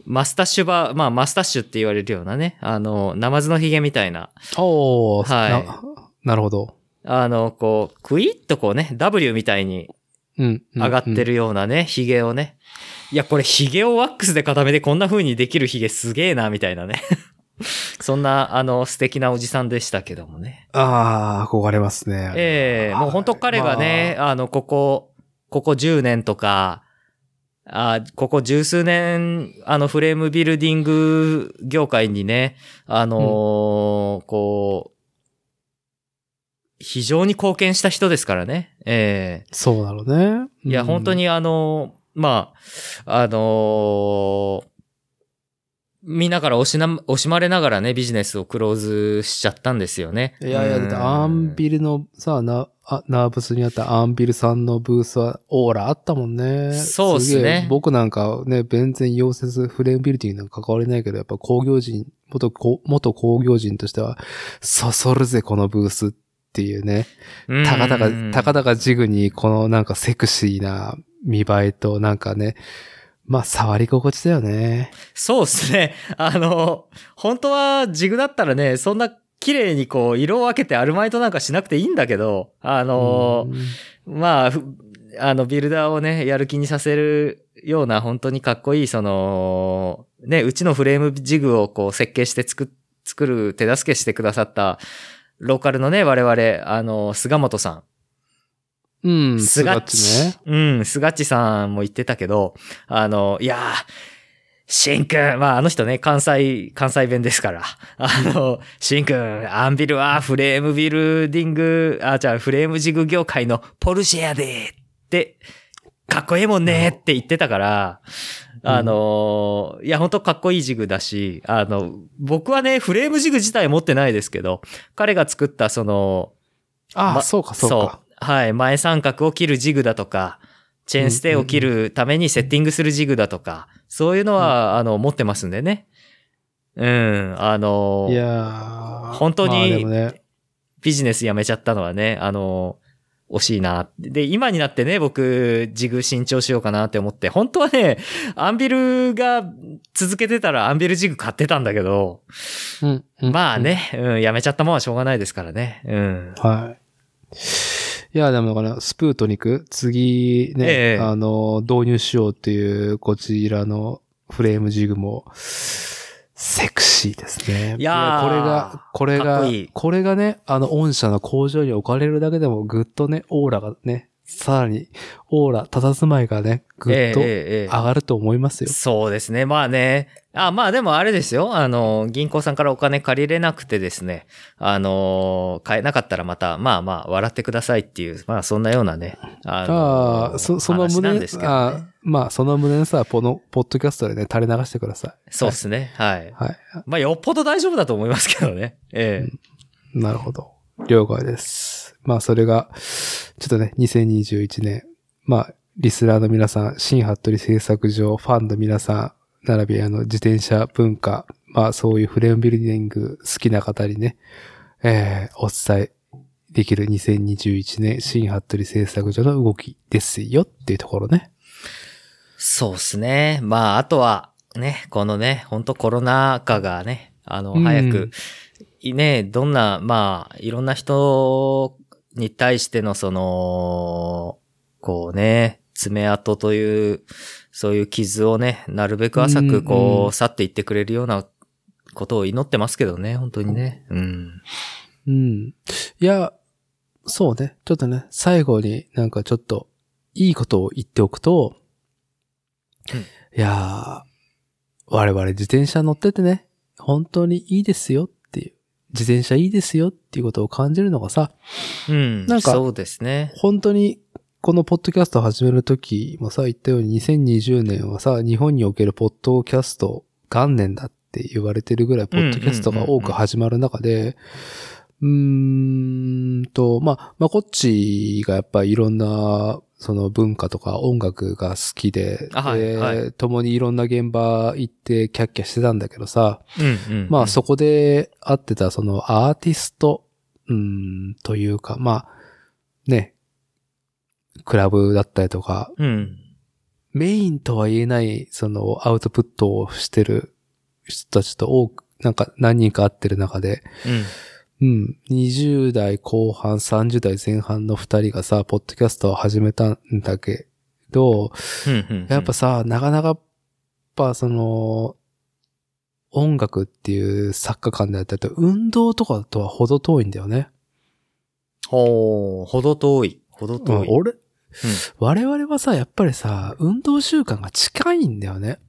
マスタッシュば、まあ、マスタッシュって言われるようなね、あの、ナマズの髭みたいな、
おー、
はい
ななるほど。
あの、こう、クイッとこうね、W みたいに
うん。うん
上がって。るようなね、ヒゲをね。いや、これヒゲをワックスで固めてこんな風にできるヒゲすげえな、みたいなね。 そんな、あの、素敵なおじさんでしたけどもね。
うんああ、憧れますね。
ええもう本当彼がね、あの、ここ、ここ10年とか、あここ十数年、あの、フレームビルディング業界にね、あのーこう、非常に貢献した人ですからね。ええ
そうなのね。
いや、本当
うん。
にあの、まあ、あのーみんなから惜しな、惜しまれながらね、ビジネスをクローズしちゃったんですよね。
いやいや、だってアンビルのさ、な、あナーブスにあったアンビルさんのブースはオーラあったもんね。
そうっすね
げえ僕なんかね、全然溶接フレームビルディングなんか関われないけど、やっぱ工業人、元こ、元工業人としては、そそるぜ、このブースっていうね。
うん
たかだか、たかだかジグに、このなんかセクシーな見栄えと、なんかね、まあ、触り心地だよね。
そうですね。あの、本当はジグだったらね、そんな綺麗にこう、色を分けてアルマイトなんかしなくていいんだけど、あのー
うん
まあ、ふあの、ビルダーをね、やる気にさせるような、本当にかっこいい、その、ね、うちのフレームジグをこう設計して作っ作る手助けしてくださった、ローカルのね、我々、あの、菅本さん。
うん。
スガッチ。
ね。
うん、スガッチさんも言ってたけど、あの、いやー、シンくん、まああの人ね、関西、関西弁ですから。あの、シンくん、アンビルはフレームビルディング、あ、じゃあフレームジグ業界のポルシェやでって、かっこええもんねって言ってたから、
うん
あの、いや、ほんとかっこいいジグだし、あの、僕はね、フレームジグ自体持ってないですけど、彼が作ったその、
あ
ま
あ、そうか、そうか。
はい。前三角を切るジグだとか、チェーンステイを切るためにセッティングするジグだとか、そういうのは、あの、持ってますんでね。うん。あの
い、やー
本当に
まあでもね。
ビジネスやめちゃったのはね、あの、惜しいな。で、今になってね、僕、ジグ新調しようかなって思って、本当はね、アンビルが続けてたらアンビルジグ買ってたんだけど、
うん。うん
まあ。ね、うん、やめちゃったもんはしょうがないですからね。うん。
はい。いや、でもだから、スプートニク、次
え
ね、
え
あの、導入しようっていう、こちらのフレームジグも、セクシーですね。
いやー
これが、これ
かっ
が
こいい
これがね、あの、御社の工場に置かれるだけでも、ぐっとね、オーラがね、さらに、オーラ、佇まいがね、ぐ
え
っと
ええ
上
えええ
がると思いますよ。
そうですね。まあね。あ、まあでもあれですよ。あの、銀行さんからお金借りれなくてですね。あの、買えなかったらまた、まあまあ、笑ってくださいっていう、まあそんなようなね。あ
ああ、そ、その
話な
胸、
んですけどね、
あまあ、その胸のさ、この、ポッドキャストでね、垂れ流してください。
そうですね。はい。
はい。
まあ、よっぽど大丈夫だと思いますけどね。ええ。
なるほど。了解です。まあ、それが、ちょっとね、2021年、まあ、リスナーの皆さん、新ハットリ製作所、ファンの皆さん、並び、あの、自転車文化、まあ、そういうフレームビルディング好きな方にね、えー、お伝えできる2021年、新ハットリ製作所の動きですよっていうところね。
そうですね。まあ、あとは、ね、このね、本当コロナ禍がね、あの、
うん
早く、ね、どんな、まあ、いろんな人に対しての、その、こうね、爪痕という、そういう傷をね、なるべく浅く、こう、
うんうん
去っていってくれるようなことを祈ってますけどね、本当にね。うん。
うん。いや、そうね。ちょっとね、最後になんかちょっと、いいことを言っておくと、
うん
いやー、我々自転車乗っててね、本当にいいですよっていう、自転車いいですよっていうことを感じるのがさ、
うん。
なんか
そうですね。
本当に、このポッドキャストを始めるときもさ、言ったように2020年はさ、日本におけるポッドキャスト元年だって言われてるぐらい、ポッドキャストが多く始まる中で、うーんと、まあ、まあ、こっちがやっぱりいろんな、その文化とか音楽が好きで、
あはい
で
は
共にいろんな現場行ってキャッキャしてたんだけどさ、
うん、うん。
まあそこで会ってたそのアーティスト、うん、というか、まあ、ね、クラブだったりとか、
うん。
メインとは言えない、そのアウトプットをしてる人たちと多く、なんか何人か会ってる中で、
うん。
うん、20代後半、30代前半の二人がさ、ポッドキャストを始めたんだけど、
うん。うん。
やっぱさ、なかなか、やっぱその、音楽っていう作家間であったりと、運動とかとはほど遠いんだよね。
ほう、ほど遠い。ほど
うん
遠い。
俺、我々はさ、やっぱりさ、運動習慣が近いんだよね。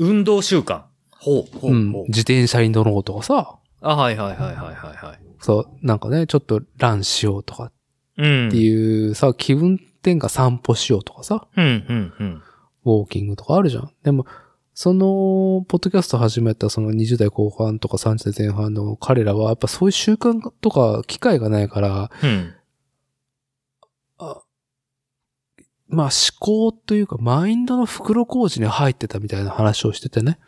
運動習慣。ほう、ほ
うん
う、ほう。
自転車に乗ろうとかさ、
あ、はいはいはいはいはいはい。
そう、なんかね、ちょっとランしようとか
うん。
って
う。
いうさ、気分転換散歩しようとかさ、
うん、うん、うん。
ウォーキングとかあるじゃん。でも、その、ポッドキャスト始めたその20代後半とか30代前半の彼らは、やっぱそういう習慣とか機会がないから、
うん。
まあ思考というかマインドの袋工事に入ってたみたいな話をしててね。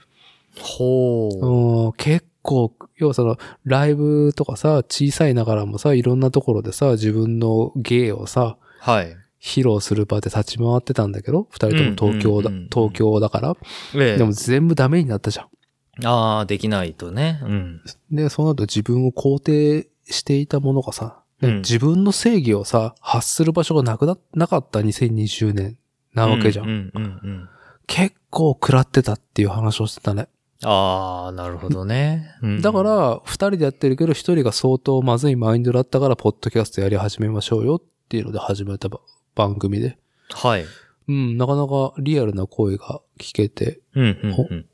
ほう。
うん、結構、要はそのライブとかさ、小さいながらもさ、いろんなところでさ、自分の芸をさ、
はい。
披露する場で立ち回ってたんだけど、二人とも東京だ、
うんうんうん
東京だから。
ええ。
でも全部ダメになったじゃん。
ああ、できないとね。うん。
で、その後自分を肯定していたものがさ、ね
うん
自分の正義をさ、発する場所がなくな、なかった2020年なわけじゃん。
うん、うん、うん。
結構食らってたっていう話をしてたね。
ああ、なるほどね。うん
だか、ら、二人でやってるけど、一人が相当まずいマインドだったから、ポッドキャストやり始めましょうよっていうので始めたば番組で。
はい。
うん、なかなかリアルな声が聞けて、
うん、うん、うん。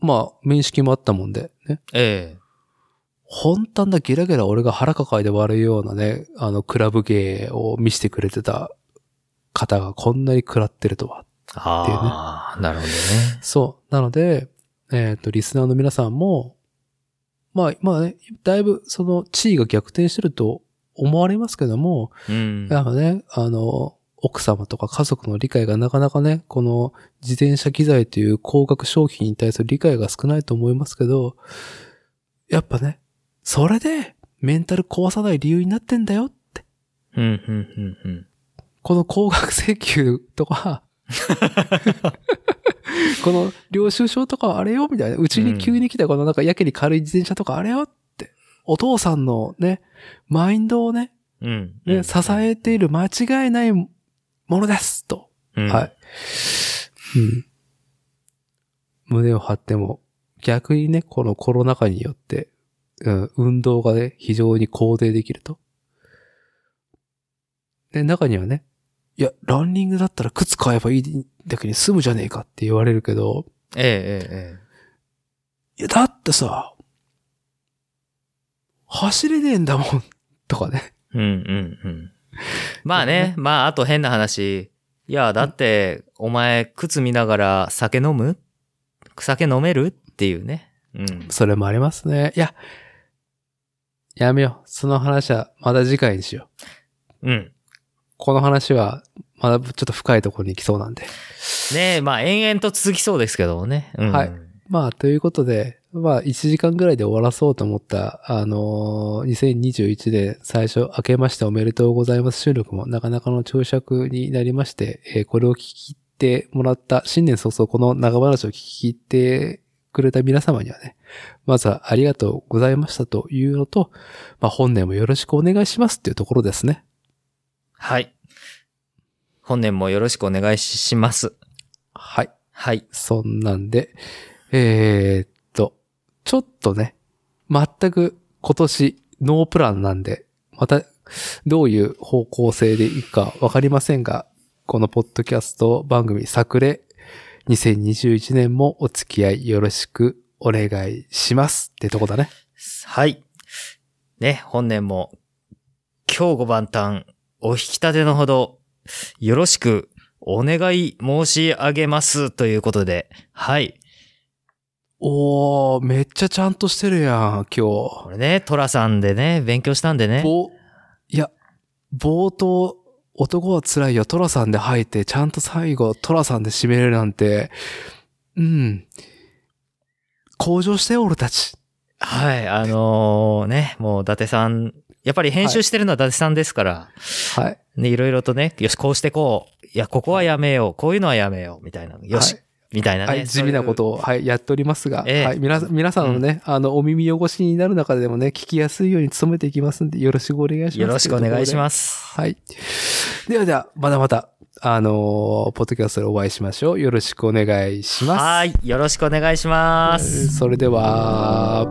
まあ、面識もあったもんで、ね。
ええ。
本当なゲラゲラ俺が腹抱えて笑うようなね、あの、クラブ芸を見せてくれてた方がこんなに食らってるとは。
ああ、なるほどね。
そう。なので、えっ、と、リスナーの皆さんも、まあ、まあね、だいぶその地位が逆転してると思われますけども、
うん。
やっぱね、あの、奥様とか家族の理解がなかなかね、この自転車機材という高額商品に対する理解が少ないと思いますけど、やっぱね、それでメンタル壊さない理由になってんだよって。
うん、うん、うん、うん。
この高額請求 とか、この領収書とかはあれよみたいな。うちに急に来たこのなんかやけに軽い自転車とかあれよって。お父さんのね、マインドをね、
うん。
ね支えている間違いないものですと。
うん、
は。
はい
うん。胸を張っても、逆にね、このコロナ禍によって、うん、運動がね、非常に肯定できると。で、中にはね、いや、ランニングだったら靴買えばいいだけに済むじゃねえかって言われるけど、
ええ、ええ、
いや、だってさ、走れねえんだもん、とかね。
ええ。うん、うん、うん。まあね、まあ、あと変な話。いや、だって、お前、靴見ながら酒飲む酒飲めるっていうね。うん。
それもありますね。いや、やめよう。その話はまた次回にしよう。
うん。
この話は、まだちょっと深いところに行きそうなんで。
ねえ、まあ、延々と続きそうですけどもね。うん、
はい。まあ、ということで、まあ、1時間ぐらいで終わらそうと思った、あのー2021で最初、明けましておめでとうございます収録もなかなかの長尺になりまして、えーこれを聞きってもらった、新年早々この長話を聞きってくれた皆様にはね、まずはありがとうございましたというのと、まあ、本年もよろしくお願いしますっていうところですね。
はい。本年もよろしくお願いしします。
はい。
はい。
そんなんで、えーっと、ちょっとね、全く今年ノープランなんで、またどういう方向性でいくかわかりませんが、このポッドキャスト番組作例2021年もお付き合いよろしくお願いしますってとこだね。
はい。ね、本年も、今日ご番端、お引き立てのほど、よろしくお願い申し上げますということで、はい。
おー、めっちゃちゃんとしてるやん、今日
こ。れね、トラさんでね、勉強したんでね。
ぼ、いや、冒頭、男は辛いよ、トラさんで吐いて、ちゃんと最後、トラさんで締めれるなんて、うん。向上してよ、俺たち。
はい、あのーね、もう伊達さん、やっぱり編集してるのは伊達さんですから、
はい。
ね、いろいろとね、よし、こうしてこう。いや、ここはやめよう。こういうのはやめよう。みたいな。よし。
は
みたいなね。
はい、地
そうい
味
う
なことを、はい、やっておりますが、
ええ
はい、皆さん、皆さんのね、あの、お耳汚しになる中でもね、聞きやすいように努めていきますんで、よろしくお願いします。。
よろしくお願いしますす。
はい。ではでは、まだまた、あのーポッドキャストでお会いしましょう。よろしくお願いします。
はい。よろしくお願いします。
それでは、